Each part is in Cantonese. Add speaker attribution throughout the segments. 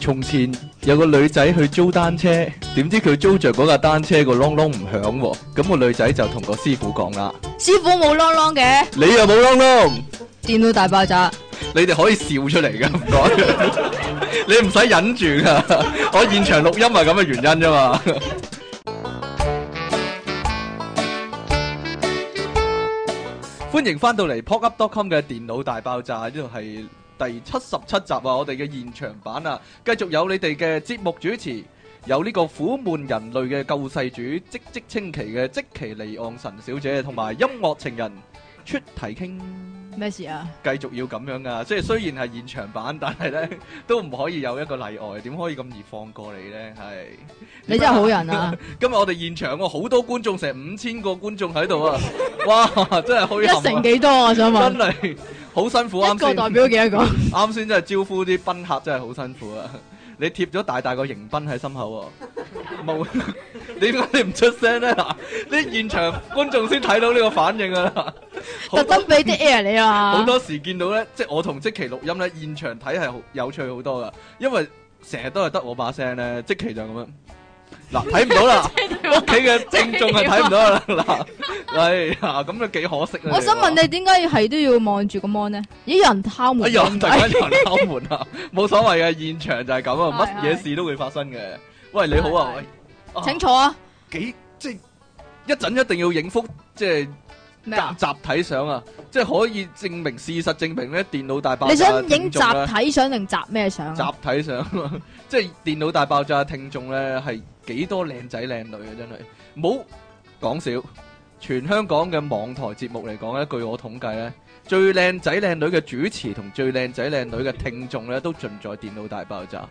Speaker 1: 從前有個女仔去租單車，點知佢租着嗰架單車個啷啷唔響喎，咁個女仔就同個師傅講啦：
Speaker 2: 師傅冇啷啷嘅，
Speaker 1: 你又冇啷啷，
Speaker 2: 電腦大爆炸，
Speaker 1: 你哋可以笑出嚟噶，唔該， 你唔使忍住噶，我現場錄音係咁嘅原因啫嘛。歡迎翻到嚟 p o c k u p c o m 嘅電腦大爆炸，呢度係第七十七集啊！我哋嘅現場版啊，繼續有你哋嘅節目主持，有呢個苦悶人類嘅救世主，即即稱奇嘅即其離岸神小姐，同埋音樂情人出題傾。
Speaker 2: 咩事啊？
Speaker 1: 繼續要咁樣噶，即係雖然係現場版，但係咧 都唔可以有一個例外，點可以咁易放過你呢？係
Speaker 2: 你真係好 人啊！
Speaker 1: 今日我哋現場喎，好多觀眾，成五千個觀眾喺度啊！ 哇，真係虛
Speaker 2: 一
Speaker 1: 憾
Speaker 2: 成
Speaker 1: 啊！
Speaker 2: 幾多啊？我想
Speaker 1: 真
Speaker 2: 問，
Speaker 1: 係好辛苦，
Speaker 2: 一
Speaker 1: 啱
Speaker 2: 個
Speaker 1: 先
Speaker 2: 代表幾多個？
Speaker 1: 啱先真係招呼啲賓客真係好辛苦啊！你貼咗大大個迎賓喺心口喎，冇 點解你唔出聲呢？嗱，呢現場觀眾先睇到呢個反應啊！好
Speaker 2: 特登俾啲 air 你
Speaker 1: 好
Speaker 2: 啊！
Speaker 1: 多時見到咧，即係我同即期錄音咧，現場睇係好有趣好多噶，因為成日都係得我把聲咧，即期就咁樣。 嗱，睇唔到啦，屋企嘅聽眾係睇唔到啦。嗱，哎呀，咁就幾可惜啊！
Speaker 2: 我想問
Speaker 1: 哋
Speaker 2: 你點解係都要望住個 mon 呢？咦，有人敲
Speaker 1: 話，哎
Speaker 2: 門
Speaker 1: 呀，
Speaker 2: 點
Speaker 1: 突
Speaker 2: 解？
Speaker 1: 然間有人敲門啊，冇所謂嘅，現場就係咁啊，乜
Speaker 2: 係
Speaker 1: 嘢
Speaker 2: 係
Speaker 1: 事都會發生嘅。喂，你好啊，
Speaker 2: 係
Speaker 1: 喂，啊
Speaker 2: 請坐啊！
Speaker 1: 幾即係一陣一定要影幅即係
Speaker 2: 咩啊？
Speaker 1: 集集體相啊，即係可以證明事實證明咧，電腦大爆炸
Speaker 2: 你想影
Speaker 1: 聽
Speaker 2: 集
Speaker 1: 眾咧
Speaker 2: 體相定集咩相
Speaker 1: 集
Speaker 2: 啊？
Speaker 1: 體上， 即係電腦大爆炸聽眾咧係幾多靚仔靚女啊！真係唔好講少，全香港嘅網台節目嚟講咧，據我統計咧，最靚仔靚女嘅主持同最靚仔靚女嘅聽眾咧，都盡在電腦大爆炸。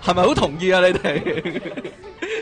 Speaker 1: 係咪好同意啊？你哋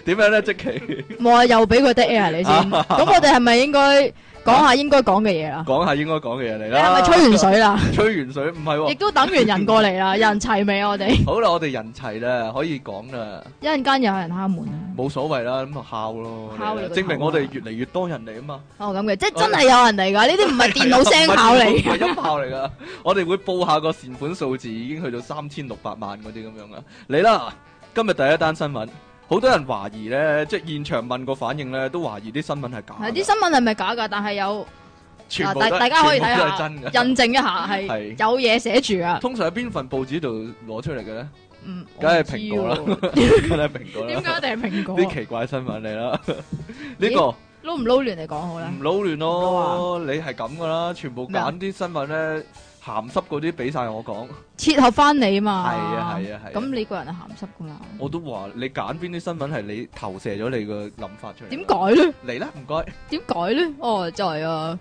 Speaker 1: 點樣咧？即期
Speaker 2: 冇啊，又俾佢啲 air 你先。
Speaker 1: 啊
Speaker 2: 咁我哋係咪應該講下應該講嘅嘢啦？
Speaker 1: 講下應該講嘅嘢嚟
Speaker 2: 你係
Speaker 1: 啦。
Speaker 2: 咪吹完水 啦？
Speaker 1: 吹完水唔係
Speaker 2: 亦
Speaker 1: 喎。
Speaker 2: 都等完人過嚟啦，有人齊未啊？我哋
Speaker 1: 好啦，我哋人齊啦，可以講啦。
Speaker 2: 一陣間又有人敲門啊！
Speaker 1: 冇所謂啦，咁就敲咯，
Speaker 2: 敲你個
Speaker 1: 證明
Speaker 2: 頭啊
Speaker 1: 我哋越嚟越多人嚟啊嘛，
Speaker 2: 哦，咁嘅，即係真係有人嚟㗎，呢啲唔係電腦聲考
Speaker 1: 啊唔
Speaker 2: 嚟
Speaker 1: 係音效嚟噶，我哋會報下個善款數字，已經去到三千六百萬嗰啲咁樣啦。嚟啦，今日第一單新聞，好多人懷疑咧，即係現場問個反應咧，都懷疑啲新聞係假
Speaker 2: 係
Speaker 1: 嘅，
Speaker 2: 啲新聞係咪假㗎？但係有
Speaker 1: 全部
Speaker 2: 大
Speaker 1: 都
Speaker 2: 大家可以睇
Speaker 1: 全部都係
Speaker 2: 下，
Speaker 1: 真嘅。
Speaker 2: 印證一下係
Speaker 1: 係
Speaker 2: 有嘢寫住啊。
Speaker 1: 通常喺邊份報紙度攞出嚟嘅 咧？
Speaker 2: 嗯，
Speaker 1: 梗係
Speaker 2: 我唔知
Speaker 1: 蘋果啦
Speaker 2: 喎。
Speaker 1: 梗係蘋果
Speaker 2: 點解
Speaker 1: 啦，
Speaker 2: 一定係蘋果？
Speaker 1: 啲奇怪新聞嚟啦。呢
Speaker 2: 咦
Speaker 1: 個。
Speaker 2: 撈唔撈亂嚟講好啦。
Speaker 1: 唔撈亂咯，你係咁噶啦，全部
Speaker 2: 啊
Speaker 1: 揀啲新聞咧鹹濕嗰啲俾晒我講，
Speaker 2: 切合翻你嘛。
Speaker 1: 係啊係啊係啊
Speaker 2: 咁你個人係鹹濕㗎嘛？
Speaker 1: 我都話你揀邊啲新聞係你投射咗你個諗法出嚟。
Speaker 2: 點改咧？
Speaker 1: 嚟啦，唔該。
Speaker 2: 點改咧？哦，就係啊。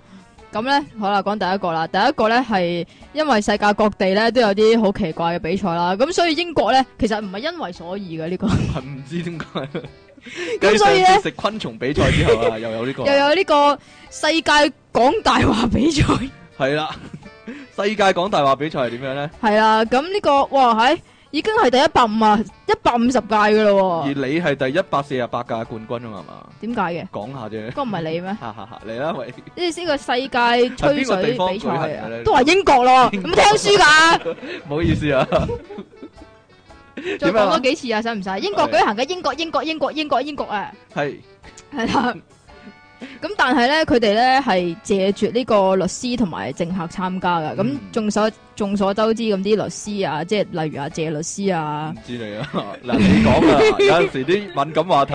Speaker 2: 咁咧，好啦，講第一個啦。第一個咧係因為世界各地咧都有啲好奇怪嘅比賽啦，咁所以英國咧其實唔係因為所以嘅呢個，
Speaker 1: 係唔知點解。
Speaker 2: 咁所以
Speaker 1: 繼
Speaker 2: 咧
Speaker 1: 上次食昆蟲比賽之後啊，又有呢個
Speaker 2: 又有呢個世界講大話比賽。
Speaker 1: 係啦。世界講大話比賽係點樣 咧？
Speaker 2: 系啦，咁呢、個哇係已經係第一百五啊，一百五十屆噶
Speaker 1: 而
Speaker 2: 咯
Speaker 1: 你
Speaker 2: 喎，
Speaker 1: 係第一百四十八屆冠軍啊嘛係嘛，
Speaker 2: 點解嘅？
Speaker 1: 講下啫。
Speaker 2: 嗰個唔係你咩？呢
Speaker 1: 哈哈哈！嚟啦，喂，
Speaker 2: 啲呢個世界
Speaker 1: 係
Speaker 2: 吹
Speaker 1: 邊個地
Speaker 2: 水
Speaker 1: 方
Speaker 2: 比賽
Speaker 1: 舉行嘅
Speaker 2: 啊
Speaker 1: 咧，
Speaker 2: 都話英國咯，有
Speaker 1: 英
Speaker 2: 冇
Speaker 1: 國
Speaker 2: 聽 書㗎？
Speaker 1: 唔好意思 啊，
Speaker 2: 再
Speaker 1: 點樣啊
Speaker 2: 講多幾次啊，使唔使？英國舉行嘅英國英國英國英國英國啊，
Speaker 1: 係
Speaker 2: 係啦。咁但係咧，佢哋咧係借住呢個律師同埋政客參加㗎。咁
Speaker 1: 嗯
Speaker 2: 眾所眾所周知，咁啲律師啊，即係例如阿謝律師啊
Speaker 1: 唔。知你啊， 嗱你 講啊，有陣時啲敏感話題，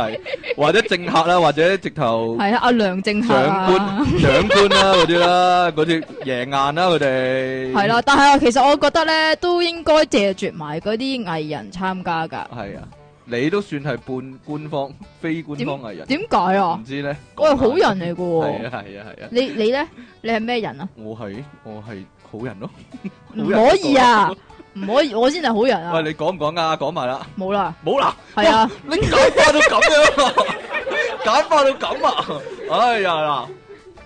Speaker 1: 或者政客啦，或者直頭
Speaker 2: 係啊，阿梁政客
Speaker 1: 長官
Speaker 2: 啊，、
Speaker 1: 長官啦嗰啲啦，嗰啲贏硬啦佢哋，
Speaker 2: 係，啦，但係其實我覺得咧，都應該謝絕埋嗰啲藝人參加㗎。
Speaker 1: 係啊，你都算係半官方、非官方藝人，
Speaker 2: 點解啊
Speaker 1: 唔？知咧，
Speaker 2: 我係好人嚟嘅
Speaker 1: 係
Speaker 2: 喎。
Speaker 1: 啊係啊係啊，
Speaker 2: 你你咧？你係咩人啊？
Speaker 1: 我係我係好人咯，
Speaker 2: 唔可以啊！唔可以，我先係好人
Speaker 1: 喂
Speaker 2: 啊！
Speaker 1: 你講唔講啊？ 講埋啦，
Speaker 2: 冇啦，
Speaker 1: 冇啦，
Speaker 2: 係啊，
Speaker 1: 你簡化到咁樣啊，簡化到咁啊！哎呀嗱，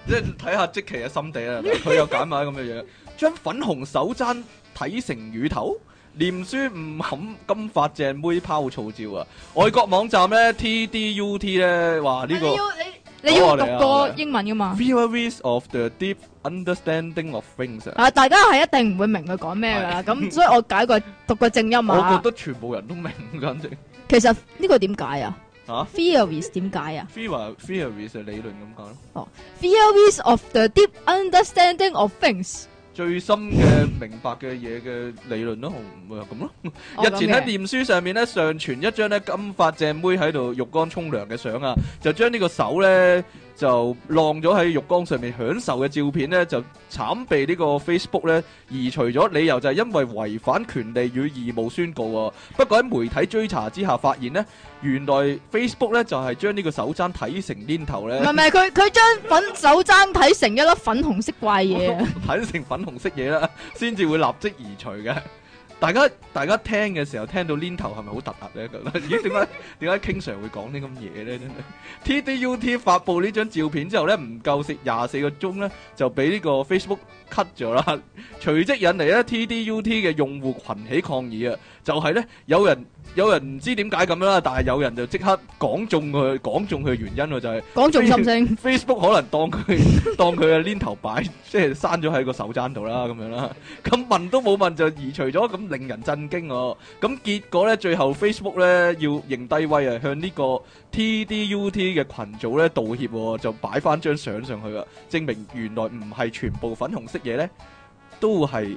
Speaker 1: 即係睇下即奇嘅心地啊，佢又揀埋咁嘅嘢，將粉紅手踭睇成乳頭。念書唔肯金髮正妹拋醋照啊！外國網站咧 TDUT 咧話呢、
Speaker 2: 你
Speaker 1: 個
Speaker 2: 要你你要
Speaker 1: 我嚟
Speaker 2: 讀
Speaker 1: 啊
Speaker 2: 過
Speaker 1: 我嚟
Speaker 2: 英文噶嘛？
Speaker 1: Theories of the Deep Understanding of Things 啊。
Speaker 2: 啊，大家係一定唔會明佢講咩噶啦，咁所以我解個讀個正音
Speaker 1: 我
Speaker 2: 啊
Speaker 1: 覺。得全部人都明，簡直
Speaker 2: 其實呢個點解啊
Speaker 1: 嚇
Speaker 2: ？Theories 點解啊
Speaker 1: theory theories 嘅理論咁講咯。
Speaker 2: ？Theories of the deep understanding of things。
Speaker 1: 最深嘅明白嘅嘢嘅理論咯，咪係咁咯。日前喺面書上面咧上傳一張咧金髮正妹喺度浴缸沖涼嘅相啊，就將呢個手咧就晾咗喺浴缸上面享受嘅照片咧，就慘被呢個 Facebook 咧移除咗，理由就係因為違反權利與義務宣告啊。不過喺媒體追查之下發現呢，原來 Facebook 咧就係將呢個手踭睇成黏頭咧
Speaker 2: 唔。係唔係，佢佢將粉手踭睇成一粒粉紅色怪嘢啊！
Speaker 1: 睇成粉紅色嘢啦，先至會立即移除嘅。大家大家聽嘅時候聽到黏頭係咪好突兀咧？覺得 咦點解點解 King Sir 會講呢咁 嘢咧？真係 TDUT 發布呢張照片之後咧，唔夠食廿四個鐘咧，就俾呢個 Facebook cut 咗啦。隨即引嚟咧 TDUT 嘅用戶群起抗議啊！就係咧有人有人唔知點解咁樣啦，但係有人就即刻講中佢講中佢原因喎，就係、
Speaker 2: 講重 心聲，
Speaker 1: Facebook 可能當佢 當佢嘅黏頭擺，即係閂咗喺個手踭度啦，咁樣啦。咁問都冇問就移除咗，咁令人震驚喎。咁結果咧，最後 Facebook 咧要認低威啊，向呢個 TDUT 嘅群組咧道歉喎，就擺翻張相上去啊，證明原來唔係全部粉紅色嘢咧，都係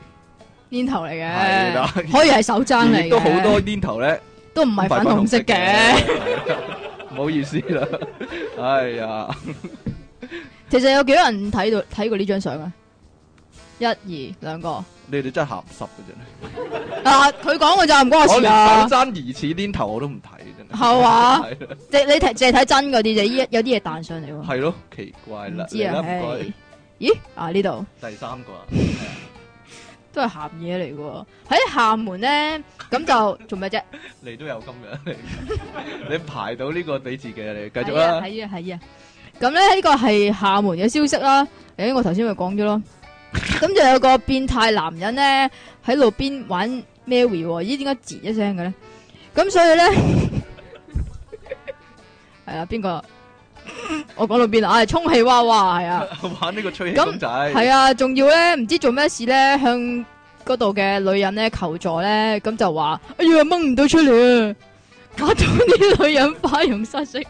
Speaker 2: 煙頭嚟
Speaker 1: 係啦
Speaker 2: 嘅，可以係手踭
Speaker 1: 亦
Speaker 2: 嚟嘅，
Speaker 1: 都好多黏頭咧。
Speaker 2: 都唔係粉紅色嘅。
Speaker 1: 唔好意思啦，哎呀，
Speaker 2: 其實有幾多人睇到睇過呢張相啊？一、二、兩個
Speaker 1: 你哋真係鹹濕嘅真係。
Speaker 2: 啊！佢講嘅咋，唔關我
Speaker 1: 我
Speaker 2: 事
Speaker 1: 連
Speaker 2: 啊
Speaker 1: 手！踭疑似黏頭我都唔睇，真係。
Speaker 2: 係嘛
Speaker 1: 係啦
Speaker 2: 你你睇淨係睇真嗰啲啫，依有啲嘢彈上嚟喎。
Speaker 1: 係咯，奇怪
Speaker 2: 唔
Speaker 1: 啦。
Speaker 2: 知啊，
Speaker 1: 嚟啦唔
Speaker 2: 唉咦啊呢度
Speaker 1: 該，第三個啊，
Speaker 2: 都係鹹嘢嚟嘅喎。喺廈門咧，咁就做咩啫？
Speaker 1: 你都有今日， 你你排到呢個俾自己啊，你繼續
Speaker 2: 係啊
Speaker 1: 啦。
Speaker 2: 係啊係啊。咁咧呢個係廈門嘅消息啦。誒、我頭先咪講咗咯。咁就有個變態男人咧喺路邊玩 Mary，喎咦點解截一聲嘅咧？咁所以咧 係啦，邊個？我講到邊啊？唉、充氣娃娃係啊。
Speaker 1: 玩呢個吹氣公仔，
Speaker 2: 系啊，仲要咧唔知做咩事咧，向嗰度嘅女人咧求助咧，咁就話：哎呀，掹唔到出嚟啊！搞到啲女人花容失色。系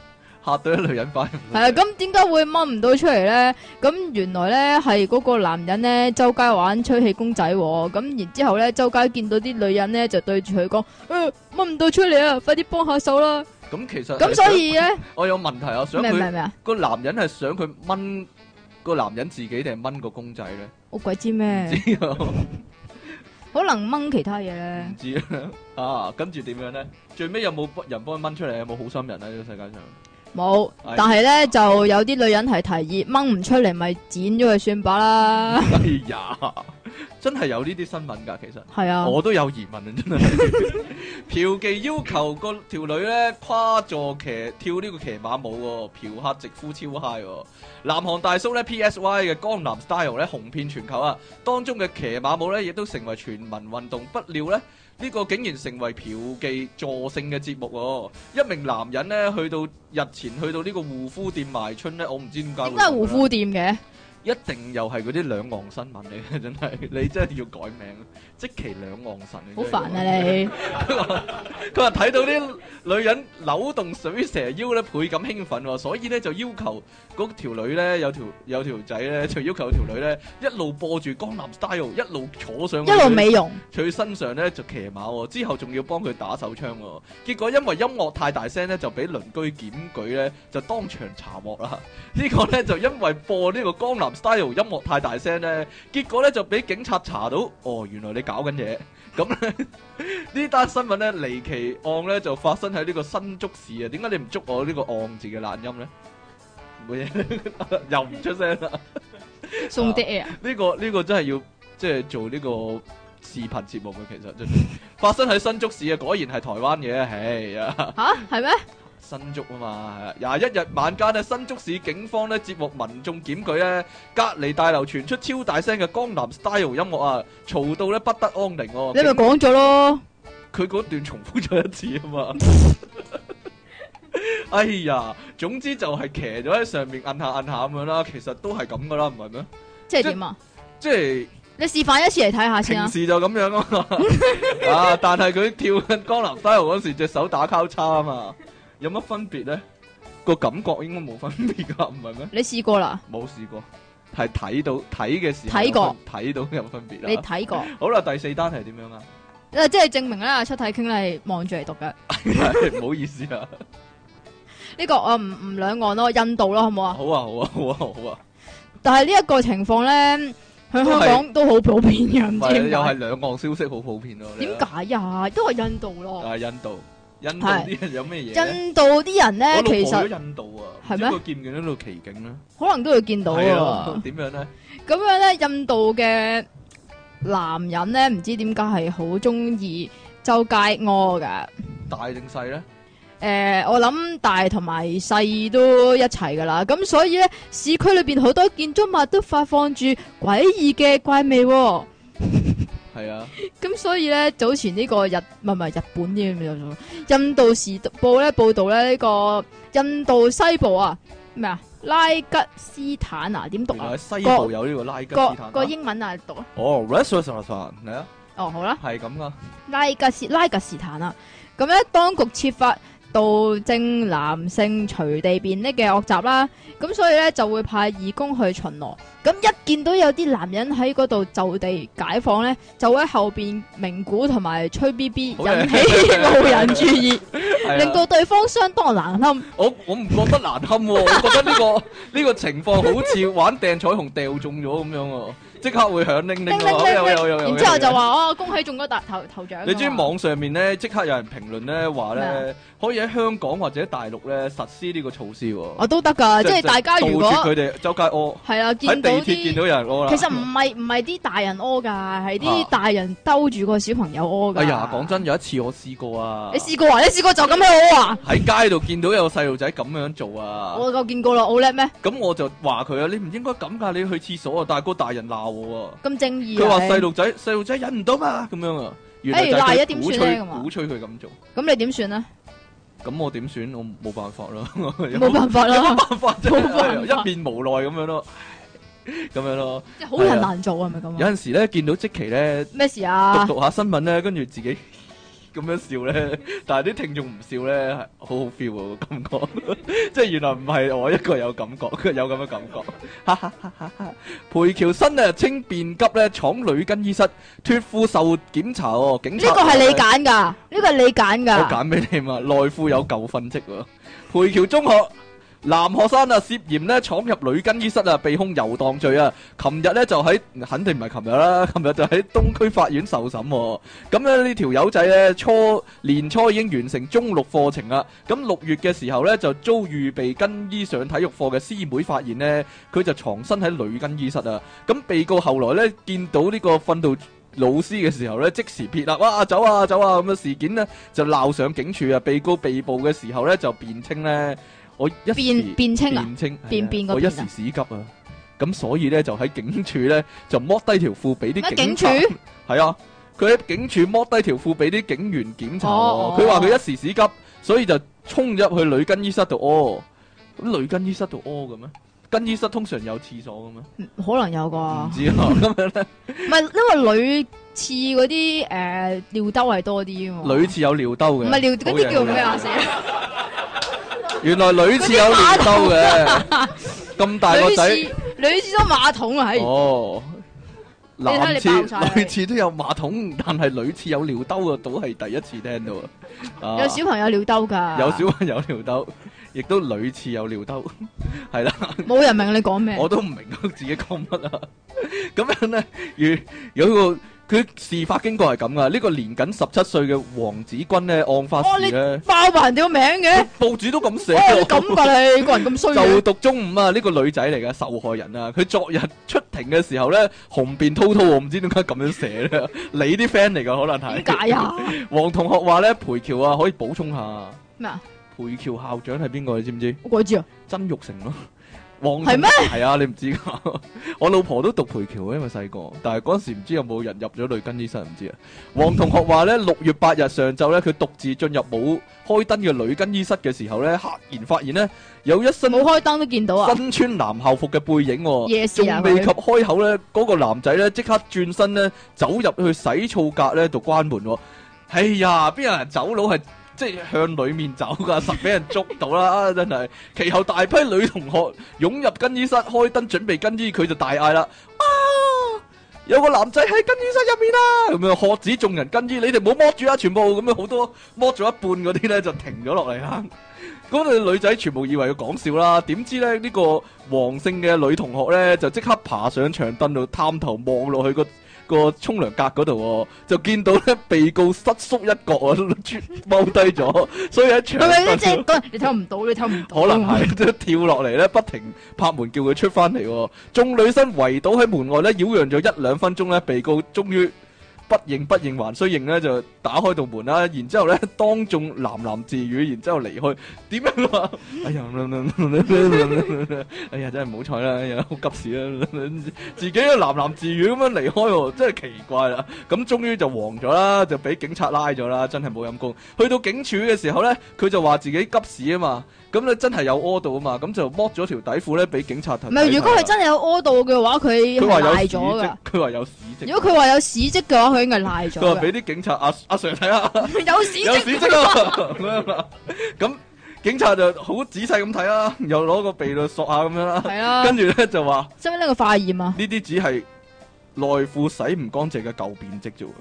Speaker 1: 嚇到啲女人快。
Speaker 2: 啊，咁點解會掹唔到出嚟咧？咁原來咧係嗰個男人咧周街玩吹氣公仔、喎。咁然之後咧周街見到啲女人咧就對住佢講：哎呀，掹唔到出嚟啊！快啲幫下 手啦！
Speaker 1: 咁其實
Speaker 2: 咁所以咧，
Speaker 1: 我有問題啊，想
Speaker 2: 咩咩
Speaker 1: 佢
Speaker 2: 咩啊？
Speaker 1: 個男人係想佢掹個男人自己定係掹個公仔咧？
Speaker 2: 我鬼知
Speaker 1: 唔
Speaker 2: 咩？
Speaker 1: 知啊，
Speaker 2: 可能掹其他嘢咧
Speaker 1: 唔。知啊。啊，跟住點樣咧？最尾有冇人幫佢掹出嚟？有冇好心人啊？呢個世界 上？
Speaker 2: 冇
Speaker 1: 係，
Speaker 2: 但系咧就有啲女人係提議掹唔出嚟，咪剪咗佢算把啦。
Speaker 1: 哎呀，真係有呢啲新聞㗎，其實。
Speaker 2: 係啊，
Speaker 1: 我都有疑問啊，真 係。嫖妓要求個條女咧跨座騎跳呢個騎馬舞喎，嫖客直呼超 high 喎。南韓大叔咧 PSY 嘅江南 style 咧紅遍全球啊，當中嘅騎馬舞咧亦都成為全民運動。不料咧呢、個竟然成為嫖妓助興嘅節目喎、一名男人咧去到日前去到呢個護膚店賣春咧，我唔知點解會
Speaker 2: 點解係
Speaker 1: 咁
Speaker 2: 護
Speaker 1: 樣
Speaker 2: 膚店嘅？
Speaker 1: 一定又係嗰啲兩岸新聞嚟嘅，真 係你真係要改名，即其兩岸神。
Speaker 2: 好煩啊
Speaker 1: 真係！
Speaker 2: 你！
Speaker 1: 佢話睇到啲女人扭動水蛇腰咧，倍感興奮喎，所以咧就要求嗰條女咧有條有條仔咧就要求條女咧一路播住江南 style，一路坐上去
Speaker 2: 一路美 容，
Speaker 1: 佢身上咧就騎馬喎，之後仲要幫佢打手槍喎。結果因為音樂太大聲咧，就俾鄰居檢舉咧，就當場查獲啦。 呢個咧就因為播呢個江南 style 音樂太大聲咧，結果咧就俾警察查到，哦，原來你搞緊嘢。 咁咧呢單新聞咧離奇案咧就發生喺呢個新竹市啊。點解你唔捉我呢個案字嘅懶音咧？冇嘢， 又唔出聲啦。
Speaker 2: 送啲 air。
Speaker 1: 呢、個呢、個真係要即係做呢個視頻節目嘅，其實真係發生喺新竹市啊，果然係台灣嘅，唉呀，
Speaker 2: 吓係咩？
Speaker 1: 新竹啊嘛，係啊廿一日晚間咧，新竹市警方咧接獲民眾檢舉咧，隔離大樓傳出超大聲嘅江南 style 音樂啊，嘈到咧不得安寧喎、
Speaker 2: 你咪講咗咯，
Speaker 1: 佢嗰段重複咗一次啊嘛。哎呀，總之就係騎咗喺上面摁下摁下咁樣啦，其實都係咁噶啦，唔係咩？
Speaker 2: 即系点啊？
Speaker 1: 即係
Speaker 2: 你示范一次嚟睇下先
Speaker 1: 平
Speaker 2: 啊！
Speaker 1: 時就咁樣 啊嘛，啊！但係佢跳緊江南 style 嗰時，隻手打交叉啊嘛，有乜分別咧？個感覺應該冇分別噶，唔係咩？
Speaker 2: 你试过啦，
Speaker 1: 冇試過，係睇到睇嘅時候
Speaker 2: 睇過
Speaker 1: 有分睇到有分別
Speaker 2: 你
Speaker 1: 啦。
Speaker 2: 睇过，
Speaker 1: 好啦，第四單係點樣 啊？
Speaker 2: 啊即系证明啦，出体倾系望住嚟读嘅。
Speaker 1: 係唔好意思啊，
Speaker 2: 呢个我唔唔两岸咯，印度咯，好唔好啊？
Speaker 1: 好啊好啊好啊好啊，
Speaker 2: 但系呢一个情况咧，喺香港都好普遍嘅，唔
Speaker 1: 唔
Speaker 2: 知
Speaker 1: 係啊
Speaker 2: 點
Speaker 1: 又係
Speaker 2: 解
Speaker 1: 兩岸消息好普遍咯。你
Speaker 2: 点
Speaker 1: 啊
Speaker 2: 解呀？都系印度咯，
Speaker 1: 啊，印度，印度
Speaker 2: 係
Speaker 1: 啲人有咩嘢咧？
Speaker 2: 印度啲人
Speaker 1: 啊我老
Speaker 2: 咧，
Speaker 1: 婆
Speaker 2: 其
Speaker 1: 去
Speaker 2: 实
Speaker 1: 咗印度啊，
Speaker 2: 係
Speaker 1: 係
Speaker 2: 咩
Speaker 1: 咩？佢見唔見到度奇景咧？
Speaker 2: 可能都会见到
Speaker 1: 係
Speaker 2: 啊
Speaker 1: 啊，。點樣咧？
Speaker 2: 咁樣咧，印度嘅男人咧，唔知點解係好中意周街屙噶。
Speaker 1: 大定細咧？
Speaker 2: 诶、呃我諗大同埋細都一齊噶啦。咁所以咧，市區裏边好多建築物都發放住詭異嘅怪味、喎。
Speaker 1: 係啊，
Speaker 2: 咁所以咧，早前呢個日唔係唔係日本啲咁印度時報咧報道咧呢、個印度西部啊咩啊拉吉斯坦啊點讀
Speaker 1: 原
Speaker 2: 啊
Speaker 1: 來喺西部有呢個拉吉斯
Speaker 2: 個
Speaker 1: 坦
Speaker 2: 個
Speaker 1: 啊。
Speaker 2: 英文啊讀啊
Speaker 1: 哦 r e s t a u r a t i o n 嚟啊，
Speaker 2: 哦好啦。
Speaker 1: 係咁噶。
Speaker 2: 拉格斯拉格斯坦啦。啊咁咧，當局設法導正男性隨地便溺嘅惡習啦，咁所以咧就會派義工去巡邏。咁一見到有啲男人喺嗰度就地解放咧，就會喺後邊鳴鼓同埋吹 B B，
Speaker 1: 好嘢
Speaker 2: 引起 路人注意，
Speaker 1: 係啊
Speaker 2: 令到對方相當難堪。
Speaker 1: 我我唔覺得難 堪喎，我覺得呢個呢個情況好似玩掟彩虹掉中咗咁樣喎，即刻會響鈴鈴
Speaker 2: 叮叮
Speaker 1: 啊！有有有有有
Speaker 2: 叮，然之後就話哦，恭喜中咗大頭頭獎。
Speaker 1: 你知網上面咧，即刻有人評論咧話
Speaker 2: 咩啊
Speaker 1: 咧，可以喺香港或者大陸咧實施呢個措施喎。
Speaker 2: 我都得㗎，哦即係大家如果
Speaker 1: 杜絕佢哋周街屙，
Speaker 2: 係啊，見
Speaker 1: 喺
Speaker 2: 到
Speaker 1: 地
Speaker 2: 啲
Speaker 1: 鐵見到有人屙 啦。
Speaker 2: 其實唔係唔系啲大人屙㗎，係
Speaker 1: 啊
Speaker 2: 啲大人兜住個小朋友屙㗎。
Speaker 1: 哎呀，講，真，有一次我試過啊，
Speaker 2: 你試過啊？你試過就咁樣屙啊？
Speaker 1: 喺街度見到有細路仔咁樣做啊，
Speaker 2: 我夠見過啦，好叻咩？
Speaker 1: 咁我就話佢啊，你唔應該咁㗎，你去廁所啊，但係個大人鬧我啊，
Speaker 2: 咁正義
Speaker 1: 佢
Speaker 2: 啊
Speaker 1: 話
Speaker 2: 你
Speaker 1: 細路仔細路仔忍唔到嘛，咁樣啊，原來
Speaker 2: 哎
Speaker 1: 就
Speaker 2: 賴
Speaker 1: 係
Speaker 2: 咗
Speaker 1: 佢
Speaker 2: 點
Speaker 1: 鼓
Speaker 2: 算
Speaker 1: 吹
Speaker 2: 呢咁啊
Speaker 1: 鼓吹佢咁做，
Speaker 2: 咁你點算啊？
Speaker 1: 咁我點算？我冇辦法 啦，
Speaker 2: 冇辦法啦，
Speaker 1: 辦法啫，哎
Speaker 2: 冇辦法
Speaker 1: 一面無奈咁樣咯，咁樣咯，
Speaker 2: 即係好人難做啊，係咪咁
Speaker 1: 有
Speaker 2: 啊？
Speaker 1: 陣時咧見到即期咧。
Speaker 2: 咩事啊？
Speaker 1: 讀讀下新聞咧，跟住自己 咁樣笑咧，但係啲聽眾唔笑咧，係好好 feel 啊個感覺， 即係原來唔係我一個有感覺，有咁嘅感覺。哈哈哈哈哈培僑新啊，稱便急咧，闖女更衣室脱褲受檢查哦，警
Speaker 2: 呢
Speaker 1: 察
Speaker 2: 個係
Speaker 1: 話
Speaker 2: 你
Speaker 1: 呢
Speaker 2: 揀㗎，呢個係你揀
Speaker 1: 我
Speaker 2: 㗎。
Speaker 1: 揀俾你嘛， 內褲有舊分積喎。培僑中學男學生啊，涉嫌咧闖入女更衣室啊，被控遊蕩罪啊。琴日咧就喺肯定唔係琴日啦， 琴日就喺東區法院受審喎。咁咧呢條友仔咧初年初已經完成中六課程啦。咁六月嘅時候咧就遭遇被更衣上體育課嘅師妹發現呢，佢就藏身喺女更衣室啊。咁被告後來咧見到呢個訓導老師嘅時候咧，即時撇啦，哇走啊走啊咁嘅事件呢。就鬧上警署啊！被告被捕嘅時候咧，就辯稱咧，我一時
Speaker 2: 變變清啊！
Speaker 1: 辯稱
Speaker 2: 辯
Speaker 1: 係
Speaker 2: 辯
Speaker 1: 啊
Speaker 2: 個
Speaker 1: 我一
Speaker 2: 辯啊
Speaker 1: 時屎急啊！咁所以咧就喺警署咧就剝低條褲俾啲
Speaker 2: 咩
Speaker 1: 警
Speaker 2: 警
Speaker 1: 察
Speaker 2: 署，
Speaker 1: 係啊，佢喺警署剝低條褲俾啲警員檢查
Speaker 2: 哦
Speaker 1: 喎。佢話佢一時屎急，所以就衝入去女更衣室度屙。咁女更衣室度屙嘅咩？更衣室通常有廁所嘅咩？
Speaker 2: 可能有
Speaker 1: 唔
Speaker 2: 啩，
Speaker 1: 知啊。咁樣
Speaker 2: 唔係因為女廁嗰啲诶尿兜係多啲啊嘛。
Speaker 1: 女廁有尿兜
Speaker 2: 唔
Speaker 1: 嘅，
Speaker 2: 係尿嗰
Speaker 1: 好
Speaker 2: 啲
Speaker 1: 嘢
Speaker 2: 叫
Speaker 1: 好嘢
Speaker 2: 咩啊？死啦！
Speaker 1: 原來女廁有尿兜嘅，咁大個
Speaker 2: 女
Speaker 1: 仔。
Speaker 2: 廁女廁都馬桶啊，係
Speaker 1: 哦，男
Speaker 2: 睇你
Speaker 1: 廁
Speaker 2: 爆晒
Speaker 1: 女廁都有馬桶，但係女廁有尿兜啊，倒係第一次聽到啊！啊
Speaker 2: 有小朋友啊尿兜㗎，
Speaker 1: 有小朋友尿兜，亦都女廁有尿兜， 係啦，
Speaker 2: 冇人明你講咩。
Speaker 1: 我都唔明自己講乜啊！咁樣咧，如有個佢事發經過係咁噶，呢、個年僅十七歲嘅黃子君咧，案發
Speaker 2: 哦
Speaker 1: 時
Speaker 2: 你
Speaker 1: 咧，
Speaker 2: 爆埋人哋個名嘅，
Speaker 1: 報紙都咁寫
Speaker 2: 哦你
Speaker 1: 喎。
Speaker 2: 咁噶你個人咁衰
Speaker 1: 就
Speaker 2: 嘅，
Speaker 1: 讀中午啊，呢、個女仔嚟嘅受害人啊，佢昨日出庭嘅時候咧，紅遍滔滔，我唔知點解咁樣寫咧。 你啲 friend 嚟嘅可能係。
Speaker 2: 點解？啊？
Speaker 1: 黃同學話咧，培僑啊，可以補充下，
Speaker 2: 咩啊？
Speaker 1: 培僑校長係邊個？你知唔知？
Speaker 2: 我鬼知啊！
Speaker 1: 曾玉成咯，旺
Speaker 2: 係咩？
Speaker 1: 係啊，你唔知噶。 我老婆都讀培僑啊，因為細個，但係嗰時唔知有冇人入咗女更衣室，唔知啊。黃同學話 咧，六月八日上晝咧，佢獨自進入冇開燈嘅女更衣室嘅時候咧，赫然發現咧有一身
Speaker 2: 冇開燈都見到啊！
Speaker 1: 身穿藍校服嘅背影喎。
Speaker 2: 夜市
Speaker 1: 仲
Speaker 2: 啊，
Speaker 1: 未及
Speaker 2: 佢
Speaker 1: 開口咧，嗰、個男仔咧即刻轉身咧，走入去洗澡格咧度關門喎。哎呀，邊有人走佬係即係向裡面走噶， 實俾人捉到啦，真係。其後大批女同學湧入更衣室，開燈準備更衣，佢就大嗌啦：啊！有個男仔喺更衣室入面啦，咁樣喝止眾人更衣，你哋唔好剝住啊！全部咁樣好多剝咗一半嗰啲咧就停咗落嚟啦。嗰個女仔全部以為佢講笑啦，點知咧呢、呢個黃姓嘅女同學咧就即刻爬上長凳度探頭望落去個個沖涼格嗰度喎，就見到咧被告失縮一角啊， 踎低咗，所以喺長
Speaker 2: 咪咪
Speaker 1: 凳
Speaker 2: 即 係
Speaker 1: 度
Speaker 2: 嗰你睇唔到，你睇唔到。
Speaker 1: 可能係即係跳落嚟咧，不停拍門叫佢出翻嚟喎。眾女生圍倒喺門外咧，擾攘咗一兩分鐘咧，被告終於不認不認還須認咧，就打開道門啦。然之後咧，當眾喃喃自語，然之後離開。點樣啊？哎呀，哎呀，真係唔好彩啦！哎呀，好急事啦， 自己都喃喃自語咁樣離開喎，真係奇怪啦。咁終於就黃咗啦，就俾警察拉咗啦，真係冇陰功。去到警署嘅時候咧，佢就話自己急事啊嘛，咁咧真係有屙到啊嘛，咁就剝咗條底褲咧俾警察睇。
Speaker 2: 唔係，如果佢真係有屙到嘅話，佢
Speaker 1: 佢話有
Speaker 2: 賴
Speaker 1: 屎
Speaker 2: 咗
Speaker 1: 跡
Speaker 2: 噶。，
Speaker 1: 佢話有屎跡，
Speaker 2: 如果佢話有屎跡嘅話，佢應該係賴咗
Speaker 1: 佢話
Speaker 2: 㗎。
Speaker 1: 俾啲警察阿阿 Sir 睇下。
Speaker 2: 有屎
Speaker 1: 有
Speaker 2: 跡，
Speaker 1: 屎跡啊！咁樣啦，咁警察就好仔細咁睇啦，又攞個鼻度索下咁樣啦，
Speaker 2: 係啊，
Speaker 1: 跟住咧就話
Speaker 2: 使唔使拎個化驗啊？
Speaker 1: 呢啲只係內褲洗唔乾淨嘅舊變跡啫 喎。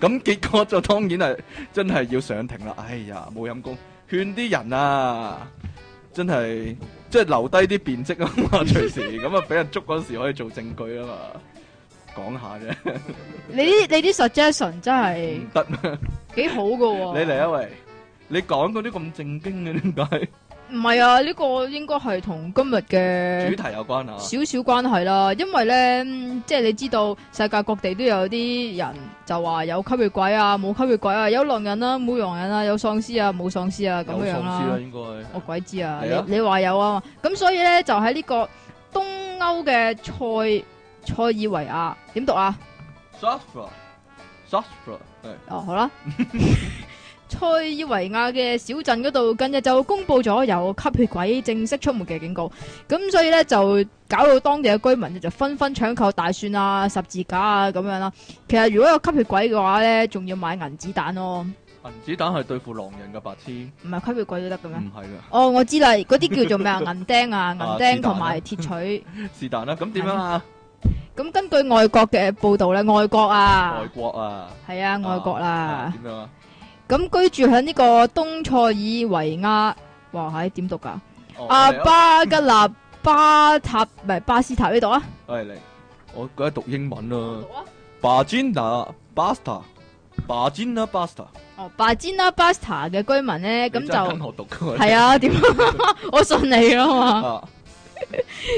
Speaker 1: 咁結果就當然係真係要上庭啦。哎呀，冇陰功，勸啲人啊，真係即係留低啲變跡啊 嘛，隨時咁啊，俾人捉嗰時可以做證據啊嘛。講下啫，
Speaker 2: 你啲你啲 suggestion 真係
Speaker 1: 唔得咩？
Speaker 2: 幾好噶喎！
Speaker 1: 你嚟啊喂！你講嗰啲咁正經嘅 點解？
Speaker 2: 唔係啊？呢個應該係同今日嘅
Speaker 1: 主題有關啊。
Speaker 2: 少少關係啦，因為咧，嗯即係你知道世界各地都有啲人就話有吸血鬼啊，冇吸血鬼啊，有狼人啦、冇狼人啊，有喪屍啊，冇喪屍啊，咁
Speaker 1: 有喪
Speaker 2: 樣
Speaker 1: 屍啦，
Speaker 2: 啦。
Speaker 1: 應該
Speaker 2: 我鬼知啊，
Speaker 1: 係啊
Speaker 2: 你你話有啊嘛，咁所以咧就喺呢個東歐嘅塞塞爾維亞點讀啊？
Speaker 1: Sastra，Sastra 係
Speaker 2: 哦，好啦。 塞爾維亞嘅小鎮嗰度近日就公布咗有吸血鬼正式出沒嘅警告，咁所以呢，就搞到當地嘅居民呢就紛紛搶購大蒜啊、十字架啊咁樣啦。其實如果有吸血鬼嘅話呢，仲要買銀子彈咯，
Speaker 1: 銀子彈係對付狼人嘅白痴，唔
Speaker 2: 唔係吸血鬼都得嘅咩？
Speaker 1: 係噶，
Speaker 2: 哦，我知啦，嗰啲叫做 咩啊？銀釘啊、
Speaker 1: 嗯
Speaker 2: 銀
Speaker 1: 啊是
Speaker 2: 釘
Speaker 1: 但啦
Speaker 2: 同埋鐵錘。
Speaker 1: 是但啦。咁點樣啊？
Speaker 2: 咁根據外國嘅報道咧，外國啊
Speaker 1: 外，國啊，
Speaker 2: 係啊，外國啦
Speaker 1: 啊。點樣啊？
Speaker 2: 咁居住喺呢個東塞爾維亞，哇，係點讀㗎？
Speaker 1: 哦
Speaker 2: 阿
Speaker 1: 我嚟
Speaker 2: 啊巴吉納巴塔唔係巴斯塔呢度啊？
Speaker 1: 喂嚟，我梗係讀英文啦。
Speaker 2: 啊！
Speaker 1: Bagina Basta，Bagina Basta，
Speaker 2: 哦，巴詹啦巴斯塔嘅居民咧，咁
Speaker 1: 你真係跟
Speaker 2: 就
Speaker 1: 我讀嘅喎
Speaker 2: 係啊？點啊？ 我信你啦嘛！
Speaker 1: 啊，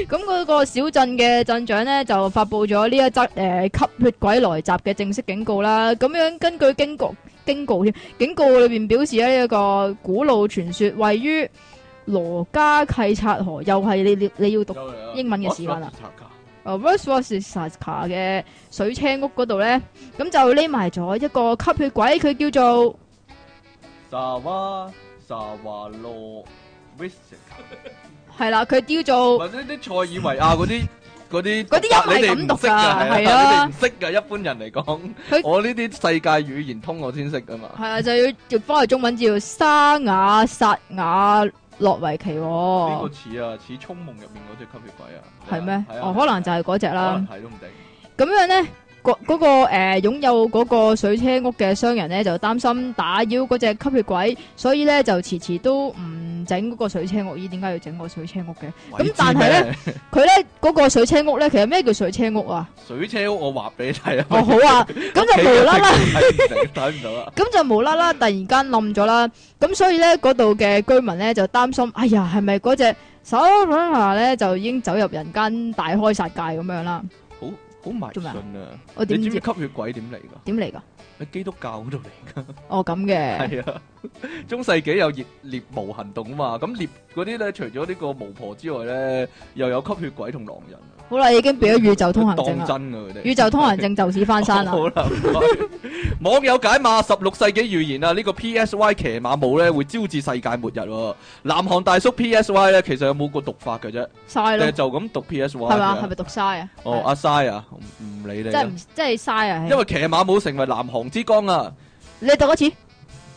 Speaker 2: 咁嗰個小鎮嘅鎮長咧就發布咗呢一則誒、呃吸血鬼來襲嘅正式警告啦。咁樣根據警告警告添，警告裏邊表示咧一個古老傳說，位於羅加契察河，又係你你你要讀。
Speaker 1: 又嚟啊啦
Speaker 2: 英文嘅時間啦。
Speaker 1: Osaka，
Speaker 2: 啊 w o r s w o r s s a s k a 嘅水車屋嗰度咧，咁就匿埋咗一個吸血鬼，佢叫做
Speaker 1: Sawa Sawalo Visika。
Speaker 2: 係啦，佢叫做
Speaker 1: 或者啲塞爾維亞嗰啲嗰啲
Speaker 2: 哦嗰啲音係咁
Speaker 1: 你
Speaker 2: 讀㗎
Speaker 1: 哋唔識㗎係
Speaker 2: 係啊
Speaker 1: 你哋唔識㗎，一般人嚟講，
Speaker 2: 佢
Speaker 1: 我呢啲世界語言通我先識㗎嘛。
Speaker 2: 係啊，就要譯翻嚟中文叫沙瓦薩瓦洛維奇、
Speaker 1: 呢個
Speaker 2: 喎，
Speaker 1: 似啊，似《衝夢》入面嗰隻吸血鬼啊，
Speaker 2: 哦係咩？
Speaker 1: 係啊
Speaker 2: 哦，可能就係嗰只
Speaker 1: 可
Speaker 2: 啦
Speaker 1: 能。睇都唔定。
Speaker 2: 咁樣咧，嗰嗰、個诶擁有嗰個水車屋嘅商人咧，就擔心打擾嗰只吸血鬼，所以咧就遲遲都唔整嗰個水車屋。咦，點解要整個水車屋嘅？
Speaker 1: 鬼知
Speaker 2: 但係
Speaker 1: 咩
Speaker 2: 呢，佢咧嗰個水車屋咧，其實咩叫水車屋啊？
Speaker 1: 水車屋我畫俾你睇啊。
Speaker 2: 哦，好 啊，咁就無啦啦。
Speaker 1: 睇唔定睇唔到啊。
Speaker 2: 咁就無啦啦，突然間冧咗啦。咁所以咧，嗰度嘅居民咧就擔心，哎呀，係咪嗰只手咧就已經走入人間大開殺戒咁樣啦？
Speaker 1: 好好迷
Speaker 2: 做咩
Speaker 1: 信
Speaker 2: 啊
Speaker 1: 啊！
Speaker 2: 我
Speaker 1: 你
Speaker 2: 點
Speaker 1: 知唔
Speaker 2: 知
Speaker 1: 知吸血鬼點嚟㗎？
Speaker 2: 點嚟噶？
Speaker 1: 喺基督教嗰度嚟
Speaker 2: 哦，咁嘅。
Speaker 1: 㗎。係啊， 中世紀有熱獵巫行動啊嘛，咁獵嗰啲咧，除咗呢個巫婆之外咧，又有吸血鬼同狼人啊，
Speaker 2: 好啦，已經俾咗宇宙通行證
Speaker 1: 當
Speaker 2: 啦，
Speaker 1: 真啊佢哋。
Speaker 2: 宇宙通行證就此翻山啦。 啊
Speaker 1: 好啦，唔該網友解碼十六世紀預言啊！呢、個 PSY 騎馬舞咧會招致世界末日喎。南韓大叔 PSY 咧，其實有冇個讀法嘅啫？定係
Speaker 2: 嘥咯，
Speaker 1: 就咁讀 PSY
Speaker 2: 係嘛？係
Speaker 1: 嘅
Speaker 2: 咪讀嘥啊？
Speaker 1: 哦，阿 Sai 啊，唔唔理你
Speaker 2: 真
Speaker 1: 啦
Speaker 2: 係唔，真係嘥啊！
Speaker 1: 因為騎馬舞成為南韓之光啊！
Speaker 2: 你讀多次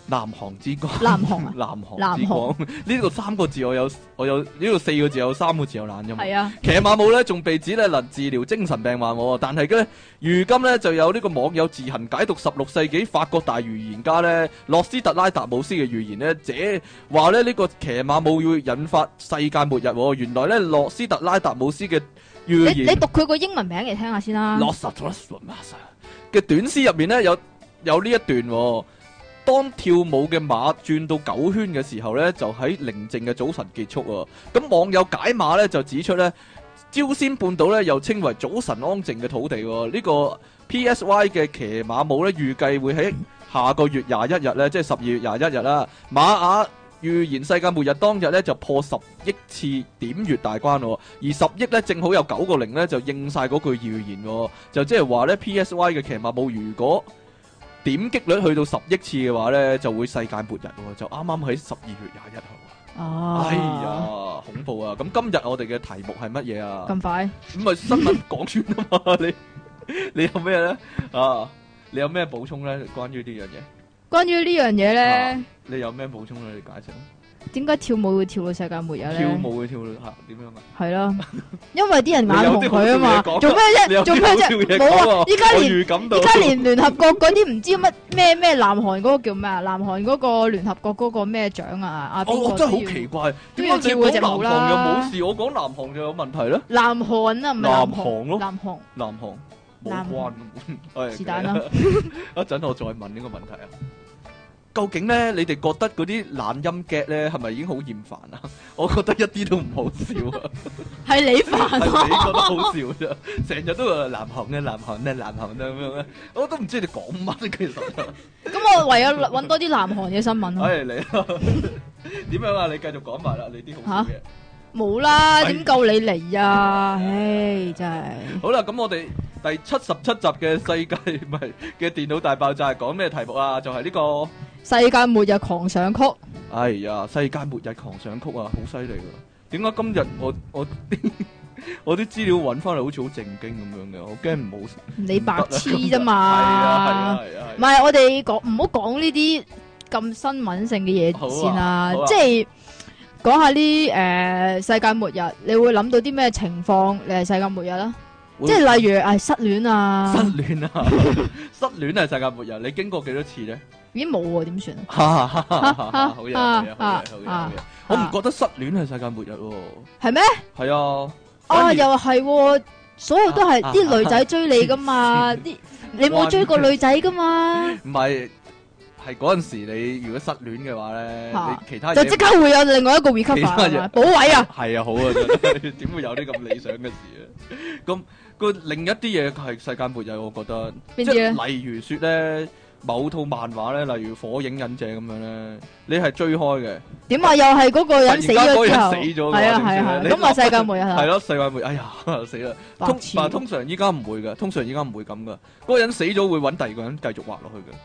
Speaker 1: 南韓之光，
Speaker 2: 南韓啊，
Speaker 1: 南韓之光，呢度三個字我有，我有呢度四個字有三個字有懶啫嘛。
Speaker 2: 係啊，
Speaker 1: 騎馬舞咧，仲被指咧能治療精神病患喎，但係咧，如今咧就有呢個網友自行解讀十六世紀法國大預言家咧洛斯特拉達姆斯嘅預言咧，這話咧呢個騎馬舞要引發世界末日喎。原來咧洛斯特拉達姆斯嘅
Speaker 2: 你
Speaker 1: 預
Speaker 2: 你
Speaker 1: 言
Speaker 2: 讀佢個英文名嚟聽下先啦。
Speaker 1: 洛斯特拉達姆斯嘅短詩入面咧有有呢一段喎。當跳舞嘅馬轉到九圈嘅時候呢，就喺寧靜嘅早晨結束喎。咁網友解碼呢，就指出呢，朝鮮半島呢又稱為早晨安靜嘅土地喎。呢、個 PSY 嘅騎馬舞呢，預計會喺下個月廿一日呢，即係十二月廿一日啦。馬雅預言世界末日當日呢，就破十億次點閱大關喎，而十億呢，正好有九個零呢，就應晒嗰句預言喎，就即係話呢 PSY 嘅騎馬舞如果點擊率去到十億次嘅話呢，就會世界末日喎，就啱啱喺十二月廿一號
Speaker 2: 哦
Speaker 1: 啊！哎，呀，恐怖啊！咁今日我哋嘅題目係乜嘢啊？
Speaker 2: 咁快
Speaker 1: 咁咪新聞講完啊嘛！你你有咩呢？啊，你有咩補充呢？關於呢樣嘢，
Speaker 2: 關於呢樣嘢咧
Speaker 1: 啊，你有咩補充呢？你解釋啊。
Speaker 2: 點解跳舞會跳到世界末日咧？
Speaker 1: 跳舞嘅跳舞嚇點樣啊？
Speaker 2: 係 咯，因為啲人眼紅佢啊
Speaker 1: 你有啲好
Speaker 2: 嘛。
Speaker 1: 跳嘢講啊
Speaker 2: 做咩
Speaker 1: 你有
Speaker 2: 啫？
Speaker 1: 啲
Speaker 2: 做咩
Speaker 1: 好跳嘢
Speaker 2: 啫？冇
Speaker 1: 講
Speaker 2: 啊！
Speaker 1: 喎
Speaker 2: 依家
Speaker 1: 我
Speaker 2: 連
Speaker 1: 預感到
Speaker 2: 而家連聯合國嗰啲唔知乜咩咩南韓嗰個叫咩啊？南韓嗰個聯合國嗰個咩獎啊？啊
Speaker 1: 我
Speaker 2: 邊
Speaker 1: 我
Speaker 2: 個
Speaker 1: 哦真係
Speaker 2: 都要
Speaker 1: 好奇怪，
Speaker 2: 都
Speaker 1: 點
Speaker 2: 要
Speaker 1: 解你
Speaker 2: 跳嗰隻
Speaker 1: 講
Speaker 2: 舞啦
Speaker 1: 南韓又冇事，我講南韓就有問題咧？
Speaker 2: 南韓啊，唔係
Speaker 1: 南
Speaker 2: 南
Speaker 1: 韓咯
Speaker 2: 南韓
Speaker 1: 南韓冇
Speaker 2: 南
Speaker 1: 關
Speaker 2: 韓
Speaker 1: 嘅，係
Speaker 2: 是但啦。
Speaker 1: 一陣我再問呢個問題啊。究竟咧，你哋覺得嗰啲懶音 get 咧，係咪已經好厭煩啊？ 我覺得一啲都唔好 笑啊，
Speaker 2: 係你 煩
Speaker 1: 係
Speaker 2: 啊！
Speaker 1: 你覺得好笑啫。成日都話南韓嘅南韓咧，南韓咧咁樣咧，我都唔知你講乜其實。
Speaker 2: 咁我唯有揾多啲南韓嘅新聞咯。
Speaker 1: 唉，你 啊點樣啊？你繼續講埋啦，你啲好笑嘢。
Speaker 2: 冇啦，
Speaker 1: 哎
Speaker 2: 點夠你嚟啊？唉，真係
Speaker 1: 好啦，咁我哋第七十七集嘅世界唔係嘅電腦大爆炸係講咩題目啊？就係呢個。
Speaker 2: 世界末日狂想曲，
Speaker 1: 哎呀，世界末日狂想曲啊，好犀利噶！點解今日我我 我啲資料揾翻嚟好似好正經咁樣嘅？我驚唔好。
Speaker 2: 你白痴 啫
Speaker 1: 係啊
Speaker 2: 嘛？
Speaker 1: 係啊
Speaker 2: 唔
Speaker 1: 係啊！
Speaker 2: 係，我哋講唔好講呢啲咁新聞性嘅
Speaker 1: 好
Speaker 2: 嘢
Speaker 1: 啊
Speaker 2: 先啦，
Speaker 1: 好啊
Speaker 2: 即係講下啲誒、呃世界末日，你會諗到啲咩情況？你係世界末日啦，
Speaker 1: 會
Speaker 2: 即係例如誒、唉失戀啊，
Speaker 1: 失戀啊， 失戀係世界末日，你經過幾多次咧？
Speaker 2: 已經冇喎，點算啊？
Speaker 1: 哈哈哈哈哈哈
Speaker 2: 啊
Speaker 1: 好嘢好嘢
Speaker 2: 啊
Speaker 1: 好嘢好嘢好
Speaker 2: 啊
Speaker 1: 嘢！我唔覺得失戀係世界末日喎。
Speaker 2: 係咩？
Speaker 1: 係啊，反
Speaker 2: 啊，
Speaker 1: 而
Speaker 2: 又係喎，所有都係
Speaker 1: 啊啊
Speaker 2: 啲女仔追你噶 嘛，啲你冇追過女仔噶嘛，
Speaker 1: 唔係係嗰陣時你如果失戀嘅話咧，
Speaker 2: 啊
Speaker 1: 你其他
Speaker 2: 就
Speaker 1: 嘢
Speaker 2: 即刻會有另外一個 recover
Speaker 1: 其他嘢
Speaker 2: 係嘛補位啊！
Speaker 1: 係啊，好啊，真係 點會有啲咁理想嘅事啊？咁個另一啲嘢係世界末日，我覺得，即
Speaker 2: 邊啲咧啊
Speaker 1: 係例如說咧，某套漫畫咧，例如《火影忍者》咁樣咧，你係追開嘅，
Speaker 2: 點啊？又係嗰個人
Speaker 1: 突
Speaker 2: 死
Speaker 1: 然間嗰個
Speaker 2: 咗之
Speaker 1: 人
Speaker 2: 後，
Speaker 1: 死咗嘅話
Speaker 2: 係啊
Speaker 1: 點
Speaker 2: 係啊
Speaker 1: 算
Speaker 2: 係啊，
Speaker 1: 咧
Speaker 2: 咁
Speaker 1: 你
Speaker 2: 啊世界末日啦
Speaker 1: 係，咯，世界末日，哎呀， 死啦！
Speaker 2: 白
Speaker 1: 通
Speaker 2: 痴
Speaker 1: 但係通常依家唔會嘅，通常依家唔會咁嘅，嗰個人死咗會揾第二個人繼續畫落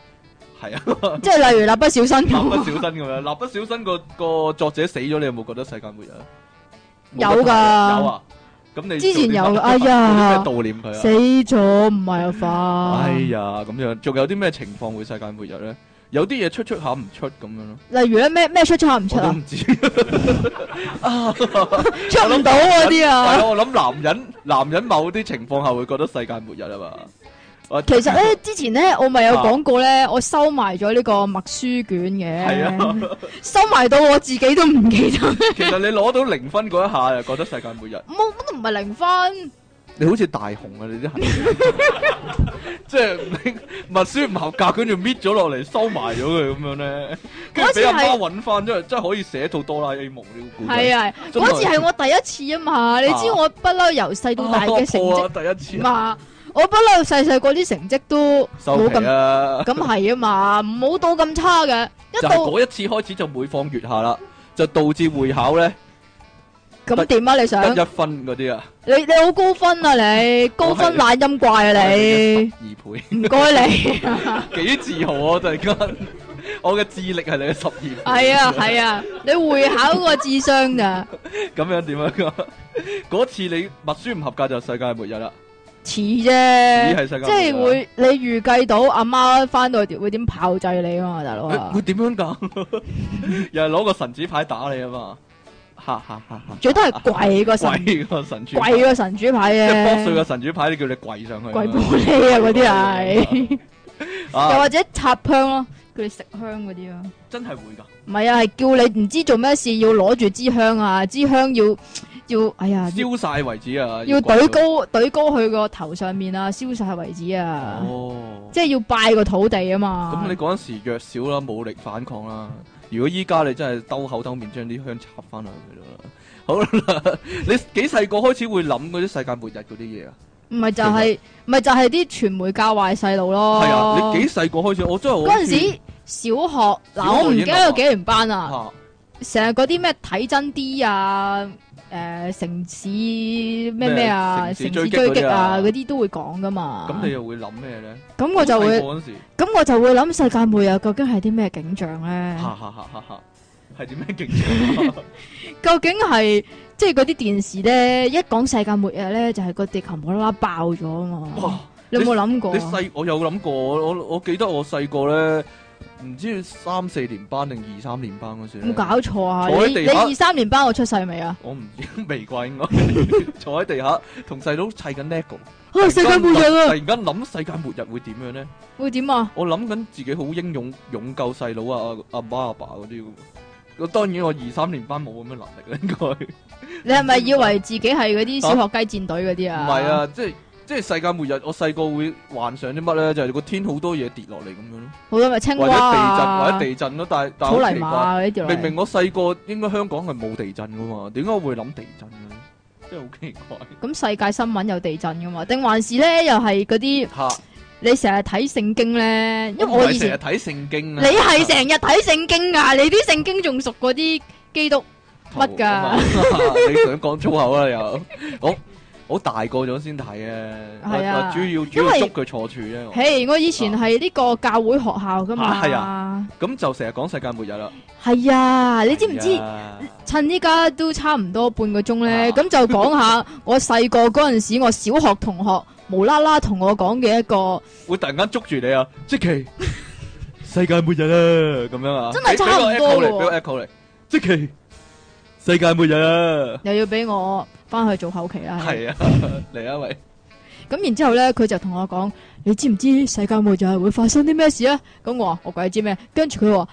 Speaker 1: 去嘅，係啊，
Speaker 2: 即係例如蠟筆小新
Speaker 1: 蠟筆
Speaker 2: 咁
Speaker 1: 小。新咁樣，蠟筆小新個個作者死咗，你有冇覺得世界末日啊？
Speaker 2: 有
Speaker 1: 冇得
Speaker 2: 㗎
Speaker 1: 睇啊有啊。咁你
Speaker 2: 之前
Speaker 1: 做啲
Speaker 2: 有
Speaker 1: 乜
Speaker 2: 哎呀
Speaker 1: 做啲咩悼念佢啊
Speaker 2: 死？咗唔係啊化，
Speaker 1: 哎呀，咁樣仲有啲咩情況會世界末日咧？有啲嘢出出下唔出咁樣咯，
Speaker 2: 例如咧咩咩出差唔出
Speaker 1: 我都
Speaker 2: 啊，
Speaker 1: 唔 知。
Speaker 2: 出唔到嗰啲
Speaker 1: 係
Speaker 2: 啊。
Speaker 1: 咯，我諗男人男人某啲情況下會覺得世界末日啊嘛。我
Speaker 2: 其實咧，之前咧，我咪
Speaker 1: 啊
Speaker 2: 有講過咧，我收埋咗呢個默書卷
Speaker 1: 係
Speaker 2: 嘅，
Speaker 1: 啊，
Speaker 2: 收埋到我自己都 唔記得，
Speaker 1: 其實你攞到零分嗰一下就覺得世界末日，
Speaker 2: 冇乜都唔係零分，
Speaker 1: 你好似大雄啊！你啲行為 即係你默書唔合格，跟住搣咗落嚟收埋咗佢咁樣咧，跟住俾阿媽揾翻，真係真係可以寫套哆啦 A 夢呢個故仔。
Speaker 2: 係啊，
Speaker 1: 真係啊
Speaker 2: 嗰次係我第一次啊嘛，你知我不嬲由細到大嘅成績
Speaker 1: 哦啊破啊第一次啊
Speaker 2: 嘛，我不嬲細細個啲成績都
Speaker 1: 收皮啊啦。
Speaker 2: 咁係啊嘛，唔好到咁差嘅，一
Speaker 1: 就係
Speaker 2: 到
Speaker 1: 嗰一次開始就每況愈下啦，就導致會考咧
Speaker 2: 咁點啊？你
Speaker 1: 得
Speaker 2: 想
Speaker 1: 一分嗰啲啊，
Speaker 2: 你你好高分啊你，高分懶音怪啊你，
Speaker 1: 二倍。
Speaker 2: 唔該你，
Speaker 1: 幾自豪啊！突然間， 我嘅智力係你嘅十二倍。
Speaker 2: 係啊係啊，你會考個智商咋，
Speaker 1: 咁樣點樣啊？ 嗰次你默書唔合格就世界末日啦，
Speaker 2: 似
Speaker 1: 只係
Speaker 2: 啫。
Speaker 1: 世界末日啦。啊
Speaker 2: 即係會你預計到阿媽翻到去會點炮製你啊嘛，大佬
Speaker 1: 會
Speaker 2: 啊
Speaker 1: 會，點樣㗎？ 又係攞個神主牌打你啊嘛！哈哈哈哈！
Speaker 2: 最多係跪個神，
Speaker 1: 跪個神主牌，
Speaker 2: 跪個神主牌
Speaker 1: 即係剝碎
Speaker 2: 嘅，
Speaker 1: 個神主牌，你叫你跪上去。
Speaker 2: 跪玻璃啊嗰啲係，又
Speaker 1: 啊！
Speaker 2: 或者插香咯，叫你食香嗰啲咯。
Speaker 1: 真係會㗎。
Speaker 2: 唔係啊，係叫你唔知做咩事要攞住支香啊，支香要要，哎呀，要
Speaker 1: 燒晒為止啊！
Speaker 2: 要
Speaker 1: 跪到
Speaker 2: 懟高懟高去個頭上面啊，燒晒為止啊，
Speaker 1: 哦，
Speaker 2: 即係要拜個土地啊嘛
Speaker 1: 咁。你嗰陣時弱小啦，冇力反抗啦。如果依家你真係兜口兜面將啲香插翻落去㗎啦。好啦，你幾細個開始會諗嗰啲世界末日嗰啲嘢啊？
Speaker 2: 唔係就係唔係就係啲傳媒教壞細路咯。
Speaker 1: 係啊，你幾細個開始？我真係我
Speaker 2: 哦嗰陣時小學
Speaker 1: 小
Speaker 2: 嗱，
Speaker 1: 學
Speaker 2: 我唔記得有幾年班
Speaker 1: 嚇
Speaker 2: 啊，成日嗰啲咩睇真啲啊，誒城市咩咩啊，
Speaker 1: 咩城
Speaker 2: 城
Speaker 1: 市追
Speaker 2: 市追
Speaker 1: 擊嗰啲啊
Speaker 2: 擊啊嗰啲都會講噶嘛。
Speaker 1: 咁你又會諗咩咧？
Speaker 2: 咁我就
Speaker 1: 細
Speaker 2: 會
Speaker 1: 個嗰陣時，
Speaker 2: 咁我就會諗世界末日究竟係啲咩景象咧？
Speaker 1: 哈哈哈哈哈，係點咩景 象啊？
Speaker 2: 究竟係即係嗰啲電視咧，一講世界末日咧，就係個地球無啦啦爆咗啊嘛。
Speaker 1: 哇！
Speaker 2: 你有冇諗過
Speaker 1: 你
Speaker 2: 啊？
Speaker 1: 細我有諗過，我我記得我細個咧，唔知三四年班定二三年班嗰時
Speaker 2: 有
Speaker 1: 呢
Speaker 2: 冇搞錯啊！
Speaker 1: 坐喺
Speaker 2: 你
Speaker 1: 地
Speaker 2: 你
Speaker 1: 下
Speaker 2: 二三年班我出世未啊？
Speaker 1: 我唔知未啩，應該 坐喺地下同細佬砌緊 lego。
Speaker 2: 啊！世界末日
Speaker 1: 突
Speaker 2: 啊！
Speaker 1: 然間諗世界末日會點樣咧？
Speaker 2: 會點啊？
Speaker 1: 我諗緊自己好英勇，勇救細佬啊、阿媽阿爸嗰啲。我當然我二三年班冇咁嘅能力啦，應該唔
Speaker 2: 你係咪以為自己係嗰啲小學雞戰隊嗰啲啊？
Speaker 1: 係，啊，即係即係世界末日。我細個會幻想啲乜咧？就係個天好多嘢跌落嚟咁樣咯，
Speaker 2: 好多咪青
Speaker 1: 或
Speaker 2: 蛙
Speaker 1: 者地震
Speaker 2: 啊
Speaker 1: 或者地震咯。但係但係
Speaker 2: 草
Speaker 1: 好
Speaker 2: 泥
Speaker 1: 奇
Speaker 2: 馬
Speaker 1: 怪，
Speaker 2: 啊嗰啲掉落嚟
Speaker 1: 明明我細個應該香港係冇地震噶嘛，點解我會諗地震嘅咧？真係好奇怪
Speaker 2: 咁世界新聞有地震噶嘛？定還是咧又係嗰啲
Speaker 1: 嚇！
Speaker 2: 你成日睇聖經咧？因為我
Speaker 1: 唔係
Speaker 2: 以
Speaker 1: 成日
Speaker 2: 前
Speaker 1: 睇聖經
Speaker 2: 你
Speaker 1: 啊，
Speaker 2: 係成日睇聖經啊，你啲聖經仲熟過啲基督。乜㗎
Speaker 1: 頭啊嘛 你想講粗口啦又？我我大個咗先睇啊，
Speaker 2: 係啊
Speaker 1: 我我主要主要捉
Speaker 2: 因為
Speaker 1: 佢錯處啫。我
Speaker 2: 嘿，我以前係呢個教會學校噶嘛
Speaker 1: 啊。係咁就成日講世界末日啦。
Speaker 2: 係啊，你知唔知
Speaker 1: 係？啊
Speaker 2: 趁依家都差唔多半個鐘
Speaker 1: 啊
Speaker 2: 咧，咁、就講下我細個嗰陣時，我小學同學無啦啦同我講嘅一個，
Speaker 1: 會突然間捉住你啊？即 期世界末日啦，咁樣啊？
Speaker 2: 真係
Speaker 1: 俾
Speaker 2: 差唔多
Speaker 1: 俾個 echo 嚟，俾
Speaker 2: 喎
Speaker 1: 個 echo 嚟。即期世界末日啦，
Speaker 2: 又要俾我翻去做後期啦。係
Speaker 1: 係啊， 嚟啊喂！
Speaker 2: 咁然之後咧，佢就同我講：你知唔知世界末日會發生啲咩事啊？咁我話我鬼知咩？跟住佢話，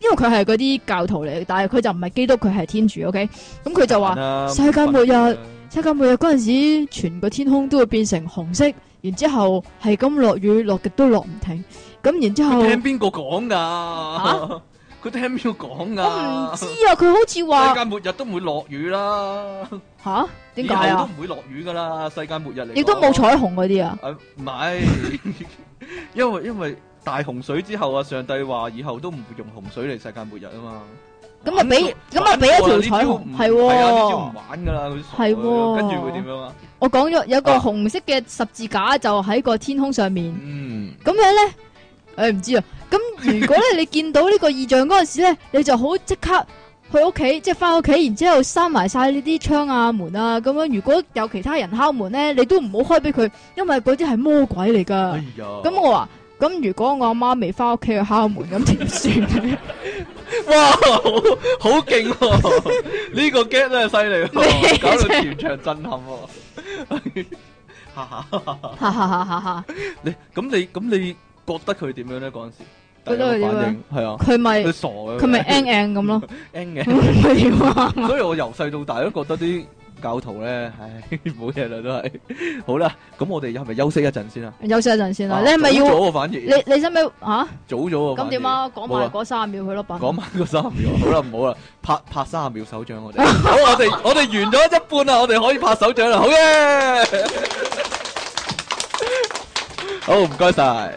Speaker 2: 因為佢係嗰啲教徒嚟，但係佢就唔係基督，佢係天主。OK，咁佢就話。
Speaker 1: 話
Speaker 2: 世界末日世界末日嗰陣時，全個天空都會變成紅色，然之後係咁落雨，落極都落唔停。咁然之後，
Speaker 1: 聽邊個講噶？ 佢聽邊個講
Speaker 2: 我唔
Speaker 1: 噶？
Speaker 2: 知啊，佢好似
Speaker 1: 世
Speaker 2: 話
Speaker 1: 界末日都唔會落雨啦，
Speaker 2: 吓點解
Speaker 1: 以後
Speaker 2: 啊
Speaker 1: 都？唔會落雨噶啦，世界末日嚟。
Speaker 2: 亦都冇。彩虹嗰啲啊？
Speaker 1: 誒唔係， 因為因為大洪水之後啊，上帝話以後都唔會用洪水嚟世界末日啊嘛。
Speaker 2: 咁啊俾
Speaker 1: 玩過
Speaker 2: 咁啊俾一條
Speaker 1: 玩過啦
Speaker 2: 彩
Speaker 1: 呢招
Speaker 2: 虹
Speaker 1: 唔
Speaker 2: 係
Speaker 1: 係
Speaker 2: 喎
Speaker 1: 啊，呢招唔玩噶啦，佢傻嘅
Speaker 2: 係喎
Speaker 1: 跟住會點樣啊？
Speaker 2: 我講咗有個
Speaker 1: 啊
Speaker 2: 紅色嘅十字架就喺個天空上面，
Speaker 1: 嗯，
Speaker 2: 咁樣咧，誒唔知啊。咁如果咧你見到呢個異象嗰陣時咧，你就好即刻。去屋企，即係翻屋企，然之後閂埋晒呢啲窗啊門啊，咁樣如果有其他人敲門咧，你都唔好開俾佢，因為嗰啲係魔鬼嚟噶。
Speaker 1: 哎呀，
Speaker 2: 咁我話：咁如果我阿媽未翻屋企去敲門，咁點算咧？
Speaker 1: 哇，好好勁 喎！呢個 get 真係犀利
Speaker 2: 咩
Speaker 1: 喎，搞到全場震撼喎。 哈哈哈哈哈
Speaker 2: 哈哈哈哈哈！
Speaker 1: 你咁你咁你覺得佢點樣咧？嗰陣時，
Speaker 2: 覺得
Speaker 1: 第
Speaker 2: 佢點樣
Speaker 1: 一個反應？係啊，
Speaker 2: 佢咪
Speaker 1: 佢傻嘅，
Speaker 2: 佢咪 N N 咁咯？
Speaker 1: N
Speaker 2: 咁
Speaker 1: 嘅。
Speaker 2: 佢點啊？
Speaker 1: 所以我由細到大都覺得啲教徒咧，唉，冇嘢啦，都係。好啦，咁我哋係咪休息一陣先啊？
Speaker 2: 休息一陣先啦，
Speaker 1: 啊
Speaker 2: 你係咪
Speaker 1: 早
Speaker 2: 要？
Speaker 1: 咗喎？反而
Speaker 2: 你你使唔使吓？
Speaker 1: 早咗喎。
Speaker 2: 咁點啊？講
Speaker 1: 冇
Speaker 2: 埋
Speaker 1: 啊
Speaker 2: 嗰三十秒佢咯，
Speaker 1: 反
Speaker 2: 笨
Speaker 1: 而？。講埋個三十秒，好啦，唔好 啦，拍拍三十秒手掌我哋。好，我哋我哋完咗一半啦，我哋可以拍手掌啦，好耶！好，唔該晒。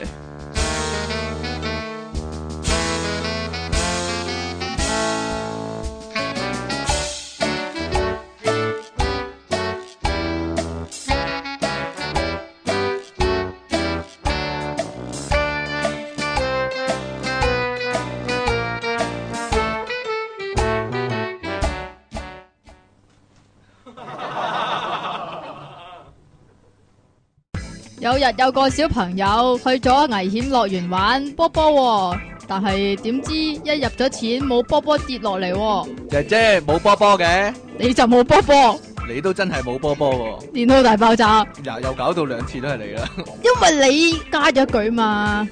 Speaker 2: 有日有個小朋友去咗危險樂園玩波波、喎，但係點知一入咗錢冇波波跌落嚟、喎，
Speaker 1: 姐姐冇波波嘅，
Speaker 2: 你就冇波波，
Speaker 1: 你都真係冇波波
Speaker 2: 電腦大爆炸，
Speaker 1: 喎，又又搞到兩次都係你啦。
Speaker 2: 因為你加咗句嘛。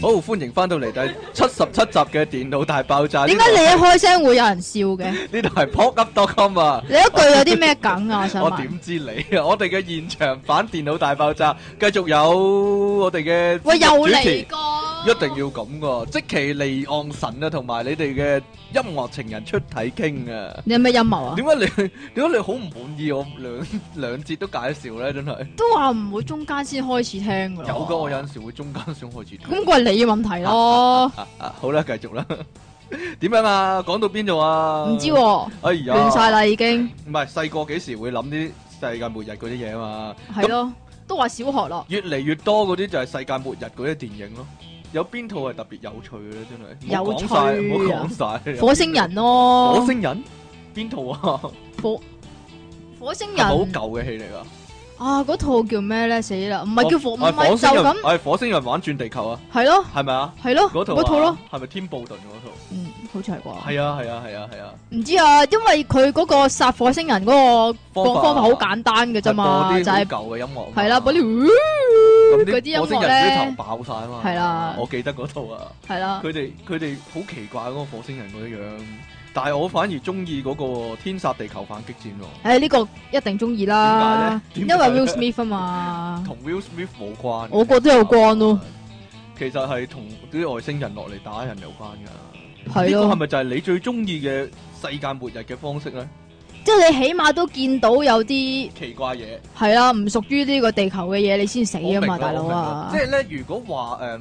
Speaker 1: 好，歡迎翻到嚟第七十七集嘅電腦大爆炸。
Speaker 2: 點解你一開聲會有人笑嘅？
Speaker 1: 你呢度係 p o k u p c o m 啊？
Speaker 2: 你一句有啲咩梗啊？我想
Speaker 1: 我
Speaker 2: 問。
Speaker 1: 點知你 啊？我哋嘅現場版電腦大爆炸，繼續有我哋嘅
Speaker 2: 喂，又
Speaker 1: 主持
Speaker 2: 嚟過。
Speaker 1: 一定要咁噶，即其離岸神啊，同埋你哋嘅音樂情人出體傾啊！
Speaker 2: 你有咩陰謀啊？
Speaker 1: 點 解你點解你好唔滿意我 兩兩節都介紹咧？真係
Speaker 2: 都話唔會中間先開始聽噶。
Speaker 1: 有噶，我有陣時會中間想開始聽。
Speaker 2: 咁個係你嘅問題咯，
Speaker 1: 啊啊，好啦，繼續 啦。點樣啊？講到邊度啊？
Speaker 2: 唔知喎，
Speaker 1: 哎呀，
Speaker 2: 亂晒！啦已經，
Speaker 1: 唔係細個幾時會諗啲世界末日嗰啲嘢啊嘛？
Speaker 2: 係咯，都話小學咯，
Speaker 1: 越嚟越多嗰啲就係世界末日嗰啲電影咯。有邊套係特別有趣嘅咧？真係唔好講晒
Speaker 2: 有趣
Speaker 1: 唔
Speaker 2: 啊
Speaker 1: 好講晒。
Speaker 2: 火星人咯，
Speaker 1: 火星人邊套啊？
Speaker 2: 火火星
Speaker 1: 係咪好
Speaker 2: 人
Speaker 1: 舊嘅戲嚟噶，
Speaker 2: 啊，嗰套叫咩咧？死啦，唔係叫火，唔
Speaker 1: 我係
Speaker 2: 係
Speaker 1: 火
Speaker 2: 就
Speaker 1: 星人，哎
Speaker 2: 咁，
Speaker 1: 係火星人玩轉地球啊，
Speaker 2: 係咯，
Speaker 1: 係咪啊？
Speaker 2: 係咯，
Speaker 1: 嗰套
Speaker 2: 嗰套咯
Speaker 1: 啊，，係咪天布頓嗰套？
Speaker 2: 嗯，好似係啩，
Speaker 1: 係啊係啊係啊係啊，
Speaker 2: 唔知啊，因為佢嗰個殺火星人嗰個方方法好簡單嘅啫嘛，
Speaker 1: 係
Speaker 2: 就
Speaker 1: 播
Speaker 2: 係
Speaker 1: 啲好舊嘅音樂啊嘛，
Speaker 2: 係啦，嗰啲
Speaker 1: 咁
Speaker 2: 嗰啲音樂
Speaker 1: 火星人
Speaker 2: 呢
Speaker 1: 啲頭爆晒啊嘛，
Speaker 2: 係啦
Speaker 1: 我記得嗰套啊，
Speaker 2: 係啦，
Speaker 1: 佢哋佢哋好奇怪嗰個火星人嗰樣，但係我反而中意嗰個天殺地球反擊戰喎，
Speaker 2: 誒呢個一定中意啦，因
Speaker 1: 點
Speaker 2: 為
Speaker 1: 解咧
Speaker 2: Will Smith 啊嘛。
Speaker 1: 同 Will Smith 冇關嘅，
Speaker 2: 我覺得有關咯
Speaker 1: 其實係同啲外星人落嚟打人有關㗎。呢
Speaker 2: 系
Speaker 1: 個係
Speaker 2: 咯，
Speaker 1: 咪就係你最中意嘅世界末日嘅方式咧？
Speaker 2: 即係你起碼都見到有啲
Speaker 1: 奇怪嘢，
Speaker 2: 係啦，唔屬於呢個地球嘅嘢，你先死
Speaker 1: 我明
Speaker 2: 啊
Speaker 1: 啦
Speaker 2: 嘛，大佬
Speaker 1: 我
Speaker 2: 啊
Speaker 1: 明啦即！係咧，如果話誒，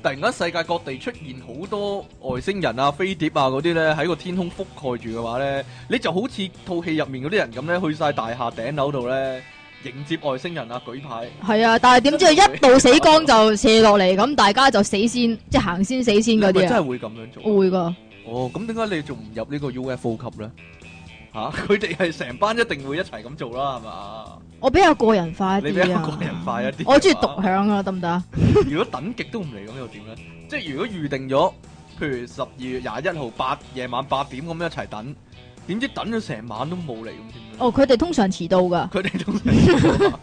Speaker 1: 突然間世界各地出現好多外星人啊、飛碟啊嗰啲咧，喺個天空覆蓋住嘅話咧，你就好似套戲入面嗰啲人咁咧，去晒大廈頂樓度咧迎接外星人啊，舉牌。
Speaker 2: 係啊，但係點知佢一到死光就射落嚟，咁大家就死先，即係行先死先
Speaker 1: 你咪
Speaker 2: 嗰啲
Speaker 1: 真
Speaker 2: 啊，
Speaker 1: 係會咁樣做？
Speaker 2: 會噶，
Speaker 1: 哦，咁點解你仲唔入呢個 UFO 級咧？嚇、佢哋係成班一定會一齊咁做啦，係嘛？
Speaker 2: 我比較個人化一
Speaker 1: 你比
Speaker 2: 啲
Speaker 1: 較個人
Speaker 2: 啊，
Speaker 1: 化一啲。
Speaker 2: 我中意
Speaker 1: 係嘛
Speaker 2: 獨享啊，得唔得啊？
Speaker 1: 如果等極都唔嚟咁又點咧？即係如果預定咗，譬如十二月廿一號八夜晚八點咁一齊等，點知等咗成晚都冇嚟咁點咧？
Speaker 2: 哦，佢哋通常遲到噶，
Speaker 1: 佢哋仲遲到啊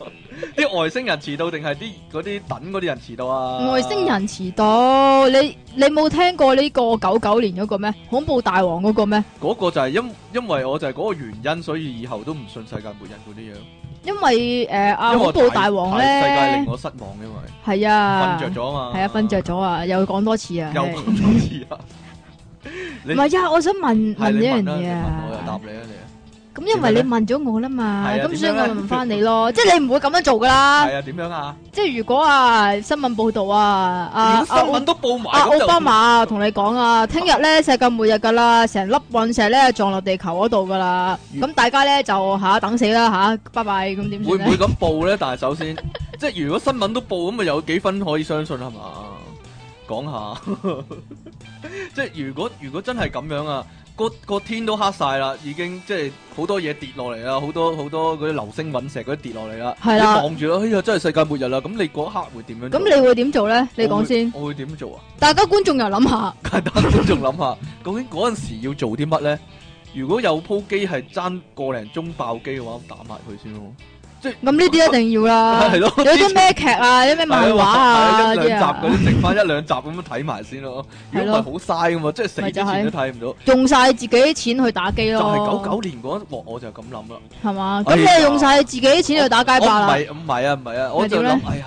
Speaker 1: 啲外星人遲到定係啲嗰啲等嗰啲人遲到啊？
Speaker 2: 外星人遲到，你你冇聽過呢個九九年嗰個咩恐怖大王嗰個咩？
Speaker 1: 嗰個就係因因為我就係嗰個原因，所以以後都唔信世界末日嗰啲嘢。
Speaker 2: 因為诶阿
Speaker 1: 因為
Speaker 2: 啊恐
Speaker 1: 我
Speaker 2: 怖
Speaker 1: 太
Speaker 2: 大王
Speaker 1: 太世界令
Speaker 2: 咧，
Speaker 1: 我失望，因為
Speaker 2: 係
Speaker 1: 瞓
Speaker 2: 啊，
Speaker 1: 着咗啊嘛。
Speaker 2: 系啊，瞓着咗啊，又講多次啊，
Speaker 1: 又
Speaker 2: 係
Speaker 1: 咁多次啊！
Speaker 2: 唔係啊，我想問
Speaker 1: 係
Speaker 2: 問一
Speaker 1: 你
Speaker 2: 樣
Speaker 1: 問啦，你
Speaker 2: 嘢
Speaker 1: 問我又答
Speaker 2: 啊。
Speaker 1: 你啊，你啊。
Speaker 2: 咁因為你
Speaker 1: 點樣
Speaker 2: 問咗我啦嘛，
Speaker 1: 係啊
Speaker 2: 咁所以
Speaker 1: 點樣
Speaker 2: 我
Speaker 1: 咧
Speaker 2: 咪問翻 你咯。即係你唔會咁樣做噶啦。
Speaker 1: 係啊，點樣啊？
Speaker 2: 即係如果啊新聞報導啊，啊
Speaker 1: 如果新聞都報埋，
Speaker 2: 啊
Speaker 1: 咁就
Speaker 2: 奧巴馬同你講啊，聽日咧世界末日噶啦，成粒隕石咧撞落地球嗰度噶啦。
Speaker 1: 嗯
Speaker 2: 咁大家咧就吓等死啦吓，拜拜咁點
Speaker 1: 會
Speaker 2: 算
Speaker 1: 唔會
Speaker 2: 咧？
Speaker 1: 咁報咧？但係首先， 即係如果新聞都報，咁咪有幾分可以相信係嘛？講下， 即係如果如果真係咁樣啊，個個天都黑晒啦，已經即係好多嘢跌落嚟啦，好多好多嗰啲流星隕石嗰啲跌落嚟啦，
Speaker 2: 係啦
Speaker 1: 你望住啦，哎呀，真係世界末日啦！咁你嗰一刻會點樣做？
Speaker 2: 咁你會點做咧？你
Speaker 1: 我
Speaker 2: 講
Speaker 1: 會
Speaker 2: 先，
Speaker 1: 我會點做啊？
Speaker 2: 大家觀眾又諗下。
Speaker 1: 簡單觀眾諗下，究竟嗰陣時要做啲乜咧？如果有鋪機係爭個零鐘爆機嘅話，打埋佢先咯。
Speaker 2: 咁呢啲一定要 啦，
Speaker 1: 係
Speaker 2: 有
Speaker 1: 咯
Speaker 2: 啲咩劇啊，有啲咩漫畫啊
Speaker 1: 係
Speaker 2: 嗰
Speaker 1: 一
Speaker 2: 啲
Speaker 1: 兩集嗰
Speaker 2: 啊，
Speaker 1: 啲剩翻一兩集咁樣睇埋先咯。如果唔係好嘥噶嘛，即係死之前都睇唔到。
Speaker 2: 用晒自己錢去打機
Speaker 1: 就
Speaker 2: 咯，
Speaker 1: 係九九年嗰一幕，我就咁諗啦。
Speaker 2: 係嘛？
Speaker 1: 哎
Speaker 2: 咁
Speaker 1: 呀
Speaker 2: 你用晒自己錢去打街霸
Speaker 1: 我唔
Speaker 2: 啦，
Speaker 1: 係唔係啊唔係啊，我就
Speaker 2: 係點
Speaker 1: 諗
Speaker 2: 咧
Speaker 1: 哎呀，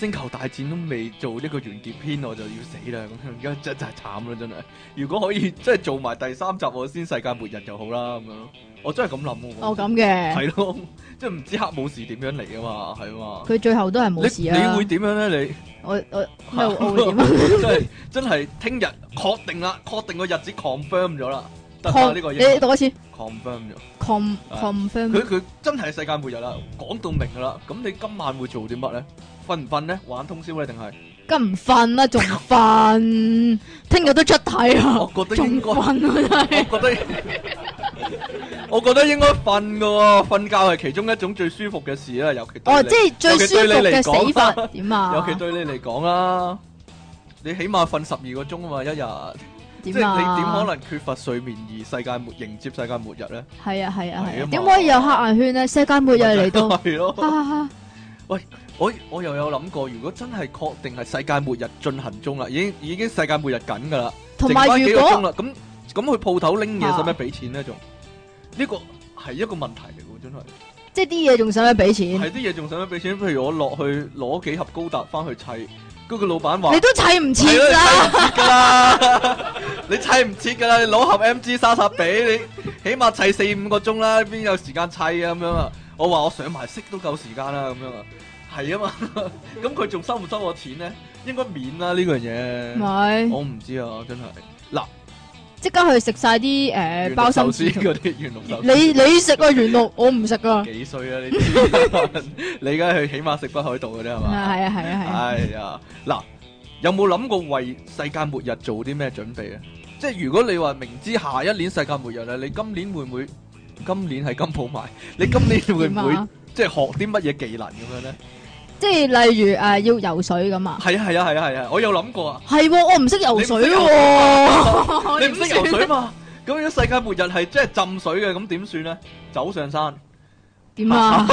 Speaker 1: 星球大戰都未做呢個完結篇，我就要死啦！咁樣而家真真係慘啦，真係。如果可以即係做埋第三集，我先世界末日就好啦，咁樣咯。我真係咁諗喎。
Speaker 2: 哦咁嘅，
Speaker 1: 係咯，即係唔知黑武士點樣嚟啊嘛，係嘛。
Speaker 2: 佢最後都係冇
Speaker 1: 你
Speaker 2: 事
Speaker 1: 你
Speaker 2: 啊
Speaker 1: 會。點樣咧？你
Speaker 2: 我我 咩我會點啊？
Speaker 1: 真係真係聽日確定啦，確定個日子 confirm 咗啦，得啦啊呢個
Speaker 2: Con-
Speaker 1: 嘢
Speaker 2: 你讀一次
Speaker 1: confirm 咗。
Speaker 2: con
Speaker 1: 啊
Speaker 2: confirm
Speaker 1: 佢佢真係世界末日啦，講到明噶啦。咁你今晚會做啲乜咧？瞓唔瞓咧？玩通宵咧定 係？
Speaker 2: 咁唔瞓啦，仲瞓，聽日都出體啊，
Speaker 1: 我覺得
Speaker 2: 仲
Speaker 1: 應該，
Speaker 2: 瞓啊真係。
Speaker 1: 我覺得我覺得應該瞓噶喎。瞓覺係其中一種最舒服嘅事啦，尤其對
Speaker 2: 哦，
Speaker 1: 你
Speaker 2: 即係最舒服嘅死
Speaker 1: 尤其對
Speaker 2: 法點
Speaker 1: 尤
Speaker 2: 啊？
Speaker 1: 其對你嚟講啦。你起碼瞓十二個鐘啊嘛，一日，即
Speaker 2: 點
Speaker 1: 係你點可
Speaker 2: 啊？
Speaker 1: 能缺乏睡眠而世界末迎接世界末日咧？
Speaker 2: 係啊係啊係
Speaker 1: 係啊
Speaker 2: 啊
Speaker 1: 嘛！
Speaker 2: 點可以有黑眼圈咧？世界末日嚟到，
Speaker 1: 係咯。
Speaker 2: 哈哈哈！
Speaker 1: 我哎我又有諗過，如果真係確定係世界末日進行中啦，已經已經世界末日緊噶啦，
Speaker 2: 同埋
Speaker 1: 剩返幾
Speaker 2: 如
Speaker 1: 個鐘
Speaker 2: 果
Speaker 1: 啦，咁咁去鋪頭拎嘢
Speaker 2: 啊
Speaker 1: 使唔使俾錢咧？仲呢個係一個問題嚟喎，真係
Speaker 2: 即係啲嘢仲使唔使俾錢？你
Speaker 1: 係啲嘢仲使唔使俾錢？譬如我落去攞幾盒高達翻去砌，跟住個老闆話。
Speaker 2: 都砌唔切
Speaker 1: 係咯
Speaker 2: 啦！
Speaker 1: 砌唔切噶啦，你砌唔切噶啦，你攞盒 M G 沙沙俾你，起碼砌四五個鐘啦，邊有時間砌啊咁樣啊？我話我上埋色都夠時間啦，咁樣啊，係啊嘛， 咁佢仲收唔收我錢咧？應該免啦呢樣
Speaker 2: 唔
Speaker 1: 嘢，
Speaker 2: 係，
Speaker 1: 我唔知啊，真係
Speaker 2: 即刻去食晒啲誒包 心
Speaker 1: 司
Speaker 2: 紙。
Speaker 1: 嗰啲元龍壽司
Speaker 2: 你你食啊元綠，我唔食 啊。
Speaker 1: 幾歲啊？你 啲 你而家去起碼食北海道嗰啲係
Speaker 2: 啊
Speaker 1: 嘛？
Speaker 2: 係啊係啊係啊！
Speaker 1: 哎呀，嗱，有冇諗過為世界末日做啲咩準備啊？即係如果你話明知下一年世界末日啦，你今年會唔會？今年係金鋪 賣，你今年會唔
Speaker 2: 點
Speaker 1: 會
Speaker 2: 啊？
Speaker 1: 即係學啲乜嘢技能咁樣咧？
Speaker 2: 即係例如誒要游水咁啊。
Speaker 1: 係啊係啊係啊係啊！我有諗過啊，
Speaker 2: 係喎，我唔識游水
Speaker 1: 你唔識游你唔
Speaker 2: 喎。
Speaker 1: 識游
Speaker 2: 點
Speaker 1: 水
Speaker 2: 算
Speaker 1: 嘛？咁如果世界末日係即係浸水嘅，咁點算咧？走上山，
Speaker 2: 點啊？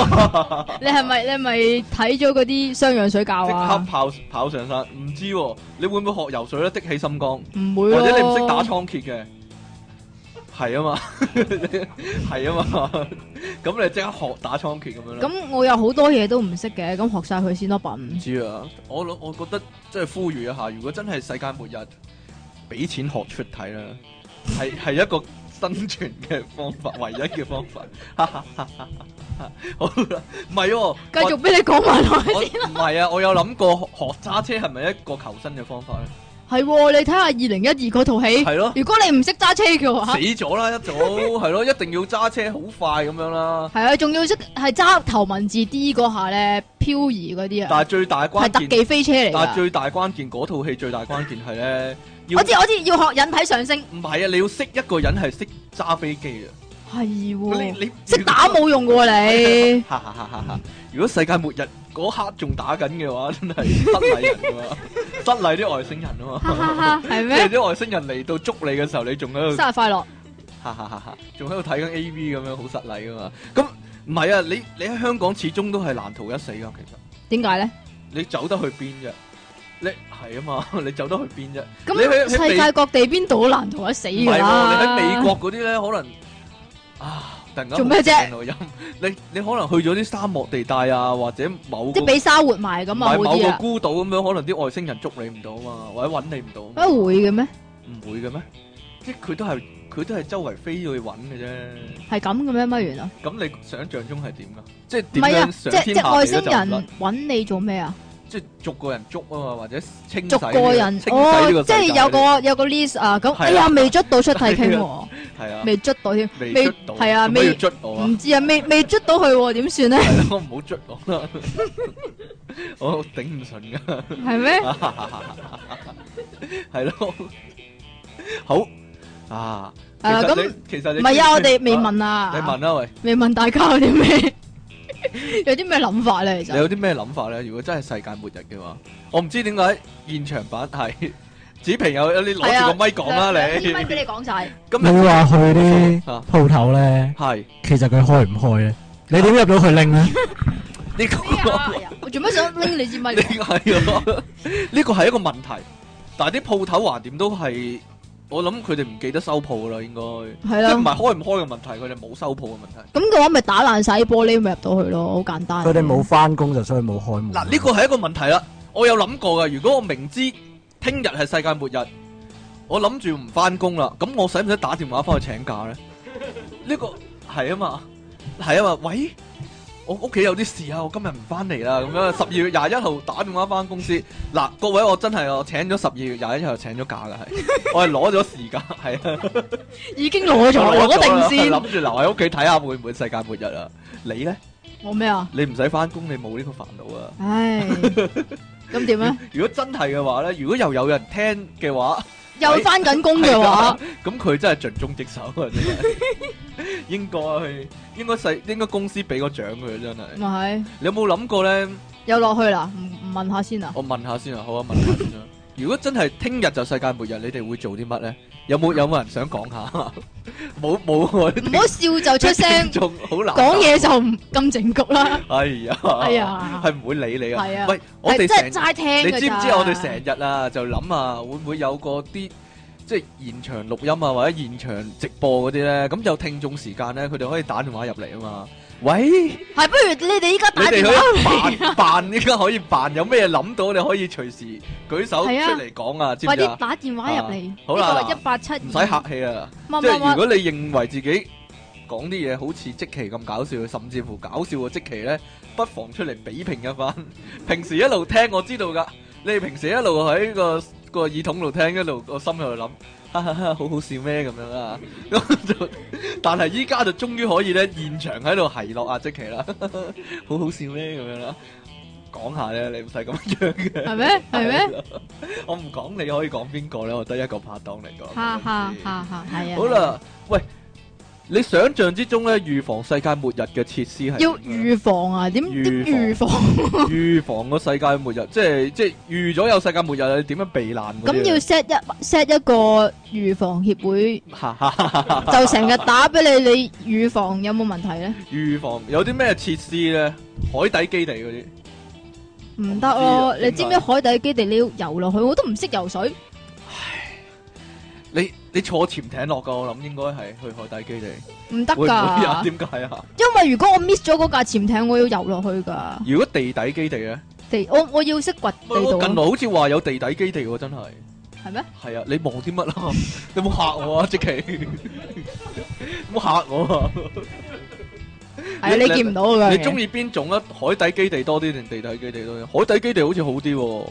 Speaker 2: 你係咪你係咪睇咗嗰啲雙氧水教
Speaker 1: 即刻
Speaker 2: 啊？
Speaker 1: 跑跑上山，唔知喎，你會唔會學游水咧？的起心肝。
Speaker 2: 唔會
Speaker 1: 或
Speaker 2: 咯。
Speaker 1: 者你唔識打倉頡嘅，係啊嘛， 係啊嘛，咁你即刻學打倉頡咁樣啦。
Speaker 2: 咁我有好多嘢都唔識嘅，咁學晒佢先咯，
Speaker 1: 唔
Speaker 2: 笨。
Speaker 1: 知啊，我諗我覺得即係呼籲一下，如果真係世界末日，俾錢學出體啦，係係一個生存嘅方法，唯一嘅方法。 好啦，唔係喎，
Speaker 2: 繼續俾你講埋落去。
Speaker 1: 我唔係啊，我有諗過學學揸車係咪一個求生嘅方法咧？
Speaker 2: 係喎，你睇下二零一二嗰套戲，
Speaker 1: 係咯，
Speaker 2: 如果你唔識揸車嘅話
Speaker 1: 死，咗啦一早，係咯，一定要揸車好快咁樣啦。
Speaker 2: 係啊，仲要識係揸頭文字 D 嗰下咧，漂移嗰啲啊，
Speaker 1: 但係最大
Speaker 2: 係
Speaker 1: 關
Speaker 2: 特
Speaker 1: 鍵
Speaker 2: 技飛車嚟
Speaker 1: 但係
Speaker 2: 㗎。
Speaker 1: 最大關鍵嗰套戲最大關鍵係咧，要
Speaker 2: 我知我知，要學引體上升，
Speaker 1: 唔係啊？你要識一個人係識揸飛機啊！
Speaker 2: 係
Speaker 1: 你
Speaker 2: 喎，
Speaker 1: 你
Speaker 2: 識打，冇用 喎你。
Speaker 1: 哈哈哈哈哈！ 如果世界末日嗰刻仲打緊嘅話，真係失禮 人啊嘛，失禮啲外星人啊
Speaker 2: 哈 哈
Speaker 1: 嘛，
Speaker 2: 哈，係
Speaker 1: 即係
Speaker 2: 咩？
Speaker 1: 啲外星人嚟到捉你嘅時候，你仲喺度，
Speaker 2: 生日快樂！
Speaker 1: 哈哈哈哈，仲喺度睇緊 A V 咁樣，好失禮噶嘛？咁唔係啊？你你喺香港始終都係難逃一死噶，其實
Speaker 2: 點解咧？
Speaker 1: 你走得去邊啫？你係啊嘛， 你走得去邊啫？你
Speaker 2: 咁
Speaker 1: 喺喺
Speaker 2: 世界各地邊度都難逃一死
Speaker 1: 唔係
Speaker 2: 㗎啦。
Speaker 1: 喎，你喺美國嗰啲咧，可能啊，突然間
Speaker 2: 做咩啫
Speaker 1: 好正喎？音你你可能去咗啲沙漠地帶啊，或者某
Speaker 2: 即
Speaker 1: 個
Speaker 2: 係俾沙活埋咁
Speaker 1: 唔
Speaker 2: 啊，
Speaker 1: 係
Speaker 2: 好
Speaker 1: 某
Speaker 2: 啲
Speaker 1: 個
Speaker 2: 啊。
Speaker 1: 孤島咁樣，可能啲外星人捉你唔到啊嘛，或者揾你唔到
Speaker 2: 乜
Speaker 1: 啊嘛，
Speaker 2: 會嘅咩？
Speaker 1: 唔會嘅咩？即係佢都係佢都係周圍飛去揾嘅啫。
Speaker 2: 係咁嘅咩？乜原來？
Speaker 1: 咁你想象中係點啊？即係
Speaker 2: 唔
Speaker 1: 點
Speaker 2: 係啊，
Speaker 1: 樣
Speaker 2: 即
Speaker 1: 上
Speaker 2: 係即
Speaker 1: 天
Speaker 2: 係
Speaker 1: 下
Speaker 2: 外
Speaker 1: 地
Speaker 2: 星
Speaker 1: 都走唔甩
Speaker 2: 人揾你做咩啊？
Speaker 1: 即係逐個人捉啊嘛，或者清洗
Speaker 2: 逐
Speaker 1: 呢
Speaker 2: 個
Speaker 1: 清
Speaker 2: 人
Speaker 1: 洗呢
Speaker 2: 哦
Speaker 1: 個，
Speaker 2: 即
Speaker 1: 世
Speaker 2: 係
Speaker 1: 界
Speaker 2: 有個有個 list 啊，咁
Speaker 1: 係啊
Speaker 2: 哎呀未捽到出體傾喎，
Speaker 1: 係啊，
Speaker 2: 未捽到添，
Speaker 1: 未
Speaker 2: 未
Speaker 1: 捉到，
Speaker 2: 係啊
Speaker 1: 做乜要
Speaker 2: 未
Speaker 1: 捉我啊？
Speaker 2: 唔知啊，未未捽到佢喎，點算咧？
Speaker 1: 係咯，唔好捉我啦，我頂唔順噶。
Speaker 2: 係咩？
Speaker 1: 系咯，好啊。
Speaker 2: 係啦
Speaker 1: 其實
Speaker 2: 咁
Speaker 1: 你其實你
Speaker 2: 唔係啊，我哋未
Speaker 1: 啊
Speaker 2: 問
Speaker 1: 你
Speaker 2: 啊，
Speaker 1: 問啦，喂，
Speaker 2: 未 問大家有啲咩有啲咩諗法咧？其
Speaker 1: 你
Speaker 2: 實
Speaker 1: 有啲咩諗法咧？如果真係世界末日嘅話，我唔知點解現場版係 子平有你攞住個咪講啦，
Speaker 2: 兩
Speaker 1: 你
Speaker 2: 兩蚊俾你講晒，
Speaker 1: 今
Speaker 3: 你
Speaker 1: 日
Speaker 3: 話去啲
Speaker 1: 啊
Speaker 3: 鋪頭咧，
Speaker 1: 係
Speaker 3: 其實佢開唔開咧？你點入到去拎 咧？
Speaker 1: 呢
Speaker 2: 咩啊
Speaker 1: 個
Speaker 2: 哎呀我做咩想拎你支咪
Speaker 1: 呢？個 係咯，呢個係一個問題。但係啲鋪頭橫掂都係，我諗佢哋唔記得收鋪啦，應該
Speaker 2: 係啊
Speaker 1: 即係唔係
Speaker 2: 啦，
Speaker 1: 開唔開嘅問題，佢哋冇收鋪嘅問題。
Speaker 2: 咁嘅話咪打爛晒啲玻璃咪入到去咯，好簡單。
Speaker 3: 佢哋冇翻工就所以冇開 門。
Speaker 1: 嗱，呢個係一個問題啦。我有諗過噶，如果我明知聽日係世界末日，我諗住唔翻工啦，咁我使唔使打電話翻去請假咧？呢個係啊嘛，係啊嘛，喂，我屋企有啲事啊，我今日唔翻嚟啦，咁樣十二月廿一號打電話翻公司。嗱，各位我真係我請咗十二月廿一號請咗假噶，係我係攞咗時間，係啊。
Speaker 2: 已經攞咗啦，攞定先。
Speaker 1: 谂住留喺屋企睇下會唔會世界末日啊？你咧，
Speaker 2: 我咩啊？
Speaker 1: 你唔使翻工，你冇呢個煩惱啊！
Speaker 2: 唉， 咁點咧？
Speaker 1: 如果真係嘅話咧，如果又有人聽嘅話，
Speaker 2: 又翻緊工嘅話，
Speaker 1: 咁佢真係盡忠職守啊！真係 應該應該世應該公司俾個獎佢真係。
Speaker 2: 咪係
Speaker 1: 你有冇諗過咧？
Speaker 2: 又落去啦？唔唔問下先啊？
Speaker 1: 我問下先啊，好啊，問下先啊。 如果真係聽日就世界末日，你哋會做啲乜咧？有冇有冇人想講下？ 冇冇我啲
Speaker 2: 唔好笑就出聲，
Speaker 1: 仲好難
Speaker 2: 講。嘢就唔咁正局啦。
Speaker 1: 哎呀，
Speaker 2: 哎呀
Speaker 1: 係唔會理你啊。
Speaker 2: 係啊
Speaker 1: 喂，我
Speaker 2: 係
Speaker 1: 哋
Speaker 2: 真
Speaker 1: 成
Speaker 2: 係齋聽
Speaker 1: 你
Speaker 2: 㗎
Speaker 1: 知唔知
Speaker 2: 咋
Speaker 1: 我哋成日啊就諗啊，會唔會有個啲即係現場錄音啊，或者現場直播嗰啲咧？咁有聽眾時間咧，佢哋可以打電話入嚟啊嘛。喂，你
Speaker 2: 係不如你哋依家打
Speaker 1: 哋
Speaker 2: 電話
Speaker 1: 可以扮扮，依家可以扮， 有咩諗到你可以隨時舉手出
Speaker 2: 係啊
Speaker 1: 嚟講啊，知唔
Speaker 2: 快
Speaker 1: 知
Speaker 2: 啲
Speaker 1: 啊？
Speaker 2: 打電話入嚟，呢
Speaker 1: 好啦
Speaker 2: 個一八七
Speaker 1: 唔使客氣啊！
Speaker 2: 乜
Speaker 1: 即係如
Speaker 2: 乜
Speaker 1: 果你認為自己講啲嘢好似即期咁搞笑，甚至乎搞笑嘅即期呢，不妨出嚟比拼一番。 平時一路聽我知道噶，你哋平時一路喺個個耳筒度聽，一路個心喺度諗。哈哈哈，好好笑咩咁樣啊？ 咁就，但係依家就終於可以咧，現場喺度奚落阿即奇啦， 好好笑咩咁樣啦？講下咧，你唔使咁樣嘅。
Speaker 2: 乜係咩？係咩？
Speaker 1: 我唔講你可以講邊個咧？我得一個拍檔嚟講。
Speaker 2: 哈哈哈哈，係啊。
Speaker 1: 好，啦，喂，你想象之中咧，預防世界末日嘅設施係點
Speaker 2: 要
Speaker 1: 樣
Speaker 2: 預防啊？點點
Speaker 1: 預
Speaker 2: 預防？
Speaker 1: 預防個世界末日，即係即係預咗有世界末日，你點樣避難嗰啲啊？
Speaker 2: 咁要 set 一 set 一個預防協會，
Speaker 1: 要
Speaker 2: 就成日打俾你，你預防有冇問題咧？
Speaker 1: 預防有啲咩設施咧？海底基地嗰啲，
Speaker 2: 唔得咯！
Speaker 1: 我唔知啊
Speaker 2: 你知唔知
Speaker 1: 點解
Speaker 2: 海底基地你要游落去？我都唔識游水，
Speaker 1: 你你坐潛艇落噶，我諗應該係去海底基地，
Speaker 2: 唔得
Speaker 1: 會唔會啊？
Speaker 2: 噶。
Speaker 1: 點解啊？
Speaker 2: 因為如果我 miss 咗嗰架潛艇，我要游落去噶。
Speaker 1: 如果地底基地咧，
Speaker 2: 地我我要識掘
Speaker 1: 喂
Speaker 2: 地
Speaker 1: 我近
Speaker 2: 道
Speaker 1: 來
Speaker 2: 啊
Speaker 1: 好似話有地底基地喎，真係。
Speaker 2: 係咩？
Speaker 1: 係啊，你望啲乜啊？ 你冇嚇我啊，即 奇，冇嚇我啊！
Speaker 2: 係啊，
Speaker 1: 你
Speaker 2: 你見唔到噶。
Speaker 1: 你中意邊種啊？海底基地多啲定地底基地多啲？海底基地好似好啲喎，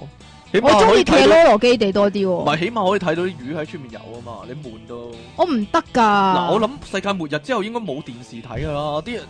Speaker 1: 起
Speaker 2: 我
Speaker 1: 碼
Speaker 2: 中
Speaker 1: 可
Speaker 2: 意
Speaker 1: 以
Speaker 2: 騎
Speaker 1: 睇到，
Speaker 2: 羅羅基地多啲
Speaker 1: 唔
Speaker 2: 喎。
Speaker 1: 係起碼可以睇到啲魚喺出面游啊嘛！你悶到
Speaker 2: 我唔得
Speaker 1: 嗱，我
Speaker 2: 噶。
Speaker 1: 諗世界末日之後應該冇電視睇噶啦，啲人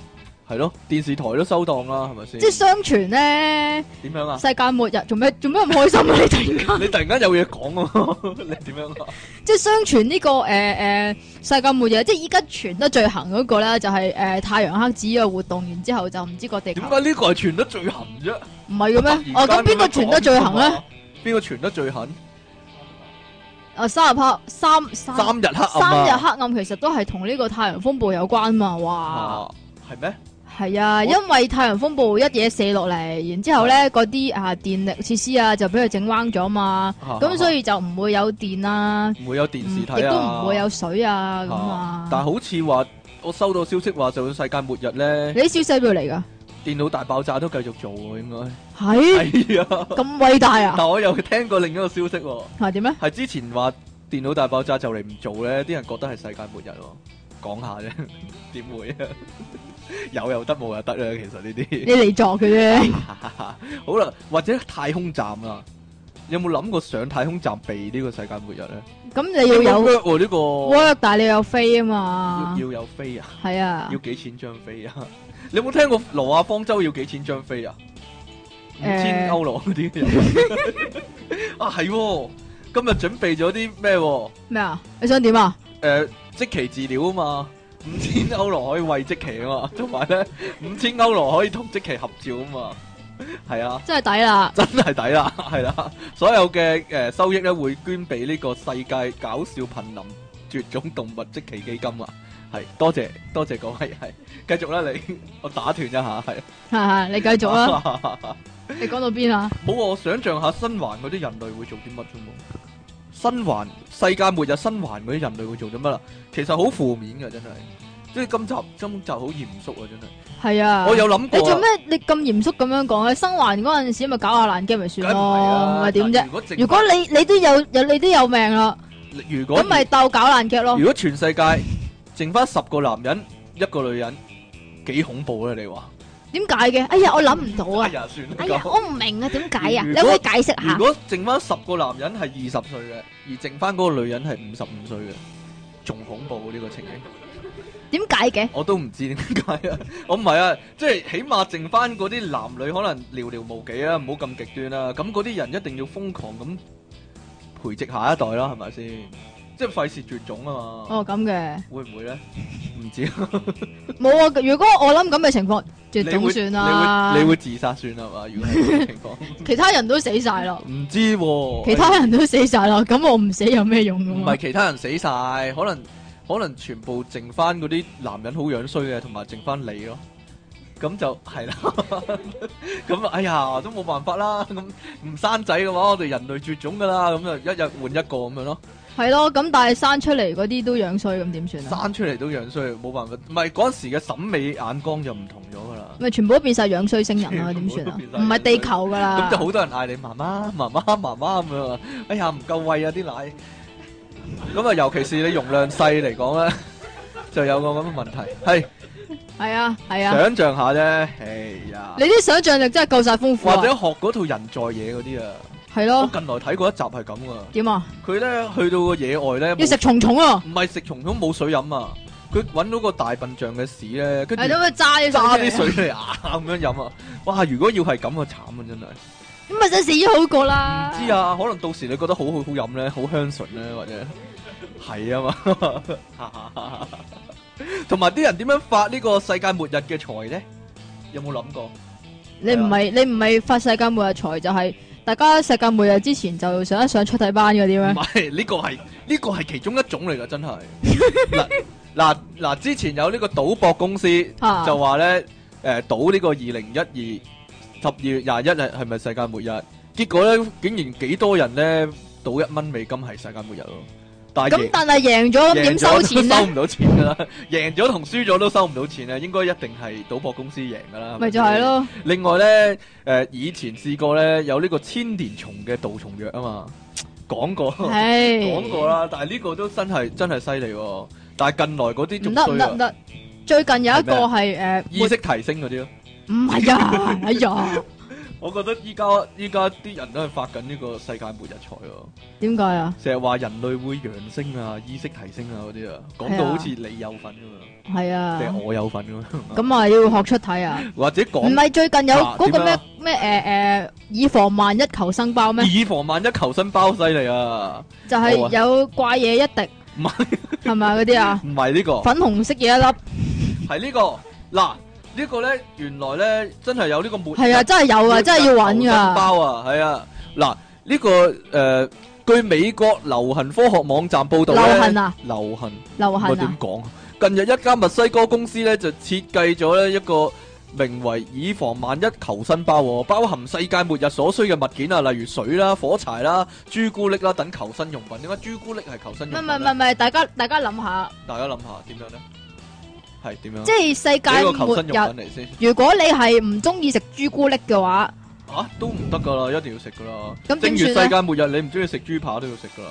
Speaker 1: 係咯，電視台都收檔啦，係咪
Speaker 2: 即係
Speaker 1: 先？
Speaker 2: 相傳咧，
Speaker 1: 點樣啊？
Speaker 2: 世界末日做咩做咩咁開心啊？你 突然間。
Speaker 1: 你突然間有嘢講啊？ 你點樣啊？
Speaker 2: 即係相傳呢、個誒誒、呃世界末日，即係依家傳得最行嗰個咧，就係、呃太陽黑子嘅活動，然之後就唔知個地球
Speaker 1: 點解呢個係傳得最痕啫？
Speaker 2: 唔係嘅咩？
Speaker 1: 突
Speaker 2: 哦，
Speaker 1: 然間
Speaker 2: 咁邊個
Speaker 1: 咁樣啊
Speaker 2: 傳得最行
Speaker 1: 講㗎
Speaker 2: 咧？
Speaker 1: 嘛？邊個傳得最狠？
Speaker 2: 啊，三日黑三三
Speaker 1: 三日黑暗
Speaker 2: 三日
Speaker 1: 啊！
Speaker 2: 黑暗其實都係同呢個太陽風暴有關嘛，哇！
Speaker 1: 啊，係咩？
Speaker 2: 係啊，
Speaker 1: 我
Speaker 2: 因為太陽風暴一嘢射落嚟，然之後咧嗰啲啊電力設施啊就俾佢整彎咗嘛，咁所
Speaker 1: 以
Speaker 2: 以就唔會有電啊，
Speaker 1: 啊唔會有電視
Speaker 2: 亦
Speaker 1: 睇啊，
Speaker 2: 都唔會有水啊咁
Speaker 1: 啊
Speaker 2: 啊。
Speaker 1: 但係好似話，我收到消息話，就算世界末日咧，
Speaker 2: 你啲消息邊度嚟㗎？
Speaker 1: 電腦大爆炸都繼續做喎， 應該
Speaker 2: 係
Speaker 1: 係 啊。
Speaker 2: 咁偉大啊！
Speaker 1: 但我又聽過另一個消息喎，
Speaker 2: 係點咧？
Speaker 1: 係之前話電腦大爆炸就嚟唔做咧，啲人覺得係世界末日喎。講下啫， 點會 啊？有又得，冇又得啦。其實 呢啲
Speaker 2: 你嚟作嘅啫，
Speaker 1: 好啦，或者太空站啦，有冇諗過上太空站避呢個世界末日咧？
Speaker 2: 咁你要有
Speaker 1: 應該 work 喎呢個
Speaker 2: work，但係你有飛啊
Speaker 1: 要
Speaker 2: 嘛，
Speaker 1: 要有飛啊！
Speaker 2: 係啊
Speaker 1: 要，幾錢張飛啊？ 你有冇聽過羅亞方舟要幾錢張飛啊？五千
Speaker 2: 誒
Speaker 1: 歐羅嗰啲 有啊，係喎！今日準備咗啲咩喎？
Speaker 2: 咩啊？你想點啊？
Speaker 1: 誒，即期治療啊嘛，五千歐羅可以喂即期啊嘛，同埋咧五千歐羅可以同即期合照啊嘛，係啊，
Speaker 2: 真係抵 啦，
Speaker 1: 真係抵啦，係啦，所有嘅誒、呃收益咧會捐俾呢個世界搞笑瀕臨絕種動物即期基金啊，係多謝多謝各位，係繼續啦你， 我打斷一下係。
Speaker 2: 哈哈你繼續 啦，
Speaker 1: 好，
Speaker 2: 你講到邊啊？
Speaker 1: 我想象下新環嗰啲人類會做啲乜啫嘛？新環世界末日新環嗰啲人類會做啲乜啦？其實好負面嘅真係，即係今集今集好嚴肅啊，真係。
Speaker 2: 系啊，
Speaker 1: 我有諗過
Speaker 2: 你
Speaker 1: 啊。
Speaker 2: 做咩你咁嚴肅咁樣講咧？生還嗰阵时咪搞下爛 game 咪算
Speaker 1: 梗唔係
Speaker 2: 咯，
Speaker 1: 啊
Speaker 2: 唔係點啫？
Speaker 1: 如果淨
Speaker 2: 如果你你都有有你都有命啦，
Speaker 1: 如果
Speaker 2: 咁咪鬥搞爛 game 咯
Speaker 1: 如。果全世界剩翻十個男人一個女人，幾恐怖咧？你話？
Speaker 2: 點解嘅？哎呀，我諗唔到
Speaker 1: 哎
Speaker 2: 啊！
Speaker 1: 呀，算啦
Speaker 4: 哎呀，
Speaker 1: 咁。
Speaker 4: 我唔明啊，點解啊？
Speaker 1: 如
Speaker 4: 你
Speaker 1: 果
Speaker 4: 可唔可以解釋
Speaker 1: 如
Speaker 4: 下？
Speaker 1: 果剩翻十個男人係二十歲嘅，而剩翻嗰個女人係五十五歲嘅，仲恐怖呢個情形。
Speaker 4: 點解嘅？
Speaker 1: 我都唔知點解啊！ 我唔係啊，即係起碼剩翻嗰啲男女可能寥寥無幾啊，唔好咁極端啦、咁嗰啲人一定要瘋狂咁培植下一代啦，係咪先？即係費事絕種啊嘛！
Speaker 2: 哦，咁嘅
Speaker 1: 會唔會咧？唔知啊，
Speaker 2: 冇啊！如果我諗咁嘅情況，就
Speaker 1: 你會
Speaker 2: 總算啦
Speaker 1: 你會你。會自殺算啦嘛？如果係咁 嘅情況，
Speaker 2: 其他人都死晒咯，
Speaker 1: 唔知喎、
Speaker 2: 其他人都死晒咯，咁我唔死有咩用
Speaker 1: 唔
Speaker 2: 咁
Speaker 1: 係其他人死晒，可能可能全部剩翻嗰啲男人好樣衰嘅，同埋剩翻你咯。咁就係啦， 咁哎呀都冇辦法啦。咁唔生仔嘅話，我哋人類絕種噶啦。咁啊，一日換一個咁樣咯，
Speaker 2: 係咯，咁但係生出嚟嗰啲都樣衰，咁點算啊？
Speaker 1: 生出嚟都樣衰，冇辦法。唔係嗰陣時嘅審美眼光就唔同咗噶啦。
Speaker 2: 咪全部都變晒樣衰星 人啦，點算啊
Speaker 1: 全部都變？晒
Speaker 2: 唔係地球噶
Speaker 1: 咁
Speaker 2: 啦
Speaker 1: 就，好多人嗌你媽媽、 媽媽、媽媽咁樣啊！哎呀，唔夠喂啊啲奶。咁啊，尤其是你容量細嚟講咧， 就有個咁嘅問題係。
Speaker 2: 係啊係啊，
Speaker 1: 想象下啫，哎呀
Speaker 2: 你，啲想像力真係夠晒豐富
Speaker 1: 或
Speaker 2: 啊
Speaker 1: 者！學嗰套人在野嗰啲啊，
Speaker 2: 係
Speaker 1: 我
Speaker 2: 咯，
Speaker 1: 近來睇過一集係咁噶，
Speaker 2: 點啊？
Speaker 1: 佢咧去到個野外咧，
Speaker 2: 要食
Speaker 1: 冇
Speaker 2: 蟲蟲啊！
Speaker 1: 唔係食蟲蟲冇水飲啊，佢揾到個大笨象嘅屎咧，跟
Speaker 2: 係
Speaker 1: 住
Speaker 2: 咁咪揸啲
Speaker 1: 揸
Speaker 2: 水
Speaker 1: 啲
Speaker 2: 出嚟，
Speaker 1: 水嚟啊咁樣飲啊，哇！如果要係咁啊慘啊真係，唔
Speaker 2: 咁咪就死好過啦。
Speaker 1: 知，啊，可能到時你覺得好好好飲咧，好香醇咧，或者係 啊嘛，同埋啲人點樣發呢個世界末日嘅財咧？有冇諗過？
Speaker 2: 你唔係你唔係發世界末日財就係大家世界末日之前就上一上出體班嗰啲
Speaker 1: 唔
Speaker 2: 咩？
Speaker 1: 係呢個係呢個係其中一種嚟噶，真係嗱嗱嗱，之前有呢個賭博公司
Speaker 2: 啊
Speaker 1: 就話咧，誒賭呢個二零一二十二月廿一日係咪世界末日？結果咧，竟然幾多人咧賭一蚊美金係世界末日咯，但係
Speaker 2: 咁
Speaker 1: 贏
Speaker 2: 但係贏
Speaker 1: 贏
Speaker 2: 咗咁點
Speaker 1: 咗 都收
Speaker 2: 收錢啊咧？
Speaker 1: 唔到錢噶啦， 贏咗同輸咗都收唔到錢啊，應該一定係賭博公司贏噶啦，係
Speaker 2: 咪就係
Speaker 1: 先。
Speaker 2: 咯，
Speaker 1: 另外咧，誒、以前試過咧有呢個千年蟲嘅杜蟲藥啊嘛，講過。
Speaker 2: 唉，
Speaker 1: 講過啦，但係呢個都真係真係犀利喎。但係近來嗰啲
Speaker 2: 唔
Speaker 1: 仲
Speaker 2: 得唔
Speaker 1: 衰
Speaker 2: 得唔
Speaker 1: 啊，
Speaker 2: 得，最近有一個係誒，
Speaker 1: 意
Speaker 2: 末
Speaker 1: 識提升嗰啲咯。
Speaker 2: 唔係啊，哎呀，
Speaker 1: 我覺得依家依家啲人都係發緊呢個世界末日財喎，
Speaker 2: 點解啊？
Speaker 1: 成日話人類會揚升啊、意識提升啊嗰啲啊，講到好似你有份咁
Speaker 2: 係
Speaker 1: 樣，定係
Speaker 2: 啊，
Speaker 1: 我有份咁樣，
Speaker 2: 咁啊要學出體啊，
Speaker 1: 或者
Speaker 2: 唔
Speaker 1: 講
Speaker 2: 係最近有嗰個
Speaker 1: 嗱點
Speaker 2: 咩
Speaker 1: 啊
Speaker 2: 咩誒誒以防萬一求生包咩？
Speaker 1: 以防萬一求生包犀利啊，
Speaker 2: 就係有怪嘢一滴，
Speaker 1: 唔係
Speaker 2: 係咪嗰啲啊？
Speaker 1: 唔係呢個。
Speaker 2: 粉紅色嘢一粒，
Speaker 1: 係呢、個嗱，呢個咧原來咧真係有呢個末
Speaker 2: 係啊，真係有啊，真係要揾噶。
Speaker 1: 包啊，係啊，嗱呢個誒據美國流行科學網站報導
Speaker 2: 流
Speaker 1: 咧，
Speaker 2: 行啊，
Speaker 1: 流行
Speaker 2: 流
Speaker 1: 我
Speaker 2: 行
Speaker 1: 點
Speaker 2: 啊，
Speaker 1: 講？近日一家墨西哥公司咧就設計咗咧一個名為以防萬一求生包喎，包含世界末日所需嘅物件啊，例如水啦、火柴啦、朱古力啦等求生用品。點解朱古力係求生
Speaker 2: 唔
Speaker 1: 用
Speaker 2: 係唔
Speaker 1: 品
Speaker 2: 係唔
Speaker 1: 呢
Speaker 2: 係唔係，大家大家諗下，
Speaker 1: 大家諗下點樣咧？係點樣？
Speaker 2: 即係世
Speaker 1: 幾
Speaker 2: 界
Speaker 1: 個求
Speaker 2: 末
Speaker 1: 生用
Speaker 2: 日，
Speaker 1: 品嚟先
Speaker 2: 如果你係唔中意食朱古力嘅話，
Speaker 1: 啊，都唔得噶啦，一定要食噶啦。
Speaker 2: 咁
Speaker 1: 正
Speaker 2: 點
Speaker 1: 如
Speaker 2: 算
Speaker 1: 世
Speaker 2: 咧？
Speaker 1: 界末日，你唔中意食豬扒都要食噶啦，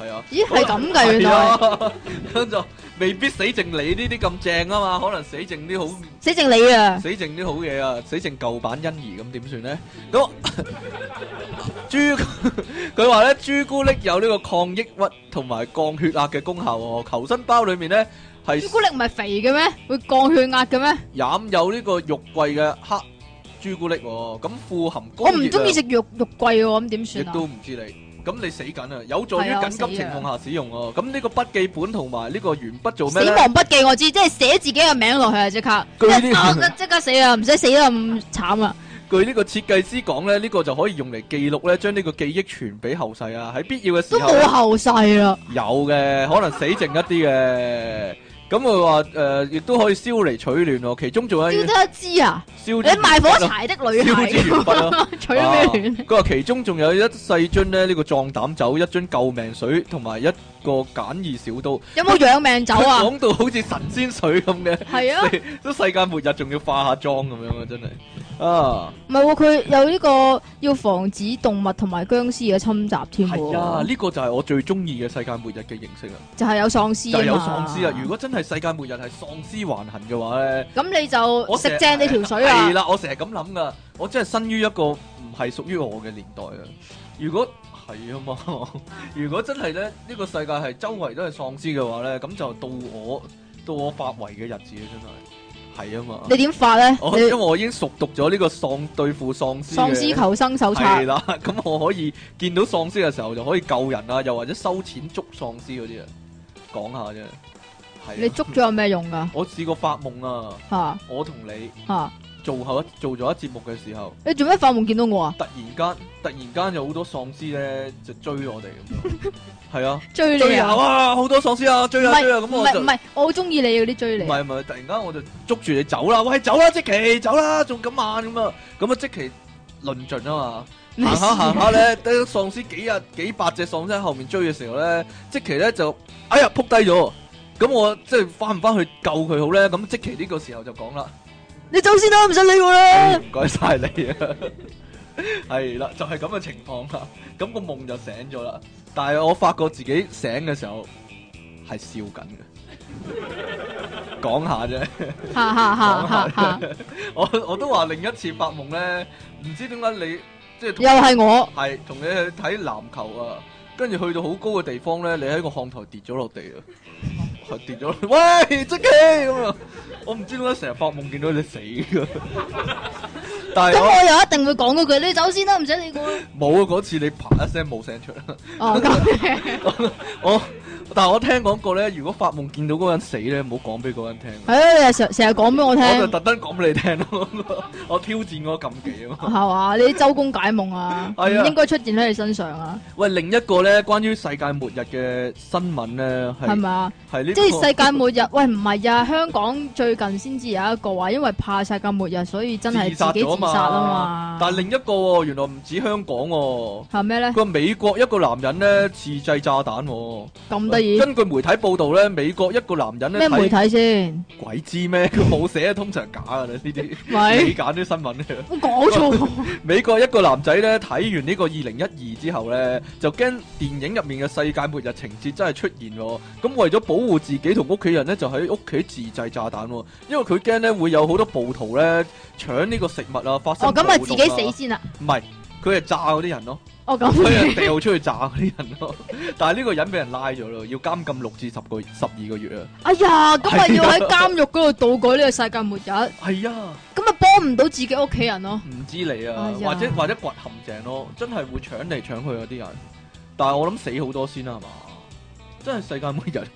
Speaker 1: 係啊。
Speaker 2: 咦，係咁㗎原
Speaker 1: 係
Speaker 2: 來，
Speaker 1: 啊， 咁就未必死剩你呢啲咁正啊嘛，可能死剩啲好
Speaker 2: 死剩你啊！
Speaker 1: 死剩啲好嘢啊，死剩舊版欣宜咁點算咧？咁 朱 佢話咧朱古力有呢個抗抑鬱同埋降血壓嘅功效喎，求生包裡面咧係
Speaker 2: 朱古力唔係肥嘅咩？會降血壓嘅咩？
Speaker 1: 飲有呢個肉桂嘅黑朱古力喎，咁富含高
Speaker 2: 我
Speaker 1: 熱
Speaker 2: 唔中
Speaker 1: 量
Speaker 2: 意食肉肉桂喎，咁點
Speaker 1: 亦
Speaker 2: 算啊
Speaker 1: 都？唔知你，咁你死緊啊！有助於
Speaker 2: 係啊
Speaker 1: 緊
Speaker 2: 我
Speaker 1: 急
Speaker 2: 死
Speaker 1: 情
Speaker 2: 啊
Speaker 1: 況下使用喎。咁呢個筆記本同埋呢個鉛筆做咩
Speaker 2: 死
Speaker 1: 咧？
Speaker 2: 亡筆記我知，即係寫自己嘅名落去啊！即刻，
Speaker 1: 據呢
Speaker 2: 一打得即刻死啊！唔使死得咁慘啊！
Speaker 1: 據呢個設計師講咧，呢個就可以用嚟記錄咧，將呢個記憶傳俾後世啊。喺必要嘅時
Speaker 2: 都
Speaker 1: 候
Speaker 2: 冇後世啦，
Speaker 1: 有嘅，可能死剩一啲嘅。咁佢話诶，亦都可以燒嚟取暖喎。其中仲有
Speaker 2: 烧得一支啊！
Speaker 1: 燒
Speaker 2: 你
Speaker 1: 支
Speaker 2: 賣火
Speaker 1: 鉛筆啊
Speaker 2: 柴的女
Speaker 1: 燒
Speaker 2: 孩
Speaker 1: 支啊鉛筆咯。
Speaker 2: 取咗咩暖？
Speaker 1: 佢話其中仲有一細樽咧，呢個壯膽酒、一樽救命水同埋一個簡易小刀。
Speaker 2: 有冇養命酒啊？
Speaker 1: 講到好似神仙水咁嘅，
Speaker 2: 係啊，
Speaker 1: 都世界末日仲要化下妝咁樣啊！真係啊，
Speaker 2: 唔係喎，佢有呢個要防止動物同埋僵屍嘅侵襲添
Speaker 1: 係啊，
Speaker 2: 喎，
Speaker 1: 呢個就係我最中意嘅世界末日嘅形式啦，
Speaker 2: 就係有喪屍
Speaker 1: 就
Speaker 2: 啊
Speaker 1: 係有喪
Speaker 2: 嘛
Speaker 1: 屍啊！如果真係世界末日係喪屍橫行嘅話咧，
Speaker 2: 咁你就
Speaker 1: 我成
Speaker 2: 食正你條水
Speaker 1: 係
Speaker 2: 啊！
Speaker 1: 啦，我成日咁諗噶，我真係生於一個唔係屬於我嘅年代啊！如果係啊嘛，如果真係咧，呢、呢個世界係周圍都係喪屍嘅話咧，咁就到我到我發圍嘅日子啦，真係係啊嘛！
Speaker 2: 你點發咧？
Speaker 1: 我因為
Speaker 2: 你
Speaker 1: 我已經熟讀咗呢個喪對付喪屍
Speaker 2: 喪
Speaker 1: 嘅
Speaker 2: 屍求生手
Speaker 1: 係
Speaker 2: 冊
Speaker 1: 啦，咁我可以見到喪屍嘅時候就可以救人啊，又或者收錢捉喪屍嗰啲啊，講下啫。係啊
Speaker 2: 你捉咗有咩用㗎？
Speaker 1: 我試過發夢啊，
Speaker 2: 吓
Speaker 1: 我同你
Speaker 2: 吓，
Speaker 1: 做後一做咗一節目嘅時候。
Speaker 2: 你做咩發夢見到我啊？
Speaker 1: 突然間，突然間有好多喪屍咧就追我哋咁樣，係啊，
Speaker 2: 追
Speaker 1: 追
Speaker 2: 你
Speaker 1: 啊！
Speaker 2: 啊！
Speaker 1: 哇，好多喪屍啊，追
Speaker 2: 唔
Speaker 1: 啊追啊！
Speaker 2: 係
Speaker 1: 咁
Speaker 2: 唔
Speaker 1: 我
Speaker 2: 係
Speaker 1: 就
Speaker 2: 唔
Speaker 1: 唔
Speaker 2: 係，我好中意你嗰啲追你。啊
Speaker 1: 係唔係，突然間我就捉住你走啦，喂，走啦，即奇，走啦，仲咁慢咁啊，咁啊，即奇論盡啊嘛，行下行下咧，得喪屍幾日幾百隻喪屍喺後面追嘅時候咧，即奇咧就哎呀撲低咗，咁我即係翻唔翻去救佢好咧？咁即奇呢個時候就講啦。
Speaker 2: 你走先啦，唔使理我啦。
Speaker 1: 哎唔該晒你啊！ 係啦，就係咁嘅情況啦。咁個夢就醒咗啦，但係我發覺自己醒嘅時候係笑緊嘅，講下啫。
Speaker 2: 吓吓吓吓吓，
Speaker 1: 我我都話另一次發夢咧，唔知點解你即係同
Speaker 2: 又係我
Speaker 1: 係同你去睇籃球啊，跟住去到好高嘅地方咧，你喺個看台跌咗落地啊，係跌咗落，喂，即奇咁啊！我唔知點解成日發夢見到你死噶，但係
Speaker 2: 咁
Speaker 1: 我。
Speaker 2: 我又一定會講嗰句，你走先啦，唔使理 我啦。
Speaker 1: 冇啊！嗰次你啪一聲冇聲出 啦。
Speaker 2: 哦，咁嘅
Speaker 1: 我但係我聽講過咧，如果發夢見到嗰個人死咧，唔好講俾嗰個人聽。
Speaker 2: 係啊，你又成成日講俾我聽，
Speaker 1: 我就特登講俾你聽咯， 我挑戰嗰個禁忌啊嘛。
Speaker 2: 係嘛？你周公解夢啊，唔
Speaker 1: 係啊
Speaker 2: 應該出現喺你身上啊，
Speaker 1: 喂，另一個咧，關於世界末日嘅新聞咧，
Speaker 2: 係
Speaker 1: 係
Speaker 2: 咪啊？
Speaker 1: 係呢個？
Speaker 2: 即係世界末日，喂唔係啊！香港最近先至有一個話，因為怕世界末日，所以真係自己自殺啊嘛。
Speaker 1: 但係另一個喎，原來唔止香港喎。
Speaker 2: 係咩咧？
Speaker 1: 個美國一個男人咧自製炸彈喎。
Speaker 2: 咁得意
Speaker 1: 根據媒體報道咧，美國一個男人咧
Speaker 2: 咩媒體先？
Speaker 1: 睇鬼知咩？佢冇寫，通常假噶啦呢啲。你
Speaker 2: 喂，
Speaker 1: 揀啲新聞咧。
Speaker 2: 我講錯，
Speaker 1: 美國一個男仔咧睇完呢個二零一二之後咧，就驚電影入面嘅世界末日情節真係出現喎。咁為咗保護自己同屋企人咧，就喺屋企自製炸彈喎。因為佢驚咧會有好多暴徒咧搶呢個食物啊，發生
Speaker 2: 哦咁啊
Speaker 1: 暴
Speaker 2: 自
Speaker 1: 動
Speaker 2: 己死先啦。
Speaker 1: 唔係，佢係炸嗰啲人 咯，
Speaker 2: 哦咁
Speaker 1: 佢係掉出去炸嗰啲人咯。但係呢個人俾人拉咗咯，要監禁六至十個十二個月啊。
Speaker 2: 哎呀，咁咪要喺監獄嗰度度過呢個世界末日，咁
Speaker 1: 係啊，
Speaker 2: 咪幫唔到自己屋企人咯。
Speaker 1: 唔知你啊，
Speaker 2: 哎呀
Speaker 1: 或者或者掘陷阱咯，真係會搶嚟搶去嗰啲人。但係我諗死好多先啊啦，係嘛？真係世界末日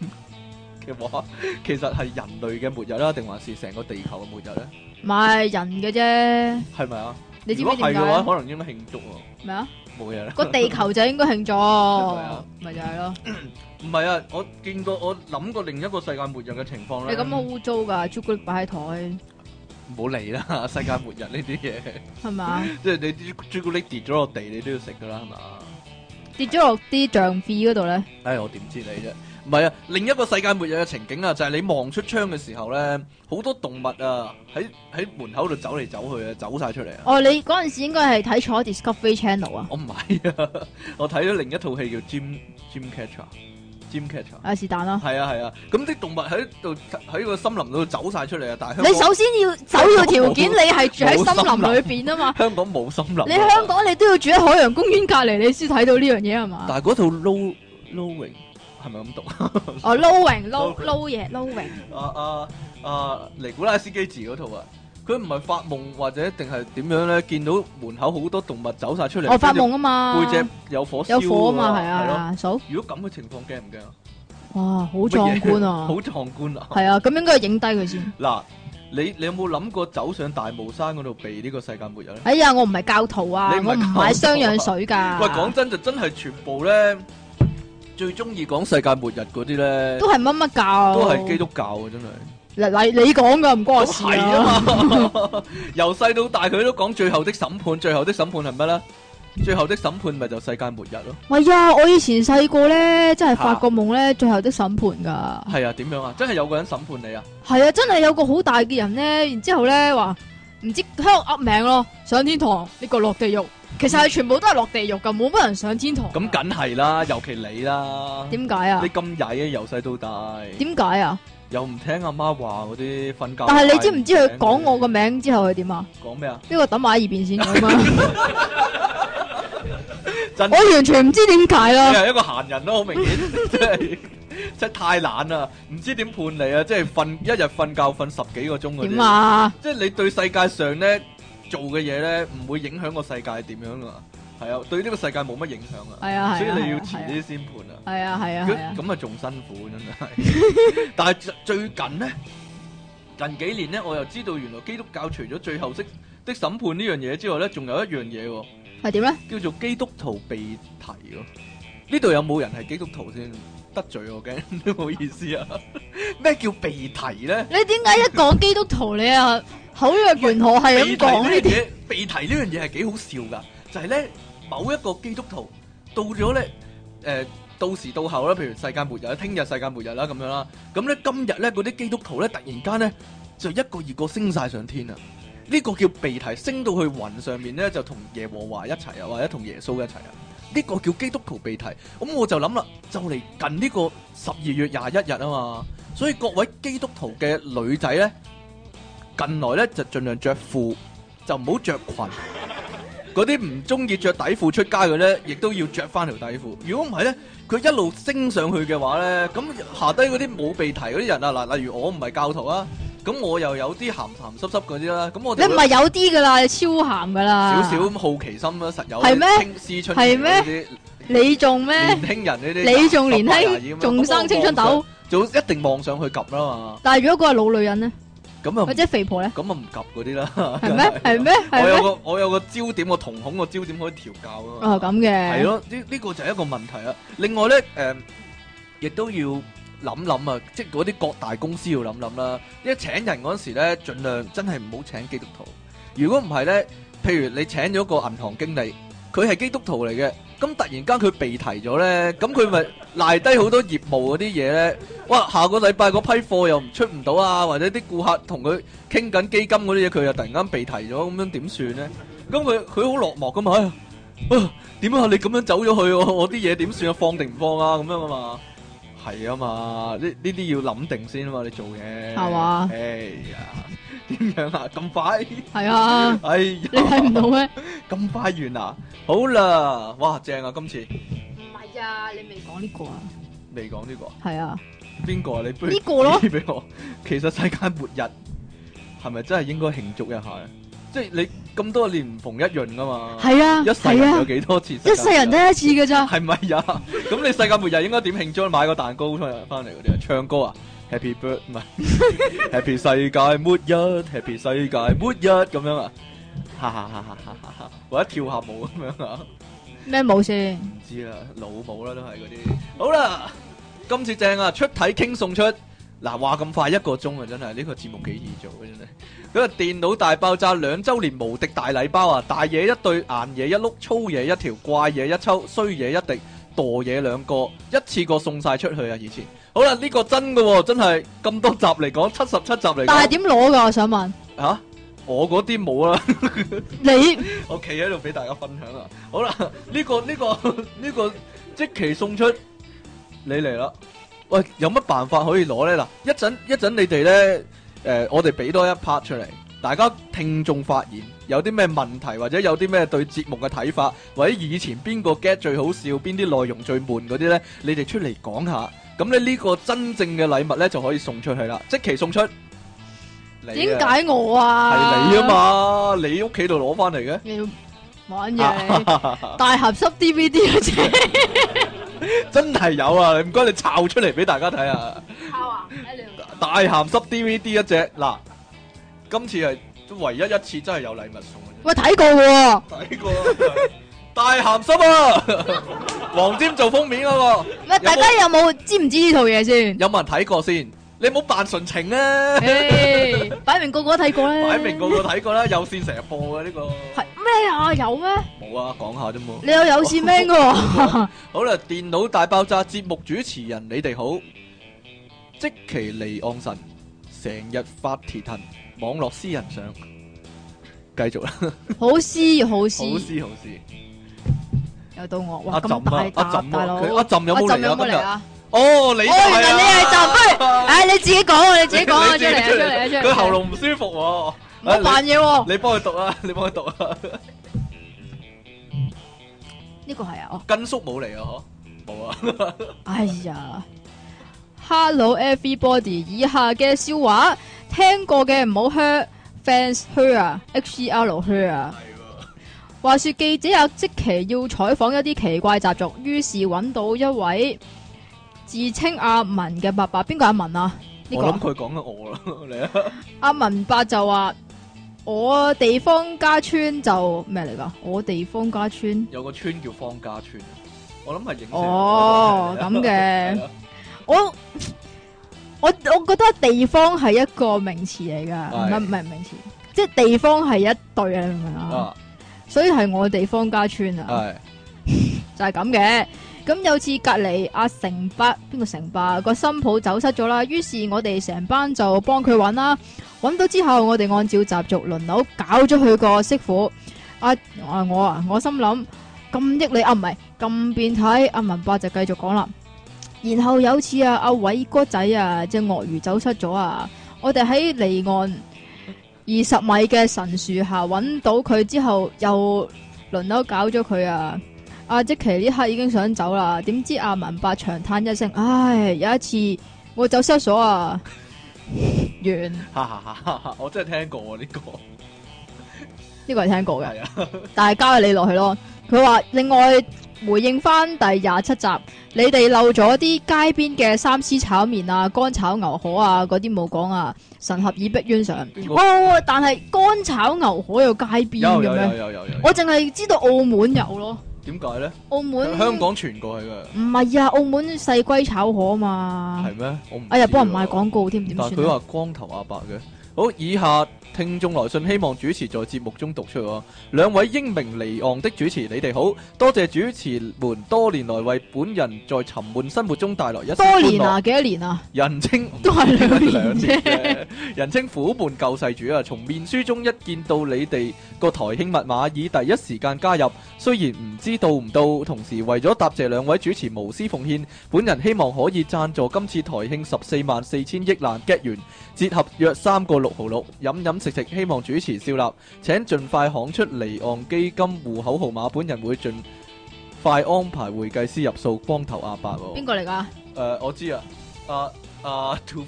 Speaker 1: 嘅話， 其實係人類嘅末日啦，定還是成個地球嘅末日咧？
Speaker 2: 唔係人嘅啫，
Speaker 1: 係咪啊？
Speaker 2: 你知
Speaker 1: 如
Speaker 2: 唔
Speaker 1: 果
Speaker 2: 知
Speaker 1: 係
Speaker 2: 點
Speaker 1: 嘅話，
Speaker 2: 解？
Speaker 1: 可能應該慶祝喎，
Speaker 2: 咩啊？
Speaker 1: 冇嘢啦。
Speaker 2: 個地球就應該慶
Speaker 1: 啊
Speaker 2: 祝，咪就係咯。
Speaker 1: 唔係啊，我見過我諗過另一個世界末日嘅情況
Speaker 2: 你
Speaker 1: 咧。
Speaker 2: 咁好污糟㗎，朱古力擺喺台，
Speaker 1: 唔好理啦，世界末日呢啲嘢，
Speaker 2: 係咪啊？
Speaker 1: 即係你啲朱古力跌咗落地，你都要食噶啦，係嘛？
Speaker 2: 跌咗落啲橡皮嗰度咧，
Speaker 1: 唉，我點知你啫？唔係啊，另一個世界末日嘅情景啊，就係、你望出窗嘅時候咧，好多動物啊喺喺門口度走嚟走去啊，走晒出嚟啊！
Speaker 2: 哦，你嗰陣時應該係睇錯 Discovery Channel 啊，
Speaker 1: 我唔係啊， 我睇咗另一套戲叫《Jim Jim Catcher》，Jim Catcher
Speaker 2: 啊是但啦。
Speaker 1: 係啊係啊，咁啲、動物喺度喺個森林度走晒出嚟啊，但係
Speaker 2: 你
Speaker 1: 香港
Speaker 2: 首先要首要條件，你係住喺
Speaker 1: 冇
Speaker 2: 森林裏邊 啊嘛。
Speaker 1: 香港冇森林，
Speaker 2: 你香，港你都要住喺海洋公園隔離，你先睇到呢樣嘢係啊嘛？
Speaker 1: 但係嗰套 Low Lowing 係咪咁讀啊？
Speaker 2: 哦，撈榮撈撈嘢撈榮，
Speaker 1: 啊啊啊！尼古拉斯基治嗰套啊，佢唔係發夢或者定係點樣咧？見到門口好多動物走晒出嚟，
Speaker 2: 我發夢啊嘛，
Speaker 1: 跟住背脊有火燒
Speaker 2: 有火啊嘛，係
Speaker 1: 係咯。
Speaker 2: 啊，嫂，
Speaker 1: 如果咁嘅情況驚唔驚啊？
Speaker 2: 哇，好壯 觀啊
Speaker 1: 好，壯觀啊！
Speaker 2: 係啊，咁應該係影低佢先。
Speaker 1: 嗱，你你有冇諗過走上大帽山嗰度避呢個世界末日咧？
Speaker 2: 哎呀，我唔係教徒啊
Speaker 1: 你，唔係
Speaker 2: 我唔買雙氧水㗎。
Speaker 1: 喂，講真就真係全部咧，最中意講世界末日嗰啲咧，
Speaker 2: 都係乜乜教，
Speaker 1: 都係基督教啊，真係。
Speaker 2: 嗱。你你講噶，唔關我事
Speaker 1: 咁係
Speaker 2: 啊。
Speaker 1: 嘛， 由細到大佢都講最後的審判，最後的審判係乜咧？最後的審判咪就世界末日咯。
Speaker 2: 喂呀，啊我以前細個咧，真係發
Speaker 1: 啊
Speaker 2: 個夢咧，最後的審判噶。
Speaker 1: 係啊，點樣啊？真係有個人審判你啊？
Speaker 2: 係啊，真係有個好大嘅人咧，然之后咧話唔知香噏名咯，上天堂呢個落地獄，其實係全部都係落地獄噶，冇乜人上天堂㗎。
Speaker 1: 咁梗係啦，尤其你啦，
Speaker 2: 點解啊
Speaker 1: 你？咁曳啊，由細到大，
Speaker 2: 點解啊？
Speaker 1: 又唔聽阿媽話嗰啲瞓覺。
Speaker 2: 但係你知唔知佢講我個？名之後係點啊？
Speaker 1: 講咩啊？
Speaker 2: 呢個抌埋喺耳邊先咁啊！
Speaker 1: 真
Speaker 2: 我完全唔知點解
Speaker 1: 你
Speaker 2: 啦。
Speaker 1: 係一個閒人咯，好明 顯，即係即係太懶啦，唔知點判你啊！即係瞓一日瞓覺瞓十幾個鐘嗰
Speaker 2: 點
Speaker 1: 啲，
Speaker 2: 啊？
Speaker 1: 即係你對世界上咧做嘅嘢咧，唔會影響個世界點樣啊？係啊，對呢個世界冇乜影響啊，
Speaker 2: 係啊係啊。
Speaker 1: 所以你要遲
Speaker 2: 係啊
Speaker 1: 啲先判啊。
Speaker 2: 係啊係啊
Speaker 1: 如果
Speaker 2: 係啊。
Speaker 1: 咁啊，仲辛苦真係。但係 最最近呢，近幾年呢，我又知道原來基督教除咗最後式的審判呢樣嘢之外呢，仲有一樣嘢喎。
Speaker 2: 係點咧？
Speaker 1: 叫做基督徒被提咯。呢度有冇人係基督徒先？得罪我驚，唔好意思啊。 咩叫被提咧？
Speaker 2: 你點解一講基督徒你啊口若懸河係
Speaker 1: 被
Speaker 2: 咁
Speaker 1: 提
Speaker 2: 講
Speaker 1: 呢樣
Speaker 2: 呢啲？
Speaker 1: 嘢，被提呢樣嘢係幾好笑噶，就係咧某一個基督徒到咗咧誒。到時到後啦，譬如世界末日啦，聽日世界末日啦咁樣啦，咁咧今日咧嗰啲基督徒咧突然間咧就一個二個升晒上天啊！呢、個叫被提，升到去雲上面咧就同耶和華一齊啊，或者同耶穌一齊啊，呢、個叫基督徒被提。咁我就諗啦，就嚟近呢個十二月廿一日啊嘛，所以各位基督徒嘅女仔咧，近來咧就盡量着褲，就唔好着裙。嗰啲唔中意着底褲出街嘅咧，亦都要着翻條底褲。如果唔係咧，佢一路升上去嘅話咧，咁下低嗰啲冇被提嗰啲人啊，嗱，例如我唔係教徒啊，咁我又有啲鹹鹹濕濕嗰啲啦，咁我
Speaker 2: 你
Speaker 1: 哋
Speaker 2: 唔係有啲噶啦，你超鹹噶啦。
Speaker 1: 少少好奇心啦，實有
Speaker 2: 係咩
Speaker 1: 青思春
Speaker 2: 係咩
Speaker 1: 期嗰啲
Speaker 2: 你仲咩？
Speaker 1: 年輕人呢啲，
Speaker 2: 你仲年
Speaker 1: 十八廿二咁
Speaker 2: 輕，
Speaker 1: 樣
Speaker 2: 仲生青春，痘。
Speaker 1: 咁我望上就一定望上去及啦嘛。
Speaker 2: 但係如果個係老女人咧，
Speaker 1: 咁啊
Speaker 2: 或者肥婆咧，
Speaker 1: 咁啊唔及嗰啲啦。
Speaker 2: 係咩？係咩？
Speaker 1: 我
Speaker 2: 係
Speaker 1: 有
Speaker 2: 咩？
Speaker 1: 個我有個焦點，個瞳孔個焦點可以調教啊嘛。
Speaker 2: 哦咁嘅。
Speaker 1: 係。咯，呢呢個就係一個問題啦。另外咧，誒、亦都要諗諗啊，即係嗰啲各大公司要諗諗啦。因為請人嗰陣時咧，盡量真係唔好請基督徒。如果唔係咧，譬如你請咗個銀行經理，佢係基督徒嚟嘅，咁突然間佢被提咗咧，咁佢咪賴低好多業務嗰啲嘢咧？哇！下個禮拜嗰批貨又出唔到啊，或者啲顧客同佢傾緊基金嗰啲嘢，佢又突然間被提咗，咁樣點算咧？咁佢佢好落寞噶嘛？哎呀啊點啊！你咁樣走咗去，我我啲嘢點算啊？放定唔放啊？咁樣啊嘛，係啊嘛，呢呢啲要諗定先啊嘛，你做嘢
Speaker 2: 係嘛
Speaker 1: 哎呀，點樣啊？咁快？
Speaker 2: 係啊。
Speaker 1: 哎呀，
Speaker 2: 你睇唔到咩？
Speaker 1: 咁快完啊？好啦，哇，正啊！今次
Speaker 2: 唔係啊，你未講呢個啊？
Speaker 1: 未講呢個，
Speaker 2: 係啊，
Speaker 1: 邊個啊？你不如
Speaker 2: 呢個咯
Speaker 1: 指俾我。其實世界末日係咪真係應該慶祝一下咧？即係你咁多年唔逢一閏噶嘛，
Speaker 2: 係啊，
Speaker 1: 一世
Speaker 2: 係
Speaker 1: 人有
Speaker 2: 啊，
Speaker 1: 幾多次？
Speaker 2: 一世人得一次噶咋。
Speaker 1: 係咪呀？咁你世界末日應該點慶祝？買個蛋糕出嚟翻嚟嗰啲啊，唱歌啊，Happy Bird 唔 係 Happy 世界末日，Happy 世界末日咁樣啊，哈哈哈哈哈哈，或者跳下舞咁樣啊。
Speaker 2: 咩冇先？
Speaker 1: 唔知啦，老母啦都係嗰啲。好啦，今次正啊，出體傾送出。嗱，話咁快一個鐘啊，真係呢、個節目幾易做嘅真係。嗰個電腦大爆炸兩週年無敵大禮包啊！大嘢一對，硬嘢一碌，粗嘢一條，怪嘢一抽，衰嘢一滴，墮嘢兩個，一次過送晒出去啊！以前好啦，呢、個真嘅喎、真係咁多集嚟講，七十七集嚟
Speaker 2: 但係
Speaker 1: 講
Speaker 2: 點攞㗎？我想問
Speaker 1: 嚇、我嗰啲冇啦。
Speaker 2: 你。
Speaker 1: 我企喺度俾大家分享啊！好啦，呢、個呢、個呢、個即期送出，你嚟啦！喂，有乜辦法可以攞呢？嗱，一陣一陣你哋呢，誒、我哋俾多一 part 出嚟，大家聽眾發言，有啲咩問題或者有啲咩對節目嘅睇法，或者以前邊個 get 最好笑，邊啲內容最悶嗰啲呢，你哋出嚟講下。咁咧呢個真正嘅禮物呢，就可以送出去啦！即期送出，你
Speaker 2: 點
Speaker 1: 啊？
Speaker 2: 解我啊？
Speaker 1: 係你啊！嘛，你屋企度攞翻嚟嘅。
Speaker 2: 你要玩嘢，大鹹濕 DVD 嗰只
Speaker 1: 真係有啊！唔該，你抄出嚟俾大家睇啊！
Speaker 2: 炮啊！
Speaker 1: 大鹹濕 DVD 一隻，嗱，今次係唯一一次真係有禮物送嘅
Speaker 2: 喂，睇過嘅喎，
Speaker 1: 啫。睇過啊 大鹹濕啊！黃尖做封面嗰個，
Speaker 2: 唔係大家有冇知唔知呢 套嘢先？
Speaker 1: 有冇人睇過先？你唔好扮純情啊！
Speaker 2: 诶，摆明個個都睇過咧，
Speaker 1: 擺明個個睇過啦，有線成日播嘅呢個。
Speaker 2: 係咩啊？有咩？
Speaker 1: 冇啊，講下啫嘛。
Speaker 2: 你有有線 man 噶？
Speaker 1: 好啦，電腦大爆炸節目主持人，你哋好。即其離岸神，成日發鐵騰，網絡私人相。繼續啦，
Speaker 2: 好詩好
Speaker 1: 好
Speaker 2: 詩，
Speaker 1: 詩好詩。
Speaker 2: 又到我，
Speaker 1: 阿
Speaker 2: 哇
Speaker 1: 朕
Speaker 2: 咁
Speaker 1: 啊，
Speaker 2: 大
Speaker 1: 阿
Speaker 2: 笪
Speaker 1: 朕
Speaker 2: 大
Speaker 1: 啊，
Speaker 2: 佬，
Speaker 1: 佢阿朕有
Speaker 2: 阿
Speaker 1: 冇
Speaker 2: 朕有
Speaker 1: 嚟
Speaker 2: 冇嚟
Speaker 1: 啊？
Speaker 2: 啊？
Speaker 1: 今日哦，你就
Speaker 2: 哦原來你係朕
Speaker 1: 係 啊
Speaker 2: 唉，你自己講啊，你自己講啊，
Speaker 1: 你
Speaker 2: 出
Speaker 1: 自己
Speaker 2: 嚟啊，出嚟啊，出嚟啊！
Speaker 1: 佢喉嚨唔舒服喎。
Speaker 2: 唔好扮嘢喎，
Speaker 1: 你幫佢讀啊，你幫佢讀啊。
Speaker 2: 呢個係啊，哦，
Speaker 1: 根叔冇嚟啊，嗬？冇啊。
Speaker 2: 哎呀，Hello everybody，以下嘅笑話聽過嘅唔好 her fans her 啊，H E R her 啊。話說記者阿即奇要採訪一啲奇怪習俗，於是揾到一位自稱阿文嘅伯伯，邊個阿文啊？呢、個
Speaker 1: 我
Speaker 2: 啊
Speaker 1: 諗佢講緊我啦，你啊。
Speaker 2: 阿文伯就話：我地方家村就咩嚟噶？我地方家村
Speaker 1: 有個村叫方家村，我諗係影射
Speaker 2: 哦咁嘅
Speaker 1: 係啊，
Speaker 2: 我我我覺得地方係一個名詞嚟噶，唔
Speaker 1: 係
Speaker 2: 係唔係名詞，即系地方係一對啊，你明唔明啊？
Speaker 1: 啊
Speaker 2: 所以係我地方家村啊，
Speaker 1: 係
Speaker 2: 就係咁嘅。咁有次隔離阿成伯，邊個成伯個新抱走失咗啦，於是我哋成班就幫佢揾啦。揾到之後，我哋按照習俗輪流搞咗佢個媳婦。啊啊我啊，我心諗咁益你啊，唔係咁變態。阿文伯就繼續講啦。然後有次啊，阿偉哥仔啊，只鱷魚走失咗啊，我哋喺離岸二十米嘅神樹下揾到佢之後，又輪流搞咗佢啊。阿即奇呢刻已經想走啦，點知阿文伯長嘆一聲，唉，有一次我走失咗啊，完。
Speaker 1: 哈哈哈哈哈！我真係聽過啊呢個，
Speaker 2: 呢個係聽過嘅，
Speaker 1: 係啊，
Speaker 2: 但係交俾你落去咯。佢話另外回應翻第廿七集，你哋漏咗啲街邊嘅三絲炒麵啊、乾炒牛河啊嗰啲冇講啊，神合以逼冤上。
Speaker 1: 邊個
Speaker 2: 哦，但係乾炒牛河有街邊
Speaker 1: 有有
Speaker 2: 嘅
Speaker 1: 有
Speaker 2: 咩？
Speaker 1: 有有有，
Speaker 2: 我淨係知道澳門有咯，
Speaker 1: 點解咧？
Speaker 2: 澳門
Speaker 1: 香港傳過去㗎，
Speaker 2: 唔係啊，澳門細龜炒河啊嘛。
Speaker 1: 係咩？我唔
Speaker 2: 哎呀，
Speaker 1: 知
Speaker 2: 幫人
Speaker 1: 喎
Speaker 2: 賣廣告添，點
Speaker 1: 但
Speaker 2: 算
Speaker 1: 佢話
Speaker 2: 啊？
Speaker 1: 光頭阿伯嘅。好，以下聽眾來信，希望主持在節目中讀出喎。兩位英明離岸的主持，你哋好，多謝主持們多年來為本人在沉悶生活中帶來一絲
Speaker 2: 多
Speaker 1: 歡
Speaker 2: 年
Speaker 1: 樂
Speaker 2: 啊，幾多年啊？
Speaker 1: 人稱
Speaker 2: 都係兩
Speaker 1: 兩
Speaker 2: 年
Speaker 1: 年
Speaker 2: 啫。
Speaker 1: 啫，人稱苦伴救世主啊！從面書中一見到你哋個台慶密碼，已第一時間加入。雖然唔知道唔到，同時為咗答謝兩位主持無私奉獻，本人希望可以贊助今次台慶十四萬四千億難 get 元，折合約三個六毫六，飲飲食食，希望主持笑納，請盡快行出離岸基金户口號碼，本人會盡快安排會計師入數，光頭阿伯喎。
Speaker 2: 邊個嚟㗎？
Speaker 1: 誒、我知啊，阿阿 Toof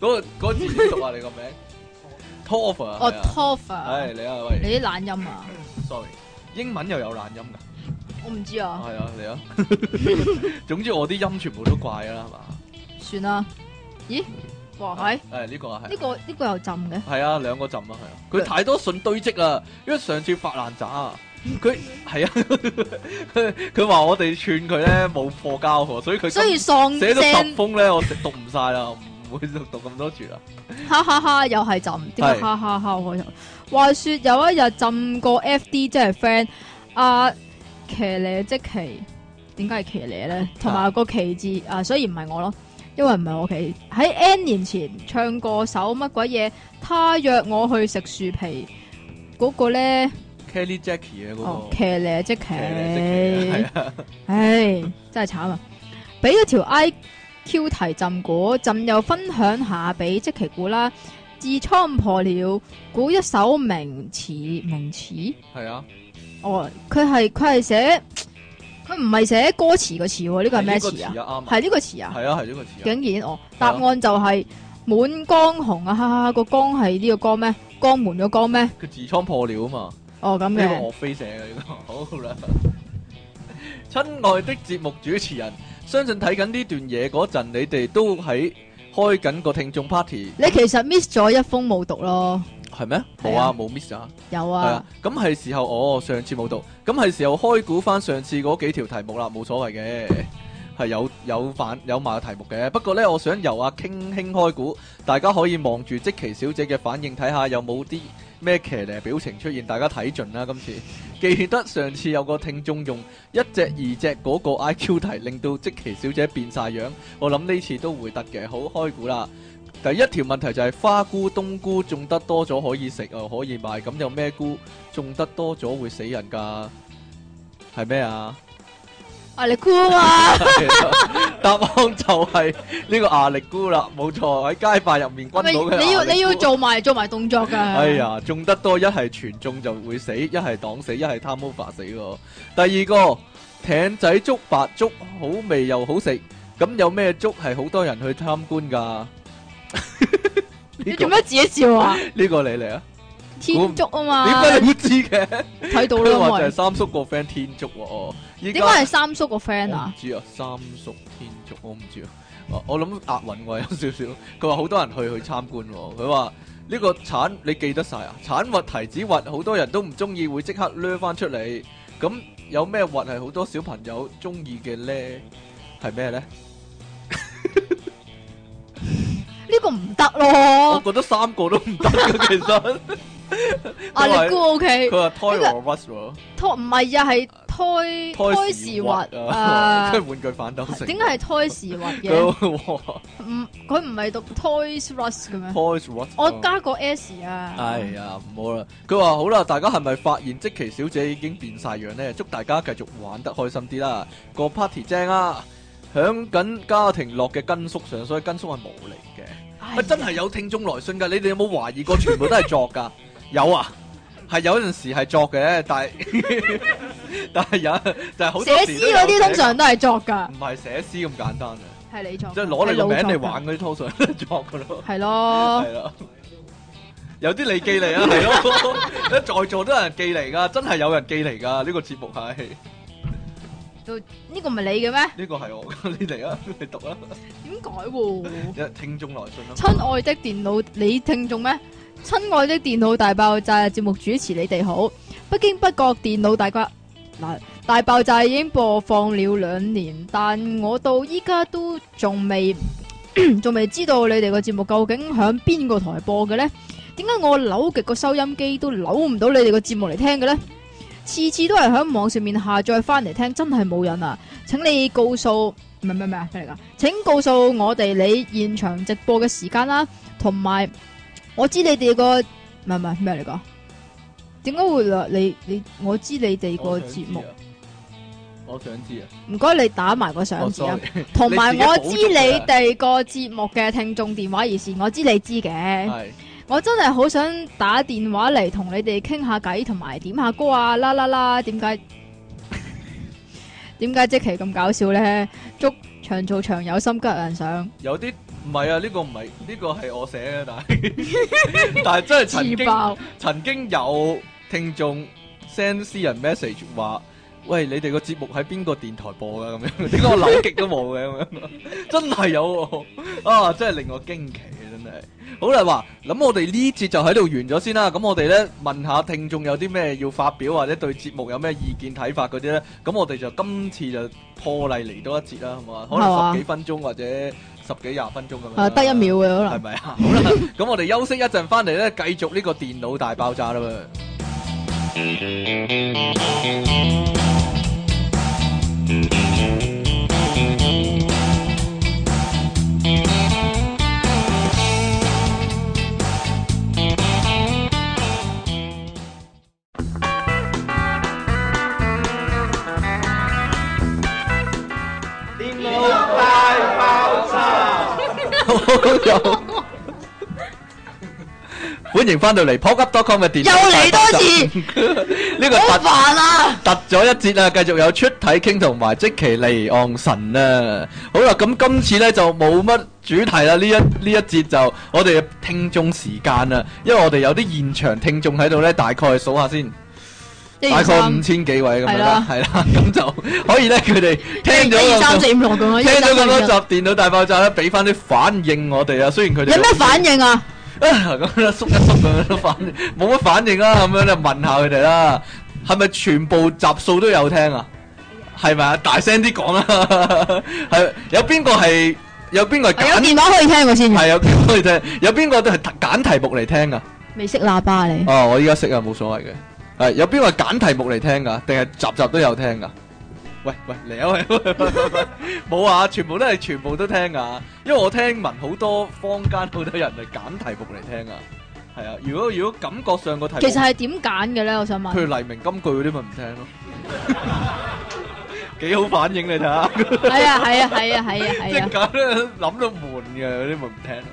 Speaker 1: 嗰個嗰字點讀啊？你個名 Toof 啊？
Speaker 2: 哦
Speaker 1: 係啊
Speaker 2: t o f 啊
Speaker 1: 唉，，你啊喂
Speaker 2: 你啲懶音啊，
Speaker 1: ，sorry，英文又有懶音㗎，
Speaker 2: 我唔知啊。
Speaker 1: 係啊，你啊， 總之我啲音全部都怪㗎啦，係嘛？
Speaker 2: 算啦。咦？哇，係
Speaker 1: 誒呢個啊
Speaker 2: 呢
Speaker 1: 係，
Speaker 2: 個呢個又浸嘅，
Speaker 1: 係啊兩個浸啊係啊，佢太多信堆積啊，因為上次發爛渣啊。佢係啊，佢 佢話我哋串佢咧冇貨交喎，所以佢
Speaker 2: 所以喪
Speaker 1: 寫咗十
Speaker 2: 聲，
Speaker 1: 封咧，我讀唔晒啦，唔會讀咁多字啦。
Speaker 2: 哈哈哈，又係浸，點解
Speaker 1: 係
Speaker 2: 哈哈哈我又？話說有一日浸個 F D 即係 friend 阿騎呢即騎，點解係騎呢咧？同埋個騎字啊，所以唔係我咯，因為唔係我騎。喺 N 年前唱過首乜鬼嘢？他約我去食樹皮嗰個咧，
Speaker 1: Kelly Jackie 啊嗰
Speaker 2: 哦
Speaker 1: 個。
Speaker 2: 騎呢即騎。
Speaker 1: 係啊，
Speaker 2: 唉，真系慘啊！俾咗條 I Q 題浸估，朕又分享下俾即其估啦。痔瘡破了，估一首名詞名詞。
Speaker 1: 係啊，
Speaker 2: 哦，佢係佢係寫，佢唔係寫歌詞個詞喎，呢個係咩詞啊？
Speaker 1: 啊？啱啊，
Speaker 2: 係呢個詞啊？
Speaker 1: 係啊，係呢個詞啊。
Speaker 2: 竟然哦，答案就係滿江紅啊！哈哈，個江係呢個江咩？江門個江咩？
Speaker 1: 佢痔瘡破了啊嘛，
Speaker 2: 哦咁
Speaker 1: 呢個
Speaker 2: 嘅，
Speaker 1: 岳飛寫嘅呢個。 好啦，親愛的節目主持人，相信睇緊呢段嘢嗰陣，你哋都喺開緊個聽眾 party。
Speaker 2: 你其實 miss 咗一封冇讀咯。
Speaker 1: 係咩？冇啊，冇 miss 啊。
Speaker 2: 有
Speaker 1: 係啊
Speaker 2: 啊，，
Speaker 1: 咁係時候，哦，上次冇讀，咁係時候開估翻上次嗰幾條題目啦，冇所謂嘅，係有有反有埋題目嘅。不過呢，我想由阿傾傾開估，大家可以望住即奇小姐嘅反應，睇下有冇啲咩騎呢表情出現，大家睇盡啦。今次 記得上次有個聽眾用一隻二隻嗰個 I Q 題，令到即奇小姐變晒樣，我諗呢次都會得嘅。好，開估啦。第一條問題就係花菇、冬菇種得多咗可以食啊，可以賣。咁有咩菇種得多咗會死人㗎？係咩啊？
Speaker 2: 壓力箍啊嘛，
Speaker 1: 答案就係呢個牙力菇啦，冇錯喺街霸入面
Speaker 2: 係
Speaker 1: 軍
Speaker 2: 咪
Speaker 1: 到嘅
Speaker 2: 你
Speaker 1: 牙
Speaker 2: 要
Speaker 1: 力菇
Speaker 2: 你要做埋做埋動作㗎。
Speaker 1: 哎呀，中得多一係全中就會死，一係擋死，一係 time over 死喎。第二個艇仔粥白粥好味又好食，咁有咩粥係好多人去參觀㗎？
Speaker 2: 你
Speaker 1: 呢個
Speaker 2: 做咩自己笑啊？
Speaker 1: 呢個你嚟啊？
Speaker 2: 天竺啊
Speaker 1: 點
Speaker 2: 嘛
Speaker 1: 解，你會知 嘅？
Speaker 2: 睇到
Speaker 1: 佢
Speaker 2: 啦
Speaker 1: 話就係
Speaker 2: 喂。
Speaker 1: 三叔個 friend 天竺喎，哦，依
Speaker 2: 點解
Speaker 1: 家
Speaker 2: 係三叔個 friend
Speaker 1: 我唔
Speaker 2: 啊？
Speaker 1: 知啊，三叔天竺我唔知啊，我我諗押韻喎有少少，佢話好多人去去參觀喎，佢話呢個橙你記得晒啊，橙核提子核好多人都唔中意，會即刻掠翻出嚟，咁有咩核係好多小朋友中意嘅咧？係咩咧？
Speaker 2: 呢個唔得咯
Speaker 1: 我，覺得三個都唔得 嘅，其實
Speaker 2: 壓力箍 À, OK。
Speaker 1: 佢話 toy or rust 喎。
Speaker 2: 胎唔係啊，係胎
Speaker 1: 胎
Speaker 2: 胎
Speaker 1: 時
Speaker 2: 時
Speaker 1: 核
Speaker 2: 核
Speaker 1: 啊，
Speaker 2: 啊
Speaker 1: 即。係玩具反斗城。
Speaker 2: 點解係胎時核嘅？
Speaker 1: 佢話
Speaker 2: 唔，佢唔係讀 Toys R Us 嘅咩？
Speaker 1: Toys What？
Speaker 2: 我加個 S à. 啊。
Speaker 1: 哎呀，唔好啦。佢話好啦，大家係咪發現即奇小姐已經變晒樣呢？祝大家繼續玩得開心啲啦，個 party 正啊！響緊家庭樂嘅根叔上，所以根叔係冇嚟嘅。
Speaker 2: 哎
Speaker 1: 喂，真係有聽眾來信㗎，你哋有冇懷疑過全部都係作㗎？有啊，係有陣時係作嘅， 但係但係有，但係好多
Speaker 2: 寫
Speaker 1: 時都
Speaker 2: 詩
Speaker 1: 有
Speaker 2: 嗰啲
Speaker 1: 寫
Speaker 2: 通常都係作㗎，
Speaker 1: 唔係寫詩咁簡單啊！
Speaker 2: 係你作㗎。
Speaker 1: 即係攞你個名嚟玩
Speaker 2: 係
Speaker 1: 嗰啲通常都係作噶咯，
Speaker 2: 老作㗎。係咯，
Speaker 1: 係啦。有啲你寄 嚟啊，係咯， 在座都有人寄嚟噶，真係有人寄嚟噶。呢個節目係
Speaker 2: 呢個唔係你嘅咩？
Speaker 1: 呢個係我， 你嚟啊，你讀啊，
Speaker 2: 點改喎？
Speaker 1: 有聽眾來信啊啦。
Speaker 2: 親愛的電腦，你聽眾咩？親愛的電腦大爆炸節目主持，你哋好。不經不覺，電腦大瓜嗱大爆炸已經播放了兩年，但我到依家都仲未 仲未知道你哋個節目究竟響邊個台播嘅呢？點解我扭極個收音機都扭唔到你哋個節目嚟聽嘅呢？次次都係響網上面下載翻嚟聽，真係冇癮啊！請你告訴唔係唔係唔係咩嚟噶？請告訴我哋你現場直播嘅時間啦，同埋我知你哋個唔係唔係咩嚟噶？點解會略你你我知你哋個
Speaker 1: 我想知
Speaker 2: 節目
Speaker 1: 啊，我想知啊，
Speaker 2: 唔該你打埋個
Speaker 1: 我
Speaker 2: 相字啊
Speaker 1: 哦 sorry，，
Speaker 2: 同埋
Speaker 1: 你自己
Speaker 2: 我
Speaker 1: 補足
Speaker 2: 知你
Speaker 1: 嘅
Speaker 2: 哋個節目嘅聽眾電話熱線，我知你知嘅。
Speaker 1: 係
Speaker 2: 我真係好想打電話嚟同你哋傾下偈，同埋點下歌啊！啦啦啦，點解 點解即期咁搞笑呢？祝長做長有心吉人上，
Speaker 1: 有啲唔係啊，呢個唔係呢個係我寫嘅，但係 但係真係曾
Speaker 2: 自
Speaker 1: 經。
Speaker 2: 爆啊
Speaker 1: 曾經有聽眾 send 私人 message 話：，喂，你哋個節目喺邊個電台播 㗎？咁樣點解我扭極都冇嘅咁樣？真係有喎、啊！真係令我驚奇啊！真係。好啦，話咁我哋呢節就喺度完咗先啦。咁我哋咧問下聽眾有啲咩要發表或者對節目有咩意見睇法嗰啲咧，咁我哋就今次就破例嚟多一節啦，係嘛？可
Speaker 2: 係
Speaker 1: 能
Speaker 2: 嘛
Speaker 1: 十幾分鐘或者十幾廿分鐘咁樣啦。
Speaker 2: 啊，得一秒嘅可
Speaker 1: 系
Speaker 2: 能。
Speaker 1: 咪啊？好啦，咁我哋休息一陣，翻嚟咧繼續呢個電腦大爆炸啦噃。好有，歡迎翻到嚟 p o k u p c o m 嘅電腦
Speaker 2: 又嚟多次，
Speaker 1: 呢個
Speaker 2: 好
Speaker 1: 突
Speaker 2: 煩啊！
Speaker 1: 突咗一節啦，繼續有出體傾同埋即其離岸神啦。啊好啦，咁今次呢就冇乜主題啦，呢一呢一節就我哋聽眾時間啦，因為我哋有啲現場聽眾喺度呢，大概數下先，
Speaker 2: 一
Speaker 1: 大概
Speaker 2: 二
Speaker 1: 五
Speaker 2: 三，
Speaker 1: 千幾位咁樣
Speaker 2: 係
Speaker 1: 啦
Speaker 2: 啦，
Speaker 1: 係啦，咁就可以呢，佢哋聽咗
Speaker 2: 一二三
Speaker 1: 咁多
Speaker 2: 四五六咁樣，一
Speaker 1: 聽咗
Speaker 2: 二三四
Speaker 1: 咁
Speaker 2: 五
Speaker 1: 多
Speaker 2: 六
Speaker 1: 集電腦大爆炸咧，俾翻啲反應我哋啊。雖然佢哋
Speaker 2: 有咩反應啊？
Speaker 1: Ê, 啊咁樣縮一縮咁樣反，冇乜反應啦，咁樣就問下佢哋啦，係咪全部集數都有聽啊？係咪啊？ 大聲啲講啦，係有邊個係有邊個係
Speaker 2: 有
Speaker 1: 揀
Speaker 2: 電話可以聽我先嘅，
Speaker 1: 係有邊個聽？有邊個都係揀題目嚟聽噶？
Speaker 2: 未識喇叭你，
Speaker 1: 哦，我依家識啊，冇所謂嘅。係有邊個係揀題目嚟聽噶？定係集集都有聽噶？喂喂嚟啊喂喂！喂喂喂冇啊，全部都係全部都聽噶，因為我聽聞好多坊間好多人係揀題目嚟聽啊。係啊，如果如果感覺上個題目，
Speaker 2: 其實係點揀嘅咧？我想
Speaker 1: 譬
Speaker 2: 問，
Speaker 1: 如黎明金句嗰啲咪唔 聽咯，幾好反應你睇下，
Speaker 2: 係啊係啊係啊係啊
Speaker 1: 即
Speaker 2: 係
Speaker 1: 係
Speaker 2: 啊，
Speaker 1: 咁樣諗到悶嘅嗰啲咪唔聽咯。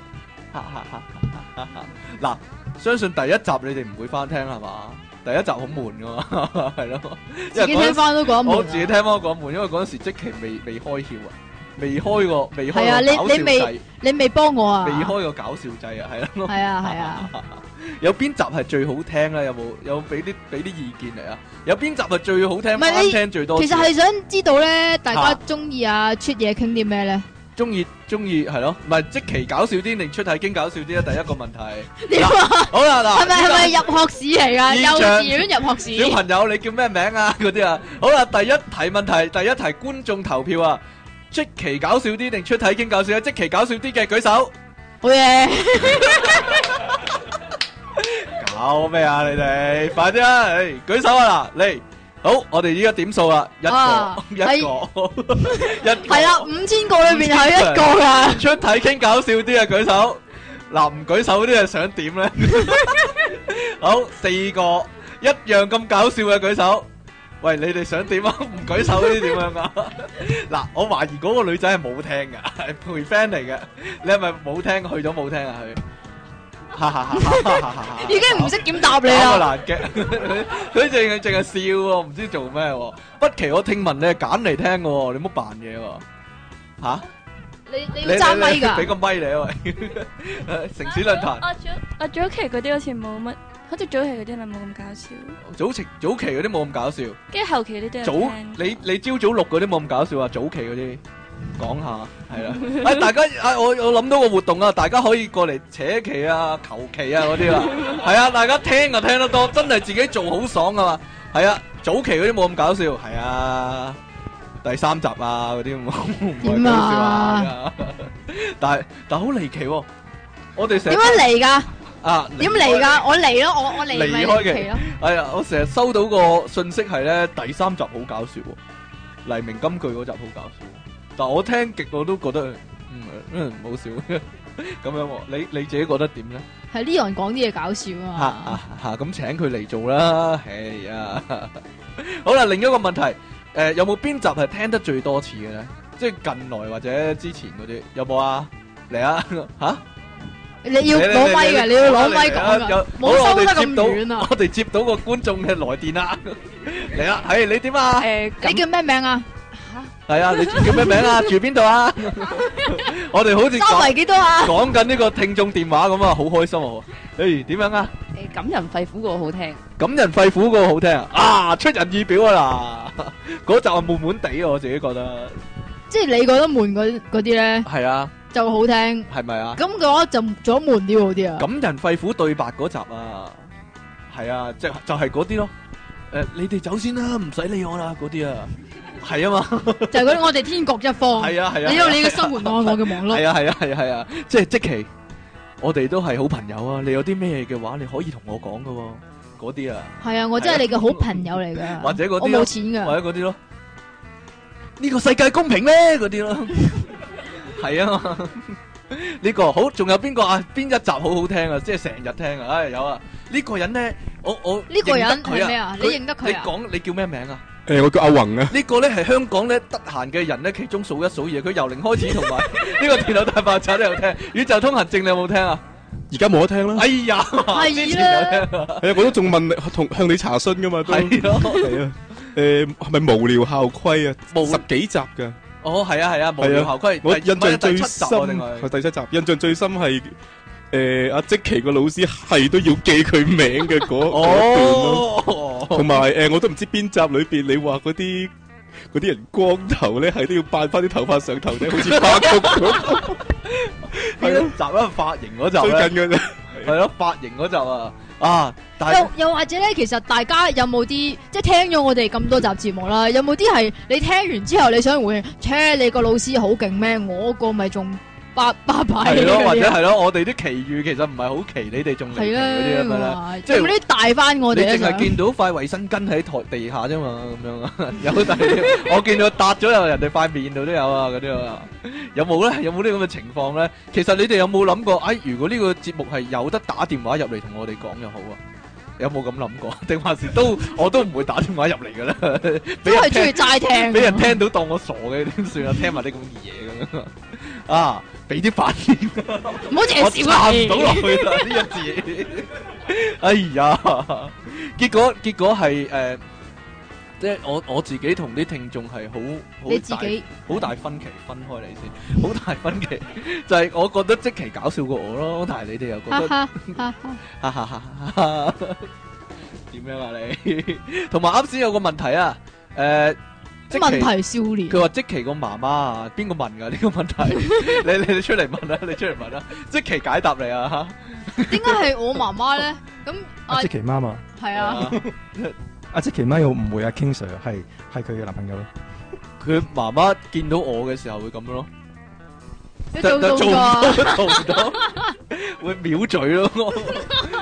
Speaker 1: 哈哈哈哈哈哈嗱，相信第一集你哋唔會翻聽係嘛？第一集好悶噶 嘛，係咯。因
Speaker 2: 自
Speaker 1: 為
Speaker 2: 己
Speaker 1: 嗰陣
Speaker 2: 聽翻都講
Speaker 1: 我自己
Speaker 2: 悶啊。
Speaker 1: 聽翻講悶，因為嗰陣時即期未未開竅啊，未開過未開
Speaker 2: 係啊
Speaker 1: 過搞
Speaker 2: 你
Speaker 1: 笑
Speaker 2: 你未
Speaker 1: 掣，
Speaker 2: 你未幫我啊？
Speaker 1: 未開過搞笑掣啊，係咯。
Speaker 2: 係啊 係啊，
Speaker 1: 有邊集係最好聽咧？有冇有俾啲俾啲意見嚟啊？有邊集係最好聽？
Speaker 2: 唔係
Speaker 1: 翻
Speaker 2: 你
Speaker 1: 聽最多次
Speaker 2: 其
Speaker 1: 啊？
Speaker 2: 實係想知道咧，大
Speaker 1: 啊
Speaker 2: 家中意啊出嘢傾啲咩咧？
Speaker 1: 中意中意係咯，唔係即期搞笑啲定出體經搞笑啲啊？第一個問題。
Speaker 2: 點啊？
Speaker 1: 好啦，嗱，
Speaker 2: 係咪係咪入學試嚟噶？
Speaker 1: 現象
Speaker 2: 幼稚園入學
Speaker 1: 小
Speaker 2: 試，
Speaker 1: 朋友，你叫咩名啊？ 嗰啲啊，好啦，第一題問題，第一題觀眾投票啊，即期搞笑啲定出體經搞笑啊？即期搞笑啲嘅舉手。
Speaker 2: 好嘢！
Speaker 1: 搞咩啊？你哋快啲啊！嚟舉手啊！嗱，嚟，好，我哋依家點數啦，一
Speaker 2: 啊
Speaker 1: 個， 一個，一個
Speaker 2: 係啦，五千個裏边係一 個 噶，
Speaker 1: 出體傾搞笑啲啊，舉手。嗱，唔舉手嗰啲係想點咧？好，四個一樣咁搞笑嘅舉手。喂，你哋想點啊？ 唔舉手嗰啲點樣啊？嗱，我懷疑嗰個女仔係冇聽噶，係陪 friend 嚟嘅。你係咪冇聽？去咗冇聽啊？佢，哈哈哈哈哈哈！
Speaker 2: 已經唔識點答
Speaker 1: 搞
Speaker 2: 你
Speaker 1: 個
Speaker 2: 啦。
Speaker 1: 難嘅，佢 佢淨係淨係笑喎，唔知做咩喎。不奇我聽聞你係揀嚟聽嘅喎，你唔好扮嘢喎。嚇！
Speaker 2: 你你要揸咪
Speaker 1: 俾
Speaker 2: 㗎，
Speaker 1: 個咪你啊喂！城市論壇
Speaker 5: 啊阿早阿早期嗰啲好似冇乜，好似早期嗰啲咪冇咁搞笑，
Speaker 1: 早期早期嗰啲冇咁搞笑，
Speaker 5: 跟住後期嗰啲都有
Speaker 1: 早
Speaker 5: 聽
Speaker 1: 你你朝早錄嗰啲冇咁搞笑啊，早期嗰啲講下係啦。啊大家啊我我諗到個活動啊，大家可以過嚟扯旗啊、求其啊嗰啲啦，係啊，大家聽就聽得多，真係自己做好爽啊嘛，係啊，早期嗰啲冇咁搞笑，係啊。第三集啊，嗰啲冇唔係
Speaker 2: 點
Speaker 1: 搞笑
Speaker 2: 啊
Speaker 1: 啊，但係但係好離奇喎，我哋成日
Speaker 2: 點樣嚟㗎？
Speaker 1: 啊
Speaker 2: 點嚟㗎？我嚟咯，我我嚟咪
Speaker 1: 離開嘅
Speaker 2: 嚟咯。
Speaker 1: 哎呀，我成日收到個信息係咧，第三集好搞笑喎，黎明金句嗰集好搞笑，但我聽極我都覺得嗯嗯好笑 咁樣喎。你你自己覺得點咧？
Speaker 2: 係呢人講啲嘢搞笑
Speaker 1: 嚇
Speaker 2: 啊嘛。
Speaker 1: 嚇嚇！咁請佢嚟做啦，哎呀！ 好啦，另一個問題，誒、有冇邊集係聽得最多次嘅咧？即係近來或者之前嗰啲有冇啊？嚟啊嚇！
Speaker 2: 你要攞咪嘅，你要攞咪
Speaker 1: 嚟
Speaker 2: 講㗎
Speaker 1: 啊，有
Speaker 2: 冇
Speaker 1: 好啦
Speaker 2: 收
Speaker 1: 我
Speaker 2: 得
Speaker 1: 哋接
Speaker 2: 咁
Speaker 1: 到
Speaker 2: 遠啊！
Speaker 1: 我哋接到個觀眾嘅來電啦，嚟啦，係你點啊？
Speaker 5: 誒
Speaker 2: 你
Speaker 5: 咁
Speaker 2: 叫咩名啊？
Speaker 1: 係啊，你叫咩名啊？住邊度啊？我哋好似
Speaker 2: 收
Speaker 1: 講
Speaker 2: 圍幾多啊？
Speaker 1: 講緊呢個聽眾電話咁啊，好開心啊！誒點樣啊？
Speaker 6: 誒感人肺腑個好聽，
Speaker 1: 感人肺腑嗰個好聽啊！啊，出人意表 啊嗱，嗰集係悶悶地啊，我自己覺得
Speaker 2: 即係你覺得悶嗰嗰啲咧
Speaker 1: 係啊，
Speaker 2: 就好聽，
Speaker 1: 係咪啊？
Speaker 2: 咁嘅話就做得悶啲好 啲啊。
Speaker 1: 感人肺腑對白嗰集啊，係啊，即係就係嗰啲咯。誒，你哋走先啦，唔使理我啦，嗰啲啊，係啊嘛。
Speaker 2: 就係嗰啲我哋天各一方，
Speaker 1: 係啊係啊，
Speaker 2: 哦你有你嘅生活，我有我嘅忙碌。
Speaker 1: 係啊係啊係啊係啊，即係即期，我哋都係好朋友啊！你有啲咩嘅話，你可以同我講噶喎，嗰啲啊，
Speaker 2: 係啊，我真係你嘅好朋友嚟 噶。
Speaker 1: 或者嗰啲啊
Speaker 2: 我冇錢
Speaker 1: 或
Speaker 2: 噶，
Speaker 1: 者嗰啲咯，呢個世界公平咩？嗰啲咯，係啊嘛。呢個好，仲有邊個啊？邊一集好好聽啊？即係成日聽啊！唉，有啊，呢個人咧，我我
Speaker 2: 呢個
Speaker 1: 認
Speaker 2: 人
Speaker 1: 得佢
Speaker 2: 係咩啊你認得佢啊
Speaker 1: 你講你叫咩名啊？
Speaker 7: 诶、我叫 阿宏啊，
Speaker 1: 呢個咧係香港咧得閒嘅人咧，其中數一數二。佢由零開始同埋呢個電腦大爆炸都有聽，宇宙通行證你有冇聽啊？
Speaker 7: 而家冇得聽啦。
Speaker 1: 哎呀，
Speaker 2: 係
Speaker 1: 之前有聽啊，
Speaker 7: 係啊，我都仲問你同向你查詢噶嘛，都
Speaker 1: 係
Speaker 7: 係
Speaker 1: 咯，
Speaker 7: 啊。诶，係咪無聊校規啊？
Speaker 1: 無
Speaker 7: 十幾集㗎，
Speaker 1: 哦係啊係啊，無聊校規，
Speaker 7: 我
Speaker 1: 第
Speaker 7: 印象最
Speaker 1: 第七集
Speaker 7: 深
Speaker 1: 啊定係
Speaker 7: 係第七集，印象最深係诶阿即奇個老師係都要記佢名嘅嗰嗰段咯，
Speaker 1: 哦
Speaker 7: 同，埋诶我都唔知邊集裏边你話嗰啲。嗰啲人光頭咧，係都要扮翻啲頭髮上頭啫，好似花谷咁。
Speaker 1: Ờ, 邊一集啊？髮型嗰集
Speaker 7: 最
Speaker 1: 咧，
Speaker 7: 近嘅啫，
Speaker 1: 系咯，发型嗰集啊，啊，但系
Speaker 2: 又又或者咧，其實大家有冇啲即係聽咗我哋咁多集節目啦，有冇啲係你聽完之後你想回應？切，你個老師好勁咩？我個咪仲 八八牌
Speaker 1: 系咯，
Speaker 2: 嗰啲啊
Speaker 1: 或者系咯，我哋啲奇遇其實唔係好奇，你哋仲離奇嗰
Speaker 2: 係
Speaker 1: 啲咁樣啦。
Speaker 2: 啦，
Speaker 1: 即係
Speaker 2: 咁啲大翻我
Speaker 1: 你
Speaker 2: 哋咧啊
Speaker 1: 淨係
Speaker 2: 想
Speaker 1: 見到塊衛生巾喺台地下啫嘛，咁樣 啊，有第啲，我見到搭咗入人哋塊面度都有啊，嗰啲啊，有冇咧？有冇啲咁嘅情況咧？其實你哋有冇諗過？哎，如果呢個節目係有得打電話入嚟同我哋講就好啊？有冇咁諗 過？定還是都我都唔會打電話入嚟 噶啦，俾
Speaker 2: 都
Speaker 1: 人
Speaker 2: 係
Speaker 1: 聽
Speaker 2: 中意齋聽，啊
Speaker 1: 俾人聽到當我傻嘅點算啊？聽埋啲咁嘅嘢咁樣啊啊！俾啲反應，
Speaker 2: 唔好
Speaker 1: 我
Speaker 2: 淨係笑啊！
Speaker 1: 撐唔到落去啦呢一字。哎呀，結果結果係誒、呃即係我我自己同啲聽眾係好好
Speaker 2: 你自
Speaker 1: 大
Speaker 2: 己
Speaker 1: 好大分歧，分開嚟先，好大分歧。就係我覺得即期搞笑過我咯，但係你哋又覺
Speaker 2: 哈
Speaker 1: 得。
Speaker 2: 哈哈哈
Speaker 1: 哈哈哈哈哈！点样啊你？同埋啱先有個問題啊，诶、即
Speaker 2: 問
Speaker 1: 其
Speaker 2: 題少年
Speaker 1: 佢話即其個媽媽啊，邊個問噶呢個問 題？你你你出嚟問啦，你出嚟問啦，即其解答你啊
Speaker 2: 點解係我媽媽咧？咁啊
Speaker 8: 阿即奇媽嘛，
Speaker 2: 係
Speaker 1: 吓！
Speaker 2: 啊，
Speaker 8: 阿啊即奇媽有誤會阿 King Sir 係係佢嘅男朋友咯。
Speaker 1: 佢媽媽見到我嘅時候會咁咯，
Speaker 2: 你
Speaker 1: 但
Speaker 2: 做
Speaker 1: 但
Speaker 2: 到
Speaker 1: 做唔到
Speaker 2: 㗎，，
Speaker 1: 做唔到，會秒嘴咯。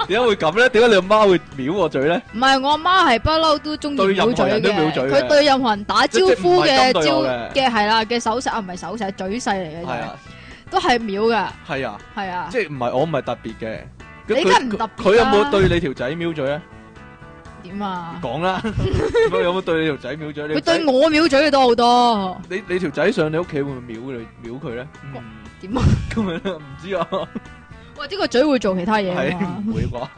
Speaker 1: 點解會咁咧？點解你阿媽會秒我嘴咧？
Speaker 2: 唔係我阿媽係不嬲都中意
Speaker 1: 對任
Speaker 2: 藐
Speaker 1: 何
Speaker 2: 嘴
Speaker 1: 人都藐
Speaker 2: 嘅，
Speaker 1: 嘴嘅
Speaker 2: 佢對任何人打招
Speaker 1: 即即唔
Speaker 2: 呼嘅
Speaker 1: 係針對
Speaker 2: 招
Speaker 1: 我嘅
Speaker 2: 嘅係啦嘅手勢啊，唔係手勢，係嘴勢嚟嘅就
Speaker 1: 係
Speaker 2: 係
Speaker 1: 啊，
Speaker 2: 都係秒㗎，
Speaker 1: 係啊。
Speaker 2: 係啊，
Speaker 1: 即係唔係我唔係特別嘅。
Speaker 2: 你
Speaker 1: 佢
Speaker 2: 梗係唔特別啦啊
Speaker 1: 佢有冇對你條仔瞄嘴咧？
Speaker 2: 點啊？
Speaker 1: 講 啦，佢有冇對你條仔瞄嘴？你條
Speaker 2: 佢
Speaker 1: 仔
Speaker 2: 對我秒嘴嘅多好多，
Speaker 1: 你你條仔上你屋企會唔會秒你秒佢咧？嗯
Speaker 2: 點啊？
Speaker 1: 咁樣唔知啊，
Speaker 2: 或者個嘴會做其他嘢啊
Speaker 1: 係
Speaker 2: 㗎嘛
Speaker 1: 唔會啩？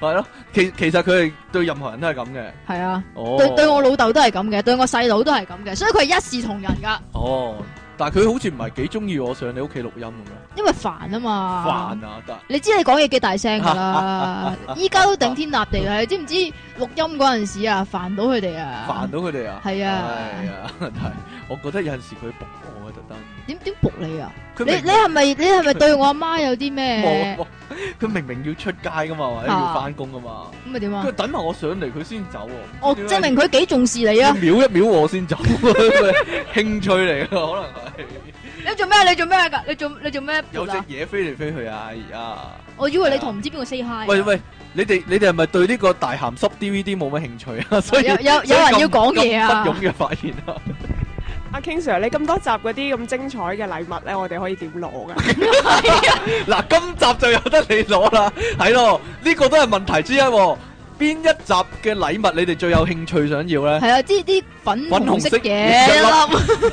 Speaker 1: 係咯，其其實佢係對任何人都係咁嘅。
Speaker 2: 係啊。
Speaker 1: 哦，
Speaker 2: 對對我老豆都係咁嘅，對我細佬都係咁嘅，所以佢係一視同仁噶，
Speaker 1: 哦，但係佢好似唔係幾中意我上你屋企錄音咁
Speaker 2: 因為煩啊嘛。
Speaker 1: 樣，煩啊！但
Speaker 2: 你知你講嘢幾大聲噶 啦，依家都頂天立地啦。你知唔知錄音嗰陣時啊，煩到佢哋啊？
Speaker 1: 煩到佢哋啊。
Speaker 2: 係啊
Speaker 1: 係啊， 但係我覺得有陣時佢仆我啊，特登。
Speaker 2: 點點仆你啊？
Speaker 1: 佢
Speaker 2: 你
Speaker 1: 明
Speaker 2: 你係咪你係咪對我阿媽有啲
Speaker 1: 冇
Speaker 2: 咩？
Speaker 1: 冇佢明明要出街噶嘛，或者
Speaker 2: 啊
Speaker 1: 要翻工噶嘛。
Speaker 2: 咁咪點啊哦
Speaker 1: 佢？啊等埋我上嚟，佢先走喎。
Speaker 2: 我證明佢幾重視你啊！
Speaker 1: 秒一秒我 先走，興趣嚟嘅可能係
Speaker 2: 你做咩？你做咩噶？你做你做咩
Speaker 1: 有
Speaker 2: 仆
Speaker 1: 隻
Speaker 2: 啊？
Speaker 1: 嘢飛嚟飛去啊！哎呀，
Speaker 2: 我以為你同唔知邊個 say hi。啊
Speaker 1: 喂，喂，你哋你哋係咪對呢個大鹹濕 DVD 冇乜興趣啊？所以
Speaker 2: 有有有人
Speaker 1: 所以咁
Speaker 2: 要講嘢啊
Speaker 1: 咁咁嘅發現啊！
Speaker 9: 阿 King Sir，你咁多集嗰啲咁精彩嘅禮物咧，我哋可以點攞㗎？
Speaker 1: 嗱，今集就有得你攞啦，係咯，呢個都係問題之一喎。邊一集嘅禮物你哋最有興趣想要咧？
Speaker 2: 係啊，啲啲粉
Speaker 1: 粉紅
Speaker 2: 紅
Speaker 1: 色
Speaker 2: 色
Speaker 1: 嘢
Speaker 2: 嘢
Speaker 1: 一
Speaker 2: 一粒，